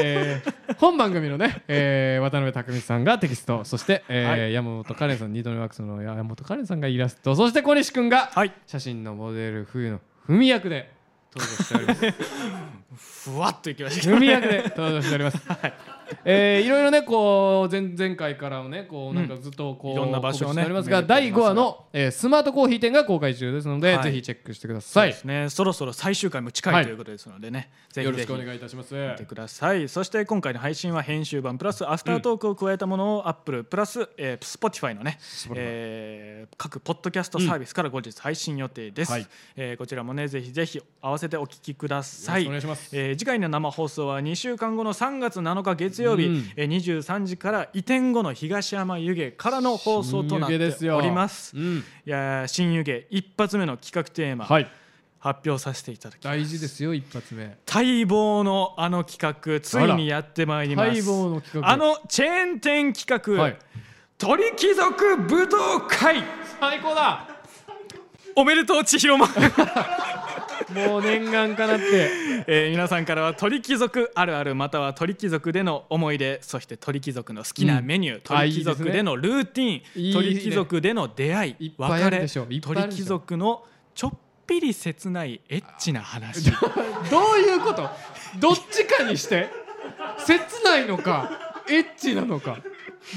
Speaker 1: えー本番組のね、えー渡辺拓司さんがテキストそして、えー
Speaker 2: はい
Speaker 1: 山本カレンさん二度目ワークスの山本カレンさんがイラストそして小西君が
Speaker 2: はい
Speaker 1: 写真のモデル冬の文役で登場しております
Speaker 2: ふわっといきましたけど
Speaker 1: 文役で登場してお ります。えーいろいろねこう前前回からもねこうなんかずっとこう、
Speaker 2: いろんな場所をね
Speaker 1: 告知しておりますが
Speaker 2: 巡ってお
Speaker 1: 第
Speaker 2: り
Speaker 1: 5
Speaker 2: ますが
Speaker 1: 話の、えースマートコーヒー店が公開中ですので、
Speaker 2: はい
Speaker 1: ぜひチェックしてください。
Speaker 2: ねそろそろ最終回も近
Speaker 1: はいい
Speaker 2: ということですのでね、ぜ
Speaker 1: よ
Speaker 2: ひ
Speaker 1: ろ
Speaker 2: ぜ
Speaker 1: し
Speaker 2: ひ
Speaker 1: くお
Speaker 2: 見
Speaker 1: 願いいたします。
Speaker 2: てくださいそして今回の配信は編集版プラスアフタートークを加えたものを Apple プラス、えー、Spotify のね、えー各ポッドキャストサービスから後日配信予定です、
Speaker 1: はい
Speaker 2: えーこちらもねぜひぜひ合わせてお聞きください
Speaker 1: よろしくお願いします
Speaker 2: えー次回の生放送は2週間後の3月7日月曜日、
Speaker 1: うん
Speaker 2: えー23時から移転後の東山湯気からの放送となっております
Speaker 1: うん、
Speaker 2: いやー新湯気一発目の企画テーマ、
Speaker 1: はい。
Speaker 2: 発表させていただき
Speaker 1: 大事ですよ一発目。
Speaker 2: 待望のあの企画ついにやってまいります
Speaker 1: 待望の企画
Speaker 2: あのチェーン店企画、
Speaker 1: はい
Speaker 2: 鳥貴族舞踏会
Speaker 1: 最高だ。
Speaker 2: おめでとう千尋まん、
Speaker 1: もう念願かなって。
Speaker 2: えー皆さんからは鳥貴族あるあるまたは鳥貴族での思い出そして鳥貴族の好きなメニュー、
Speaker 1: あ
Speaker 2: 鳥貴族でのルーティン
Speaker 1: いいですね
Speaker 2: 鳥貴族での出会い
Speaker 1: いっぱいある
Speaker 2: 別れ
Speaker 1: でしょいっぱいあ
Speaker 2: 鳥
Speaker 1: るでしょ
Speaker 2: 貴族のちょっぴり切ないエッチな話
Speaker 1: どういうことどっちかにして切ないのかエッチなのか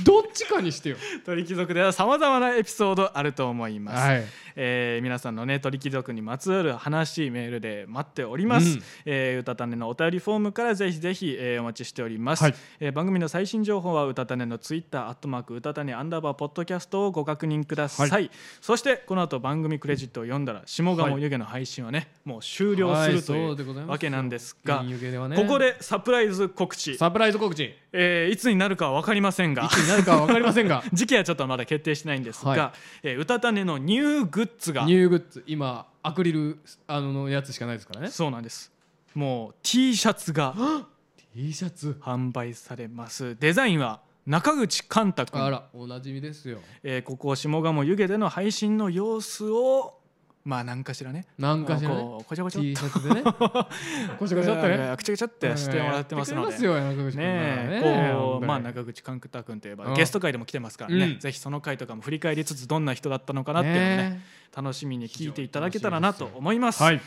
Speaker 1: どっちかにしてよ
Speaker 2: 鳥貴族ではさまざまなエピソードあると思います、
Speaker 1: はい
Speaker 2: えー皆さんのね鳥貴族にまつわる話メールで待っております、
Speaker 1: うん
Speaker 2: えーうたたねのお便りフォームからぜひぜひ、えーお待ちしております、
Speaker 1: はい
Speaker 2: えー番組の最新情報はうたたねのツイッターアットマークうたたねアンダーバーポッドキャストをご確認ください、
Speaker 1: は
Speaker 2: そしてこの後番組クレジットを読んだら下鴨湯気の配信はねもう終了す
Speaker 1: はい
Speaker 2: るとい
Speaker 1: そううでございます
Speaker 2: わけなんですが、
Speaker 1: 原油系ではね
Speaker 2: ここでサプライズ告知、
Speaker 1: サプライズ告知い
Speaker 2: えーいつになるかは分かりませんが
Speaker 1: つになるかは分かりません が
Speaker 2: 時期はちょっとまだ決定してないんですが、
Speaker 1: は
Speaker 2: えーうたたねのニューグッズが
Speaker 1: ニューグッズ今アクリルあののやつしかないですからね
Speaker 2: そうなんですもう T シャツが
Speaker 1: T シャツ
Speaker 2: 販売されますデザインは中口寛太君
Speaker 1: あらおなじみですよ
Speaker 2: えーここ下鴨湯気での配信の様子をまあ何かしらね
Speaker 1: なんかしらね
Speaker 2: こうこちゃこちゃっ
Speaker 1: T シャ ツでねこちゃこちゃっとね
Speaker 2: くちゃくちゃってしてもらってますの
Speaker 1: やってくれ
Speaker 2: で
Speaker 1: ます。よ山口君
Speaker 2: ね
Speaker 1: な
Speaker 2: え
Speaker 1: ら
Speaker 2: こ
Speaker 1: 本当
Speaker 2: う
Speaker 1: に
Speaker 2: まあ中口寛太君といえ
Speaker 1: う
Speaker 2: ば
Speaker 1: ん
Speaker 2: ゲスト会でも来てますからね、
Speaker 1: うん
Speaker 2: ぜひその回とかも振り返りつつどんな人だったのかなっていうのをね
Speaker 1: ね
Speaker 2: 楽しみに聞いていただけたらなと思います。
Speaker 1: はい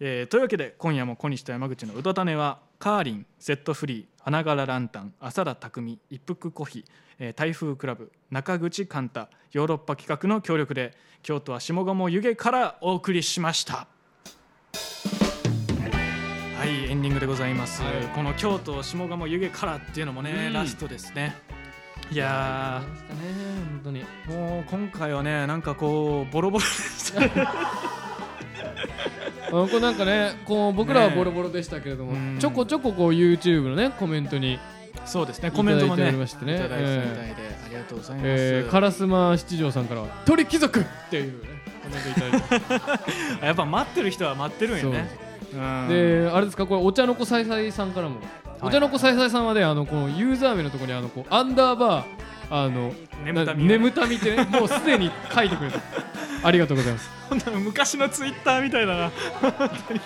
Speaker 2: えーというわけで今夜も小西と山口の「うたた寝」はカーリンセットフリー花柄ランタン浅田匠一服コーヒー、えー台風クラブ中口寛太ヨーロッパ企画の協力で京都は下鴨湯気からお送りしました。はいエンディングでございます、
Speaker 1: はい
Speaker 2: この京都下鴨湯気からっていうのもね、
Speaker 1: うん
Speaker 2: ラストですねいや
Speaker 1: ありましたね本当に
Speaker 2: ーもう今回はねなんかこうボロボロでした
Speaker 1: あこれなんかねこう僕らはボロボロでしたけれども、
Speaker 2: ねえ
Speaker 1: ちょこちょここう YouTube のねコメントに、
Speaker 2: そうですね、コメントも
Speaker 1: い
Speaker 2: ね、
Speaker 1: ただいておりましてね
Speaker 2: いただいてたみたいで、ありがとうございます。
Speaker 1: えー、カラスマ七条さんからは「鳥貴族!」っていうねコメントいただいて
Speaker 2: やっぱ待ってる人は待ってるんよね。うん
Speaker 1: であれですかこれお茶の子さいさいさんからも、お茶の子さいさいさんはねあのこのユーザー名のところにあのこうアンダーバーあの
Speaker 2: 眠たみをね
Speaker 1: 眠たみってね、もうすでに書いてくれたありがとうございます
Speaker 2: ほんなら昔のツイッターみたいだな、 本当に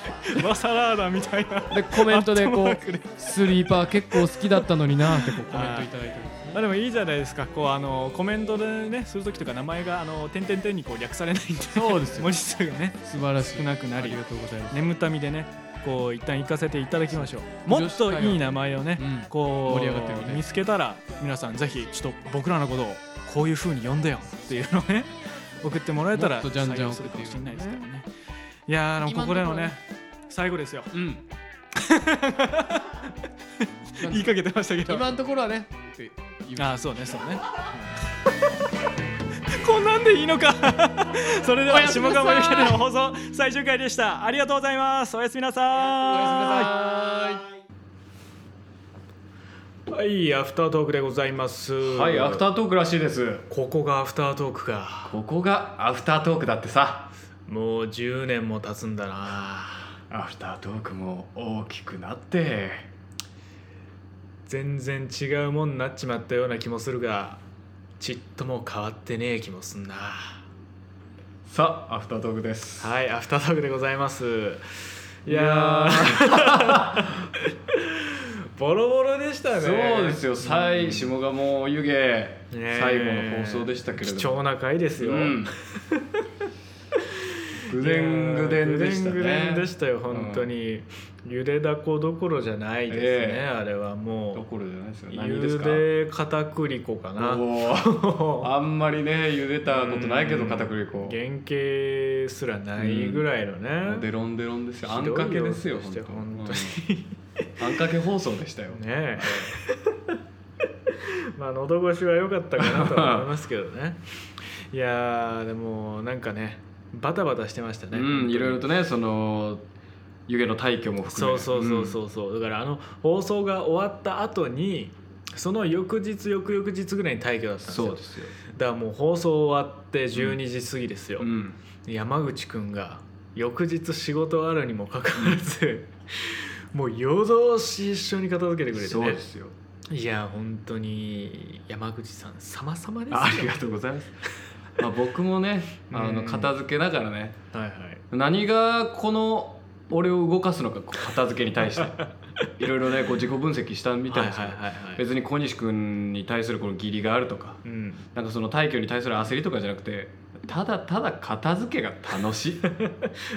Speaker 2: マサラーダみたいな。
Speaker 1: でコメントでこ
Speaker 2: あ
Speaker 1: う「スリーパー結構好きだったのにな」ってこうコメントいただいて
Speaker 2: まあ、でもいいじゃないですか、こうあのコメントでね、するときとか、名前があの点々点にこう略されないんで、そうです文字数がね、
Speaker 1: 素晴らしい
Speaker 2: 少なくな
Speaker 1: あ
Speaker 2: り
Speaker 1: りが、とうございます、
Speaker 2: 眠たみでね、こう一旦行かせていただきましょう。もっといい名前をね、
Speaker 1: うん
Speaker 2: こう
Speaker 1: 盛り上がってるみたい
Speaker 2: 見つけたら皆さんぜひちょっと僕らのことをこういう風に呼んでよっていうのをね 送ってもらえた
Speaker 1: も
Speaker 2: ら
Speaker 1: っとじゃんじゃん
Speaker 2: 採用するかもしれないですからねいやーでもここでのね最後ですよ
Speaker 1: うん
Speaker 2: 言いかけてましたけど
Speaker 1: 今のところはね
Speaker 2: ああそうねそうね こんなんでいいのか それでは下鴨ゆきでの放送最終回でしたありがとうございますおやすみなさ
Speaker 1: おやすみ
Speaker 2: ーい
Speaker 1: なさーい
Speaker 2: はいアフタートークでございます
Speaker 8: はいアフタートークらしいです
Speaker 2: ここがアフタートークか
Speaker 8: ここがアフタートークだってさ
Speaker 2: もう10年も経つんだな
Speaker 8: アフタートークも大きくなって
Speaker 2: 全然違うもんなっちまったような気もするがちっとも変わってねえ気もすんな
Speaker 8: さあアフタートークです
Speaker 2: はいアフタートークでございますいやーボロボロでしたね
Speaker 8: そうですよ最下鴨湯気、
Speaker 2: ねえ
Speaker 8: 最後の放送でしたけれども
Speaker 2: 貴重な回ですよ、
Speaker 8: うんぐでんぐでんでしたね
Speaker 2: ぐでんぐでんでしたよ本当に、ゆでだこどころじゃないですね、
Speaker 8: ええ
Speaker 2: あれは
Speaker 8: ど
Speaker 2: も
Speaker 8: ころじゃないですよ
Speaker 2: う
Speaker 8: 何です
Speaker 2: ゆ
Speaker 8: か
Speaker 2: で片栗粉かな
Speaker 8: おーあんまりね茹でたことないけど片栗粉
Speaker 2: 原型すらないぐらいの
Speaker 8: もうデ
Speaker 2: ね、
Speaker 8: ロンデロンですよ
Speaker 2: ひ
Speaker 8: あん
Speaker 2: どいよ
Speaker 8: かけですよ
Speaker 2: そ
Speaker 8: 本
Speaker 2: し
Speaker 8: 当
Speaker 2: て
Speaker 8: に
Speaker 2: 本
Speaker 8: うんあんかけ放送でしたよ
Speaker 2: ねえまあ喉越しは良かったかなとは思いますけどねいやーでもなんかねバタバタしてましたね、
Speaker 8: うんいろいろとねその湯気の退去も含
Speaker 2: そ
Speaker 8: め
Speaker 2: うそうそうそううそう、だからあの放送が終わった後にその翌日翌々日ぐらいに退去だったん
Speaker 8: ん
Speaker 2: ですよ
Speaker 8: そうですよ
Speaker 2: だからもう放送終わって12時過ぎですよ、
Speaker 8: うん
Speaker 2: 山口くんが翌日仕事あるにもかかわらずもう夜通し一緒に片付けてくれて
Speaker 8: そう
Speaker 2: ね
Speaker 8: ですよ
Speaker 2: いや本当に山口さん様々ですよ
Speaker 8: ありがとうございますまあ僕 もねあの
Speaker 2: うん
Speaker 8: 片付けながらね
Speaker 2: はいはい
Speaker 8: 何がこの俺を動かすのかこう片付けに対して いろいろねこう自己分析したみたいですけ
Speaker 2: は
Speaker 8: ど
Speaker 2: いはいはいはい
Speaker 8: 別に小西君に対するこの義理があるとか
Speaker 2: うん
Speaker 8: なんかその退去に対する焦りとかじゃなくてただただ片付けが楽し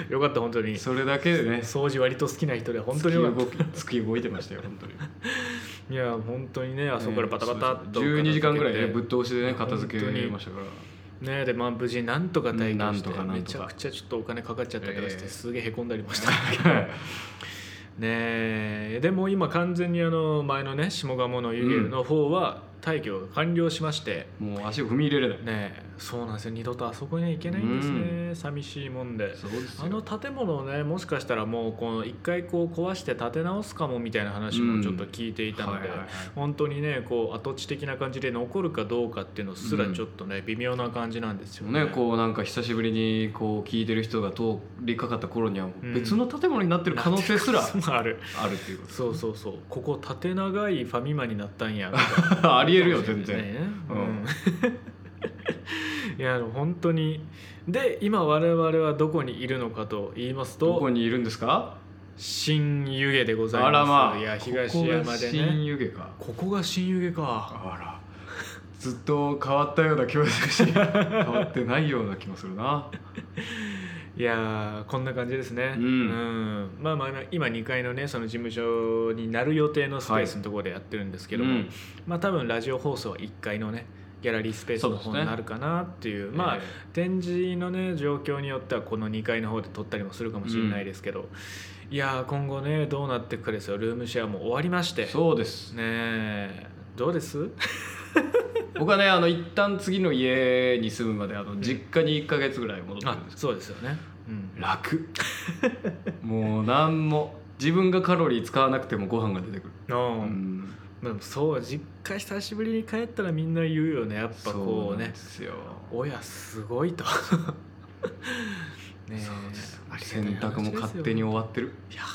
Speaker 2: よかった本当に
Speaker 8: いそれだけでね
Speaker 2: 掃除割と好きな人で本当に
Speaker 8: 突き
Speaker 2: よか
Speaker 8: 動
Speaker 2: っ
Speaker 8: き突き動いてましたよ本当に
Speaker 2: たいや本当にねあそこからバタバタっと
Speaker 8: 12時間ぐらいね
Speaker 2: 片付
Speaker 8: ぶっ
Speaker 2: けて
Speaker 8: 通しでね片付けましたから
Speaker 2: ねでまあ無事なんとか退
Speaker 8: な
Speaker 2: 去
Speaker 8: ん
Speaker 2: して
Speaker 8: とかな
Speaker 2: め
Speaker 8: んとか
Speaker 2: ちゃくちゃちょっとお金かかっちゃったりとかして、
Speaker 8: ええ
Speaker 2: すげえへこんだりもした ねえでも今完全にあの前のね下鴨の湯気の方は退去が完了しまして、
Speaker 8: もう足を踏み入れれない
Speaker 2: ねえそうなんですよ二度とあそこには行けないんですね、寂しいもんで
Speaker 8: そうですよ
Speaker 2: あの建物をねもしかしたらもうこの一回こう壊して建て直すかもみたいな話もちょっと聞いていたので、
Speaker 8: はいはいはい
Speaker 2: 本当にねこう跡地的な感じで残るかどうかっていうのすらちょっとね、微妙な感じなんですよね。
Speaker 8: ね、こうなんか久しぶりにこう聞いてる人が通りかかった頃には
Speaker 2: うん
Speaker 8: 別の建物になってる可能性すら
Speaker 2: なってる可能性もある
Speaker 8: あるっていうこ
Speaker 2: そうそうそうここ縦長いファミマになったんやみたいな
Speaker 8: と ありえるよ全然
Speaker 2: ねう
Speaker 8: うんん
Speaker 2: いやでも本当にで今我々はどこにいるのかと言います
Speaker 8: どことにいるんですか
Speaker 2: 新湯気でございます
Speaker 8: あらまあ
Speaker 2: いや東山で
Speaker 8: ここが新
Speaker 2: ね
Speaker 8: 湯気か
Speaker 2: ここが新湯気か
Speaker 8: あらずっと変わったような気もするし変わってないような気もするない
Speaker 2: やーこんな感じですね
Speaker 8: うん
Speaker 2: んまあまあ今2階のねその事務所になる予定のスペースのところでやってるんですけ
Speaker 8: け
Speaker 2: ど
Speaker 8: ど
Speaker 2: も、
Speaker 8: も、
Speaker 2: まあ多分ラジオ放送は1階のねギャラリースペースの
Speaker 8: そ
Speaker 2: 方
Speaker 8: うですね
Speaker 2: になるかなっていうまあ、展示のね状況によってはこの2階の方で撮ったりもするかもしれないですけど、いやー今後ねどうなっていくかですよルームシェアも終わりまして
Speaker 8: えーそうです
Speaker 2: ねえどうです
Speaker 8: 僕はねあの一旦次の家に住むまであの実家に1か月ぐらい戻って
Speaker 2: あ
Speaker 8: るんです
Speaker 2: そうですよね、うん、
Speaker 8: 楽もう何も自分がカロリー使わなくてもご飯が出てくる、
Speaker 2: の
Speaker 8: うん、
Speaker 2: でもそう実家久しぶりに帰ったらみんな言うよねやっぱこ
Speaker 8: そううなん
Speaker 2: ね
Speaker 8: ですよ
Speaker 2: 親すごいと ねえ
Speaker 8: そうです
Speaker 2: ありがたい
Speaker 8: 洗濯も
Speaker 2: 話です
Speaker 8: 勝
Speaker 2: よ
Speaker 8: 手に終わってる
Speaker 2: いやー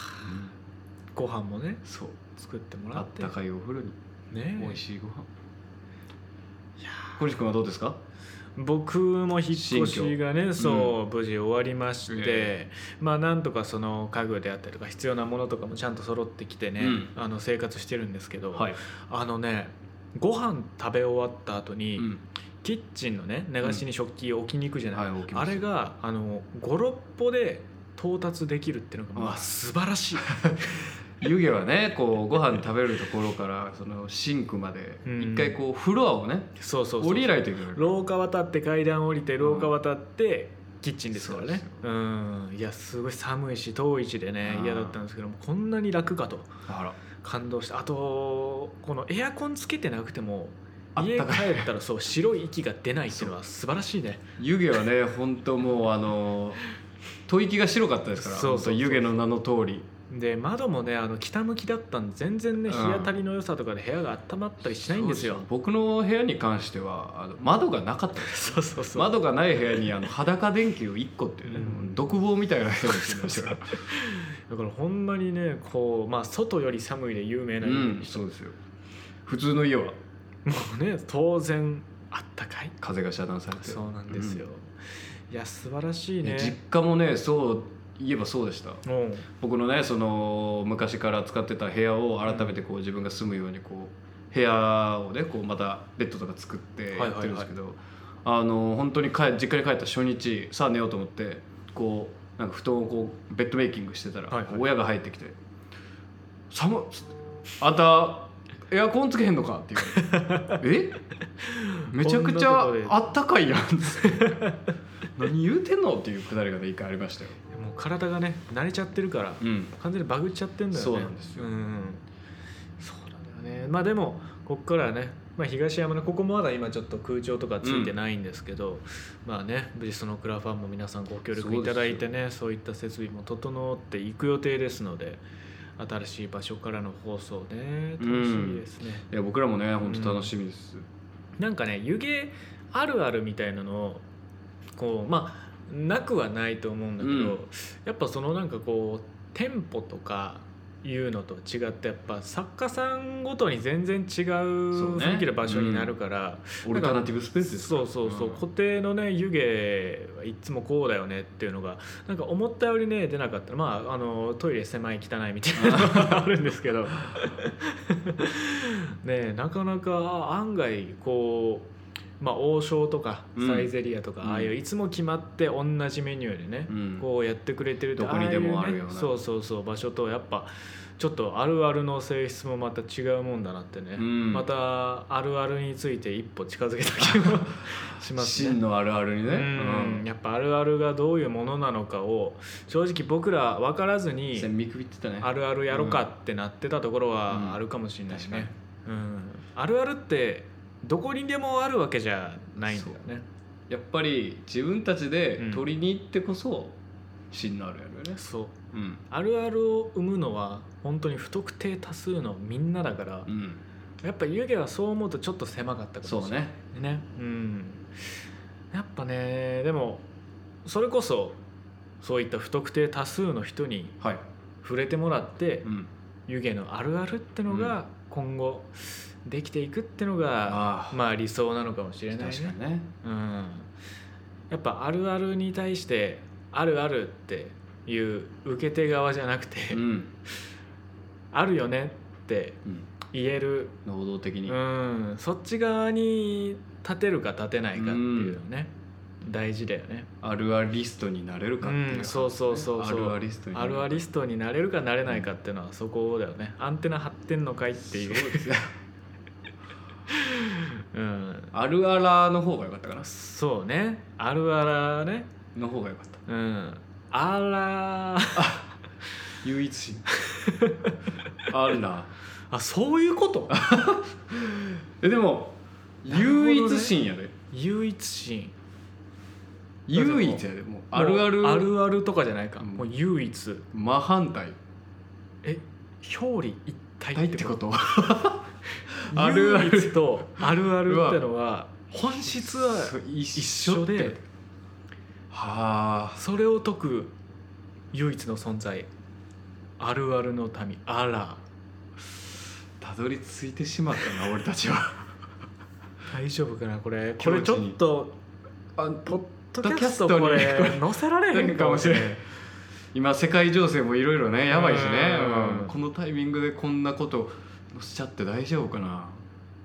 Speaker 2: ご飯もね
Speaker 8: そう
Speaker 2: 作っても
Speaker 8: あ
Speaker 2: らっ
Speaker 8: ってたかいお風呂に
Speaker 2: ねえ
Speaker 8: 美味しいご飯小西君はどうですか
Speaker 2: 僕も引っ越しがね
Speaker 8: 新居
Speaker 2: そう、無事終わりまして、
Speaker 8: え
Speaker 2: まあなんとかその家具であったりとか必要なものとかもちゃんと揃ってきてね、
Speaker 8: うん
Speaker 2: あの生活してるんですけど、
Speaker 8: はい、
Speaker 2: あのねご飯食べ終わった後に、
Speaker 8: うん、
Speaker 2: キッチンのね流しに食器置きに行くじゃない、
Speaker 8: はい起きま
Speaker 2: あ
Speaker 8: した
Speaker 2: れがあの56歩で到達できるっていうのがま
Speaker 8: あ
Speaker 2: あ素晴らしい
Speaker 8: 湯気はねこうご飯食べるところからそのシンクまで
Speaker 2: うん
Speaker 8: 一回こうフロアをね
Speaker 2: そうそうそう
Speaker 8: 降りないといけない
Speaker 2: 廊下渡って階段降りて廊下渡ってキッチンですから
Speaker 8: そうで
Speaker 2: ね
Speaker 8: すよ
Speaker 2: うんいやすごい寒いし遠いしでね
Speaker 8: あー
Speaker 2: 嫌だったんですけどもこんなに楽かと
Speaker 8: あら
Speaker 2: 感動してあとこのエアコンつけてなくても
Speaker 8: あっ
Speaker 2: 家
Speaker 8: た
Speaker 2: 帰
Speaker 8: かい
Speaker 2: ったらそう白い息が出ないっていうのは素晴らしいね
Speaker 8: 湯気はね本当もうあの吐息が白かったですから
Speaker 2: そうそうそう
Speaker 8: 本当湯気の名の通り
Speaker 2: で窓もねあの北向きだったんで全然ね
Speaker 8: うん
Speaker 2: 日当たりの良さとかで部屋が温まったりしないんですよ
Speaker 8: そう僕の部屋に関してはあの窓がなかったです
Speaker 2: そうそうそう
Speaker 8: 窓がない部屋にあの裸電球1個っていうね、
Speaker 2: うん
Speaker 8: もう独房みたいな部屋にしてましたから
Speaker 2: だからほんまにねこうまあ外より寒いで有名な
Speaker 8: う
Speaker 2: 家に
Speaker 8: んそうですよ普通の家は
Speaker 2: もうね当然あったかい
Speaker 8: 風が遮断されて
Speaker 2: そうなんですよ、
Speaker 8: う
Speaker 2: いや素晴らしい
Speaker 8: ん
Speaker 2: ね
Speaker 8: 実家もねそう言えばそうでした
Speaker 2: もう
Speaker 8: 僕のねその昔から使ってた部屋を改めてこう自分が住むようにこう部屋をねこうまたベッドとか作ってやってるんですけど、あの本当に帰実家に帰った初日さあ寝ようと思ってこうなんか布団をこうベッドメイキングしてたら、
Speaker 2: はいはい
Speaker 8: こう親が入ってきて「寒っつって」あんたエアコンつけへんのか?」って言 われて「えめちゃくちゃ
Speaker 2: こんなとこで
Speaker 8: あったかいやん」っつって「何言うてんの?」っていうくだりがね一回ありましたよ。
Speaker 2: もう体がね慣れちゃってるから、
Speaker 8: うん
Speaker 2: 完全にバグっちゃってんだよね
Speaker 8: そうなんですよ
Speaker 2: んそうなんだよねまあでもこっからはね、まあ、東山のここもまだ今ちょっと空調とかついてないんですけど、まあね無事そのクラファンも皆さんご協力いただいてねそういった設備も整っていく予定ですので新しい場所からの放送ね楽しみですね、
Speaker 8: いや僕らもね本当楽しみです、
Speaker 2: なんかね湯気あるあるみたいなのをこうまあなくはないと思うんだけど、
Speaker 8: うん
Speaker 2: やっぱそのなんかこうテンポとかいうのと違ってやっぱ作家さんごとに全然違う
Speaker 8: そうね
Speaker 2: 雰囲気の場所になるから、
Speaker 8: オルタナティブスペースです
Speaker 2: そうそうそう、
Speaker 8: うん
Speaker 2: 固定のね湯気はいつもこうだよねっていうのがなんか思ったよりね出なかったまああのトイレ狭い汚いみたいなの があるんですけどねえなかなか案外こう、まあ、王将とか
Speaker 8: うん
Speaker 2: サイゼリアとか、
Speaker 8: うん
Speaker 2: ああいういつも決まって同じメニューでね、
Speaker 8: うん
Speaker 2: こうやってくれてるって
Speaker 8: どこにでもあるような
Speaker 2: ああいうねそうそうそう場所とやっぱちょっとあるあるの性質もまた違うもんだなってね、
Speaker 8: うん
Speaker 2: またあるあるについて一歩近づけた気もしますね。
Speaker 8: 真のあるあるにね、
Speaker 2: う
Speaker 8: うん
Speaker 2: んやっぱあるあるがどういうものなのかを正直僕ら分からずに
Speaker 8: 線見くびってたね
Speaker 2: あるあるやろかってなってたところ
Speaker 8: うん
Speaker 2: はあるかもしれない
Speaker 8: 確かに
Speaker 2: ね、うんあるあるってどこにでもあるわけじゃないんだよね
Speaker 8: やっぱり自分たちで取りに行ってこそ詩になるやろよね、
Speaker 2: そう
Speaker 8: うん
Speaker 2: あるあるを生むのは本当に不特定多数のみんなだから、
Speaker 8: うん、
Speaker 2: やっぱ湯気はそう思うとちょっと狭かったかもしれ
Speaker 8: そ
Speaker 2: な
Speaker 8: う
Speaker 2: い
Speaker 8: ね
Speaker 2: ねうんやっぱねでもそれこそそういった不特定多数の人に
Speaker 8: はい、
Speaker 2: 触れてもらって、
Speaker 8: うん、
Speaker 2: 湯気のあるあるっての
Speaker 8: うん
Speaker 2: が今後できていくってのが、
Speaker 8: あ
Speaker 2: まあ理想なのかもしれ
Speaker 8: あ
Speaker 2: ない
Speaker 8: 確か
Speaker 2: ね
Speaker 8: に。ね
Speaker 2: うん、やっぱあるあるに対して「あるある」っていう受け手側じゃなくて「
Speaker 8: うん、
Speaker 2: あるよね」って
Speaker 8: うん、
Speaker 2: 言える
Speaker 8: 能動的に、
Speaker 2: うん、そっち側に立てるか立てないかっていうのね、大事だよね
Speaker 8: あるあリストになれるかっていう、
Speaker 2: うんそうそうそうそう
Speaker 8: あるあリストにな
Speaker 2: あ
Speaker 8: れる
Speaker 2: る
Speaker 8: か
Speaker 2: あリストになれるかなれないかっていうのはそこだよねアンテナ張ってんのかいっていう
Speaker 8: そうですね
Speaker 2: うん、
Speaker 8: あるあらの方が良かったかな
Speaker 2: そうねあるあらね
Speaker 8: の方が良かった
Speaker 2: うんあらー
Speaker 8: 唯一 心あるな
Speaker 2: あそういうこと
Speaker 8: えでも
Speaker 2: るほどね
Speaker 8: 唯一心やで、
Speaker 2: 唯一心
Speaker 8: 唯一やでもうあるある
Speaker 2: もうあるあるとかじゃないか、
Speaker 8: うん
Speaker 2: もう唯一
Speaker 8: 真反対
Speaker 2: え表裏一体
Speaker 8: 対
Speaker 2: っ
Speaker 8: ってて
Speaker 2: こ
Speaker 8: ことと
Speaker 2: あ
Speaker 8: あ
Speaker 2: る
Speaker 8: る
Speaker 2: あ
Speaker 8: あ
Speaker 2: る
Speaker 8: る
Speaker 2: とあるあるってのは本質は
Speaker 8: そう
Speaker 2: 一
Speaker 8: 一
Speaker 2: 緒
Speaker 8: 緒って
Speaker 2: で
Speaker 8: はあ
Speaker 2: それを解く唯一の存在あるあるの民あら
Speaker 8: たどり着いてしまったな俺たちは
Speaker 2: 大丈夫かなこれこ
Speaker 8: 境地
Speaker 2: れ
Speaker 8: に
Speaker 2: ちょっと
Speaker 8: あ
Speaker 2: ポッドキャストこれ
Speaker 8: ポッドキャストに
Speaker 2: 載せられへんかもしれん
Speaker 8: 今世界情勢もいろいろねやばいしね
Speaker 2: うん
Speaker 8: うんこのタイミングでこんなことしちゃって大丈夫かな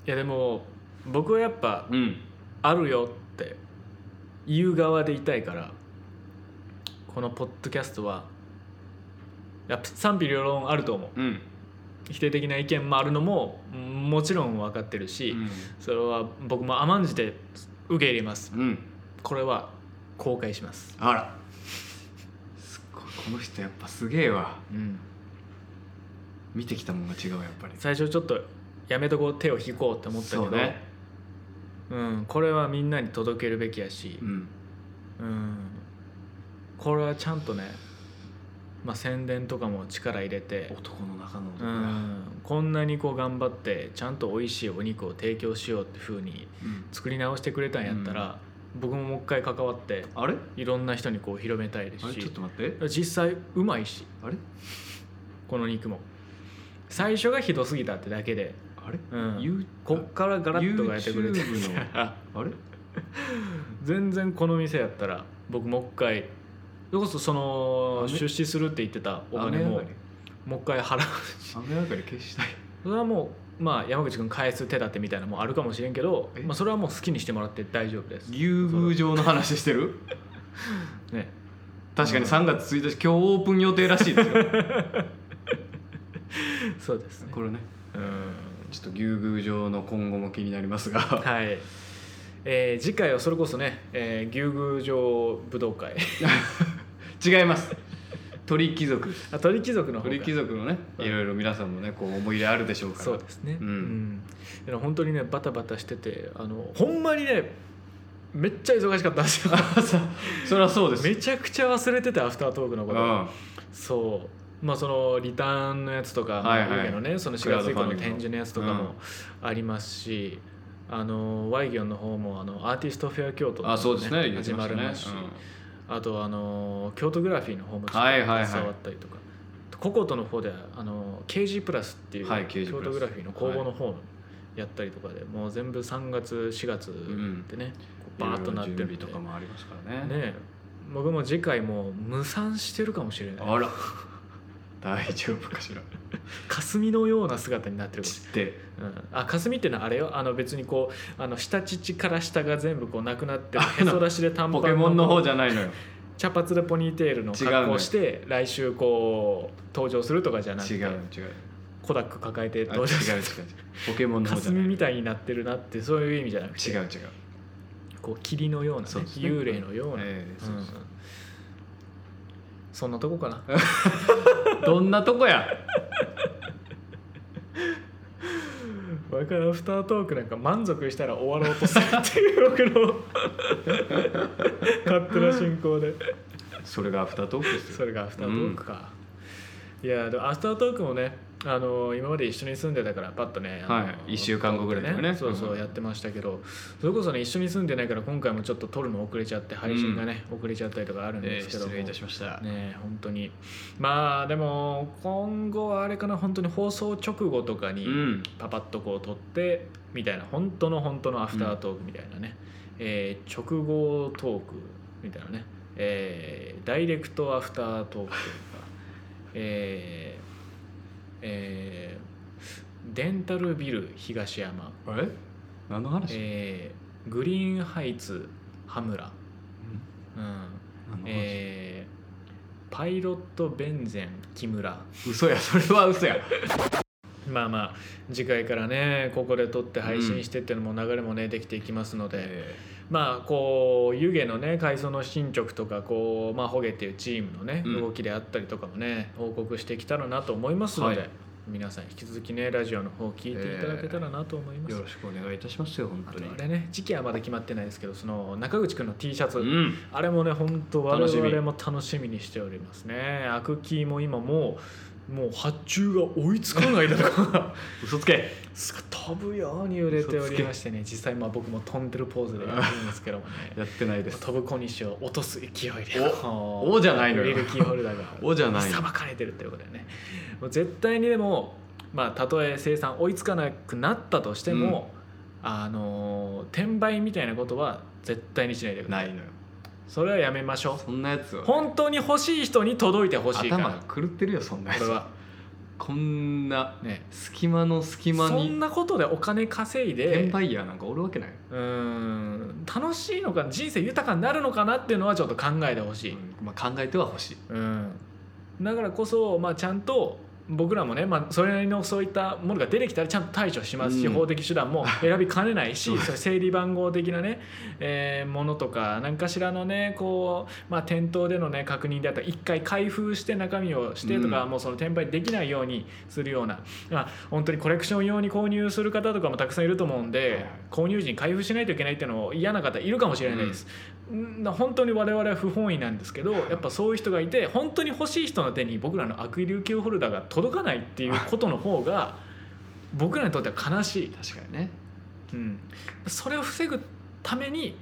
Speaker 8: い
Speaker 2: やでも僕はやっぱ
Speaker 8: うん
Speaker 2: あるよって言う側でいたいからこのポッドキャストはやっぱ賛否両論あると思う
Speaker 8: うん
Speaker 2: 否定的な意見もあるのもうんもちろん分かってるし、
Speaker 8: うん
Speaker 2: それは僕も甘んじて受け入れます
Speaker 8: うん
Speaker 2: これは公開します、
Speaker 8: あらすっごいこの人やっぱすげえわ
Speaker 2: うん、
Speaker 8: 見てきたもんが違うやっぱり
Speaker 2: 最初ちょっとやめとこう手を引こうって思ったけど
Speaker 8: そうね
Speaker 2: うん、これはみんなに届けるべきやし
Speaker 8: う、ん
Speaker 2: うん、これはちゃんとね、まあ、宣伝とかも力入れて、
Speaker 8: 男の中の男
Speaker 2: う
Speaker 8: だ
Speaker 2: ん、こんなにこう頑張ってちゃんと美味しいお肉を提供しようってふうに
Speaker 8: うん
Speaker 2: 作り直してくれたんやったら、僕ももう一回関わって
Speaker 8: あれ
Speaker 2: いろんな人にこう広めたいです
Speaker 8: あれちょ
Speaker 2: し
Speaker 8: っと待って
Speaker 2: 実際うまいし
Speaker 8: あれ
Speaker 2: この肉も最初がひどすぎたってだけで、
Speaker 8: あれ
Speaker 2: うん、
Speaker 8: ゆ
Speaker 2: こっからガラッと変えてくれて
Speaker 8: YouTube あれ
Speaker 2: 全然この店やったら僕もう一回それこそその
Speaker 8: あね
Speaker 2: 出資するって言ってたお金
Speaker 8: 雨上
Speaker 2: も
Speaker 8: がり
Speaker 2: もう一回払う し
Speaker 8: 雨上がり消したい
Speaker 2: それはもうまあ山口君返す手立てみたいなのもあるかもしれんけど
Speaker 8: え、
Speaker 2: まあ、それはもう好きにしてもらって大丈夫です、ね、
Speaker 8: 牛宮城の話してる確かに3月1日今日オープン予定らしいですよ
Speaker 2: そうですね
Speaker 8: これね
Speaker 2: うん
Speaker 8: ちょっと牛宮城の今後も気になりますが
Speaker 2: はい、えー次回はそれこそね、えー、牛宮城武道 会
Speaker 8: 違います鳥貴族です
Speaker 2: あ鳥貴族の方か
Speaker 8: 鳥貴族のね
Speaker 2: うん
Speaker 8: いろいろ皆さんもねこう思い入れあるでしょうから
Speaker 2: そうですね、
Speaker 8: うん
Speaker 2: うん、でも本当にねバタバタしててあのほんまにねめっちゃ忙しかったんです よ
Speaker 8: それはそうです
Speaker 2: めちゃくちゃ忘れててアフタートークの
Speaker 8: う
Speaker 2: こ
Speaker 8: ん
Speaker 2: と、そうまあそのリターンのやつとか、
Speaker 8: はいはい
Speaker 2: まあ有名のねその4
Speaker 8: クラウ
Speaker 2: 月
Speaker 8: ド
Speaker 2: 以
Speaker 8: ファ
Speaker 2: 降の
Speaker 8: ンディングの
Speaker 2: 展示のやつとかもありますし、あのワイギョンの方もあのアーティストフェア京都の
Speaker 8: あそうですね言って
Speaker 2: 始
Speaker 8: ま
Speaker 2: ま
Speaker 8: した
Speaker 2: り
Speaker 8: ね
Speaker 2: ますし、あとあの京都グラフィーの方もちょっ
Speaker 8: はいはいはい
Speaker 2: と携わったりとか、ココトの方ではあの KG プラスっていう、
Speaker 8: はい KG
Speaker 2: 京
Speaker 8: プラス
Speaker 2: 都グラフィーの工房の方やったりとかで、もう全部3月4月ってね、
Speaker 8: うん
Speaker 2: バーッとなって
Speaker 8: いろい
Speaker 2: る
Speaker 8: ろ準備とか
Speaker 2: ね
Speaker 8: もありますからね
Speaker 2: え僕も次回もう無産してるかもしれない
Speaker 8: あら大丈夫かしら
Speaker 2: 霞のような姿になってるかもし
Speaker 8: ちって
Speaker 2: れない、うん、あ霞っていうのはあれよあの別にこうあの下乳から下が全部こうなくなってるへそ出しで短パ
Speaker 8: ポ
Speaker 2: ン
Speaker 8: ケモンの方じゃないのよ
Speaker 2: 茶髪でポニーテールの格好をして来週こう登場するとかじ ゃなくて
Speaker 8: 違う違う
Speaker 2: コダック抱えて
Speaker 8: あ
Speaker 2: 登
Speaker 8: 違う違う
Speaker 2: 場す
Speaker 8: 違う
Speaker 2: る
Speaker 8: ポケモンの方じゃな
Speaker 2: 霞
Speaker 8: い
Speaker 2: みたいになってるなってそういう意味じゃなくて
Speaker 8: 違う違う
Speaker 2: こう霧のような、ね、
Speaker 8: そうですね
Speaker 2: 幽霊のような、
Speaker 8: ええそうそう
Speaker 2: うんそんなとこかな
Speaker 8: どんなとこや
Speaker 2: わかるアフタートークなんか満足したら終わろうとするっていう僕の勝手な進行で
Speaker 8: それがアフタートークです
Speaker 2: そ
Speaker 8: よ
Speaker 2: れがアフタートークか、いやでもアフタートークもねあの今まで一緒に住んでたからパッとね、あの
Speaker 8: はい一週間後ぐらいだよね
Speaker 2: そうそううんやってましたけど、それこそね一緒に住んでないから今回もちょっと撮るの遅れちゃって配信がね、遅れちゃったりとかあるんで
Speaker 8: えー
Speaker 2: すけど
Speaker 8: 失
Speaker 2: も、
Speaker 8: 礼いたしました、
Speaker 2: ねえ本当にまあでも今後はあれかな本当に放送直後とか
Speaker 8: う
Speaker 2: に
Speaker 8: ん
Speaker 2: パパッとこう撮ってみたいな本当の本当のアフタートークみたいなね、えー直後トークみたいなね、えーダイレクトアフタートークというかえーえーデンタルビル東山、
Speaker 8: あれ何の話、
Speaker 2: えーグリーンハイツ羽村、うん、
Speaker 8: 何の話
Speaker 2: えーパイロットベンゼン木村
Speaker 8: 嘘やそれは嘘や
Speaker 2: まあまあ次回からねここで撮って配信してっていうのも流れもねできていきますので、
Speaker 8: え
Speaker 2: まあこう湯気のね改装の進捗とかこうまあホゲっていうチームのね
Speaker 8: うん
Speaker 2: 動きであったりとかもね、報告してきたらなと思いますので、
Speaker 8: はい
Speaker 2: 皆さん引き続きねラジオの方聞いていただけたらなと思いま
Speaker 8: ー
Speaker 2: す。
Speaker 8: よろしくお願いいたしますよ本
Speaker 2: あ
Speaker 8: 当
Speaker 2: と
Speaker 8: に
Speaker 2: あれね時期はまだ決まってないですけどその中口くんの T シャツ、
Speaker 8: うん
Speaker 2: あれもね本当我
Speaker 8: 楽しみ
Speaker 2: 々も楽しみにしておりますねアクキーも今もうもう発注が追いつかないだとか
Speaker 8: 嘘つけ
Speaker 2: すごい飛ぶように売れておりましてね実際まあ僕も飛んでるポーズでやってるんですけどもね
Speaker 8: やってないです
Speaker 2: 飛ぶ小西を落とす勢い で
Speaker 8: おおじゃないのよ
Speaker 2: 売れるキーホルダーが
Speaker 8: おじゃない
Speaker 2: さばかれてるということでねもう絶対にでもまあたとえ生産追いつかなくなったとしても、あのー転売みたいなことは絶対にしないでくだ
Speaker 8: な
Speaker 2: さい
Speaker 8: いのよ
Speaker 2: それはやめましょう
Speaker 8: そんなやつは
Speaker 2: 本当に欲しい人に届いてほしいから
Speaker 8: 頭狂ってるよそんなや
Speaker 2: これ
Speaker 8: つ
Speaker 2: は
Speaker 8: こんな
Speaker 2: ね
Speaker 8: 隙間の隙間
Speaker 2: そん
Speaker 8: に
Speaker 2: なことでお金稼い
Speaker 8: 転
Speaker 2: で
Speaker 8: 売ヤーなんかおるわけないう
Speaker 2: ーん楽しいのか人生豊かになるのかなっていうのはちょっと考えてほしい、
Speaker 8: うんまあ考えてはほしい
Speaker 2: うん、だからこそ、まあ、ちゃんと僕らもね、まあ、それなりのそういったものが出てきたらちゃんと対処しますし、
Speaker 8: うん
Speaker 2: 法的手段 も選びかねないしそう整理番号的なね、えーものとか何かしらのねこう、まあ、店頭でのね確認であったり一回開封して中身をしてとか、
Speaker 8: うん
Speaker 2: もうその転売できないようにするような、まあ、本当にコレクション用に購入する方とかもたくさんいると思うんで、
Speaker 8: はいはい
Speaker 2: 購入時に開封しないといけないっていうのを嫌な方いるかもしれないです。ん本当に我々は不本意なんですけどやっぱそういう人がいて本当に欲しい人の手に僕らのアクリルキーホルダーが届かないっていうことの方が僕らにとっては悲しい、
Speaker 8: 確かにね
Speaker 2: うん、それを防ぐために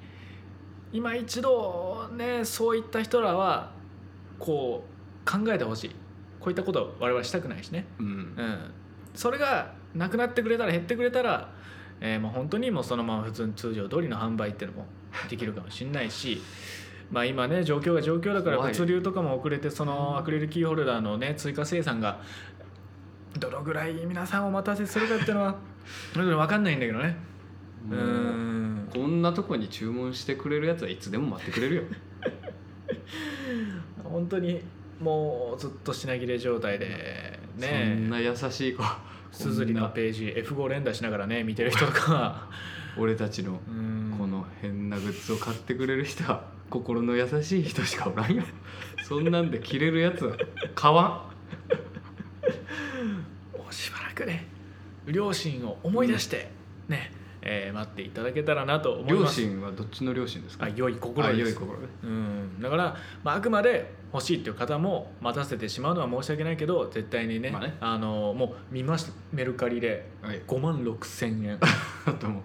Speaker 2: 今一度ねそういった人らはこう考えてほしいこういったことを我々はしたくないしね、
Speaker 8: うん
Speaker 2: うん、それがなくなってくれたら減ってくれたら、えー、まあ本当にもうそのまま普通に通常通りの販売っていうのもできるかもしれないし。 まあ今ね状況が状況だから
Speaker 8: 怖い
Speaker 2: 物流とかも遅れてそのアクリルキーホルダーのね追加生産がどのぐらい皆さんお待たせするかっていうのは 分かんないんだけどねうー
Speaker 8: もうんこんなとこに注文してくれるやつはいつでも待ってくれ るよ
Speaker 2: 本当にもうずっと品切れ状態で
Speaker 8: そん
Speaker 2: ね
Speaker 8: な優しい子
Speaker 2: すずり
Speaker 8: こん
Speaker 2: の
Speaker 8: な
Speaker 2: ページ F5 連打しながらね見てる人と か
Speaker 8: 俺たちの
Speaker 2: うーん
Speaker 8: この変なグッズを買ってくれる人は心の優しい人しかおらんよそんなんで着れるやつは買わ
Speaker 2: もうしばらくね両親を思い出してね、えー待っていただけたらなと
Speaker 8: ん
Speaker 2: 思い
Speaker 8: 両
Speaker 2: ます
Speaker 8: 親はどっちの両親ですか
Speaker 2: あ良い心です
Speaker 8: あ良い心ね
Speaker 2: うん、だから、まあ、あくまで欲しいっていう方も待たせてしまうのは申し訳ないけど絶対にね,、
Speaker 8: まあね
Speaker 2: のもう見ましたメルカリで
Speaker 8: はい
Speaker 2: 5万6千円
Speaker 8: あともう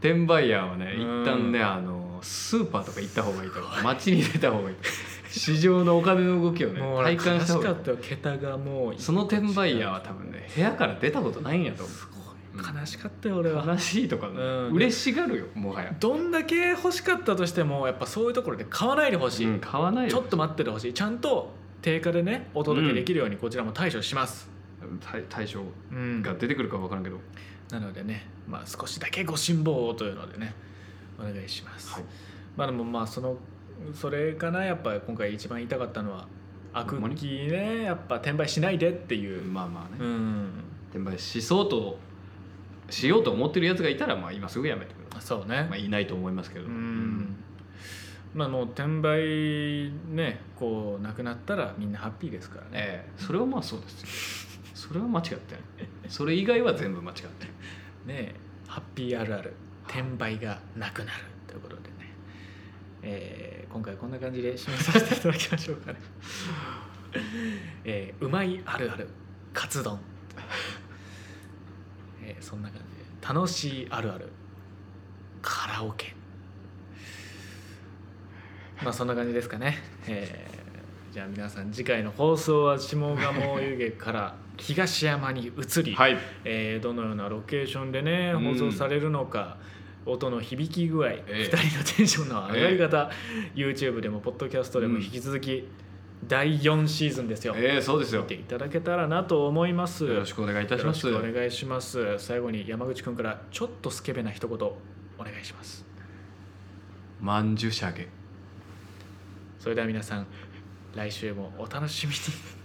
Speaker 8: 転売ヤーはね
Speaker 2: うん
Speaker 8: 一旦ねあのスーパーとか行った方がいいとか街に出た方がいいとか市場のお金の動き をね
Speaker 2: もう
Speaker 8: 体感した
Speaker 2: 悲し
Speaker 8: 方
Speaker 2: か
Speaker 8: がいい
Speaker 2: ったよ桁がもう
Speaker 8: その転売ヤーは多分ね部屋から出たことないんやと思う
Speaker 2: すごい悲しかったよ俺は、
Speaker 8: 悲しいとか、ね
Speaker 2: うん
Speaker 8: 嬉しがるよもはや、
Speaker 2: どんだけ欲しかったとしてもやっぱそういうところで買わないでほしい、
Speaker 8: うん買わないよ
Speaker 2: ちょっと待っててほしいちゃんと定価でねお届けできるようにこちらも対処します、
Speaker 8: 対対象
Speaker 2: うん
Speaker 8: が出てくるか分からんけど、
Speaker 2: なのでね、まあ、少しだけご辛抱をというのでねお願いします、
Speaker 8: はい
Speaker 2: まあでもまあそのそれかなやっぱ今回一番言いたかったのは悪
Speaker 8: ほんま
Speaker 2: 気ねやっぱ転売しないでっていう、
Speaker 8: まあまあ
Speaker 2: う
Speaker 8: ね、
Speaker 2: ん
Speaker 8: 転売しそうとしようと思ってるやつがいたらまあ今すぐやめてくださ
Speaker 2: そうね
Speaker 8: い、まあ、いないと思いますけど、
Speaker 2: うんまあもう転売ねこうなくなったらみんなハッピーですからね、
Speaker 8: ええそれはまあそうですよそれは間違ってないそれ以外は全部間違ってる
Speaker 2: ねハッピーあるある転売がなくなるということでね、えー今回こんな感じで締めさせていただきましょうかね、 えーうまいあるあるカツ丼、えーそんな感じで楽しいあるあるカラオケまあそんな感じですかね、えーじゃあ皆さん次回の放送は下鴨湯気から東山に移り、
Speaker 8: はい
Speaker 2: えーどのようなロケーションでね
Speaker 8: うん
Speaker 2: 放送されるのか、音の響き具合、二
Speaker 8: え
Speaker 2: 2人のテンションの上がり方、YouTube でもポッドキャストでも
Speaker 8: うん
Speaker 2: 引き続き、第4シーズンですよ、
Speaker 8: えー、そうですよ
Speaker 2: 見ていただけたらなと思います
Speaker 8: よろしくお願いいたし
Speaker 2: よろ
Speaker 8: ま
Speaker 2: し
Speaker 8: す
Speaker 2: くお願いします最後に山口くんからちょっとスケベな一言お願いします
Speaker 8: まんじゅしゃげ
Speaker 2: それでは皆さん来週もお楽しみに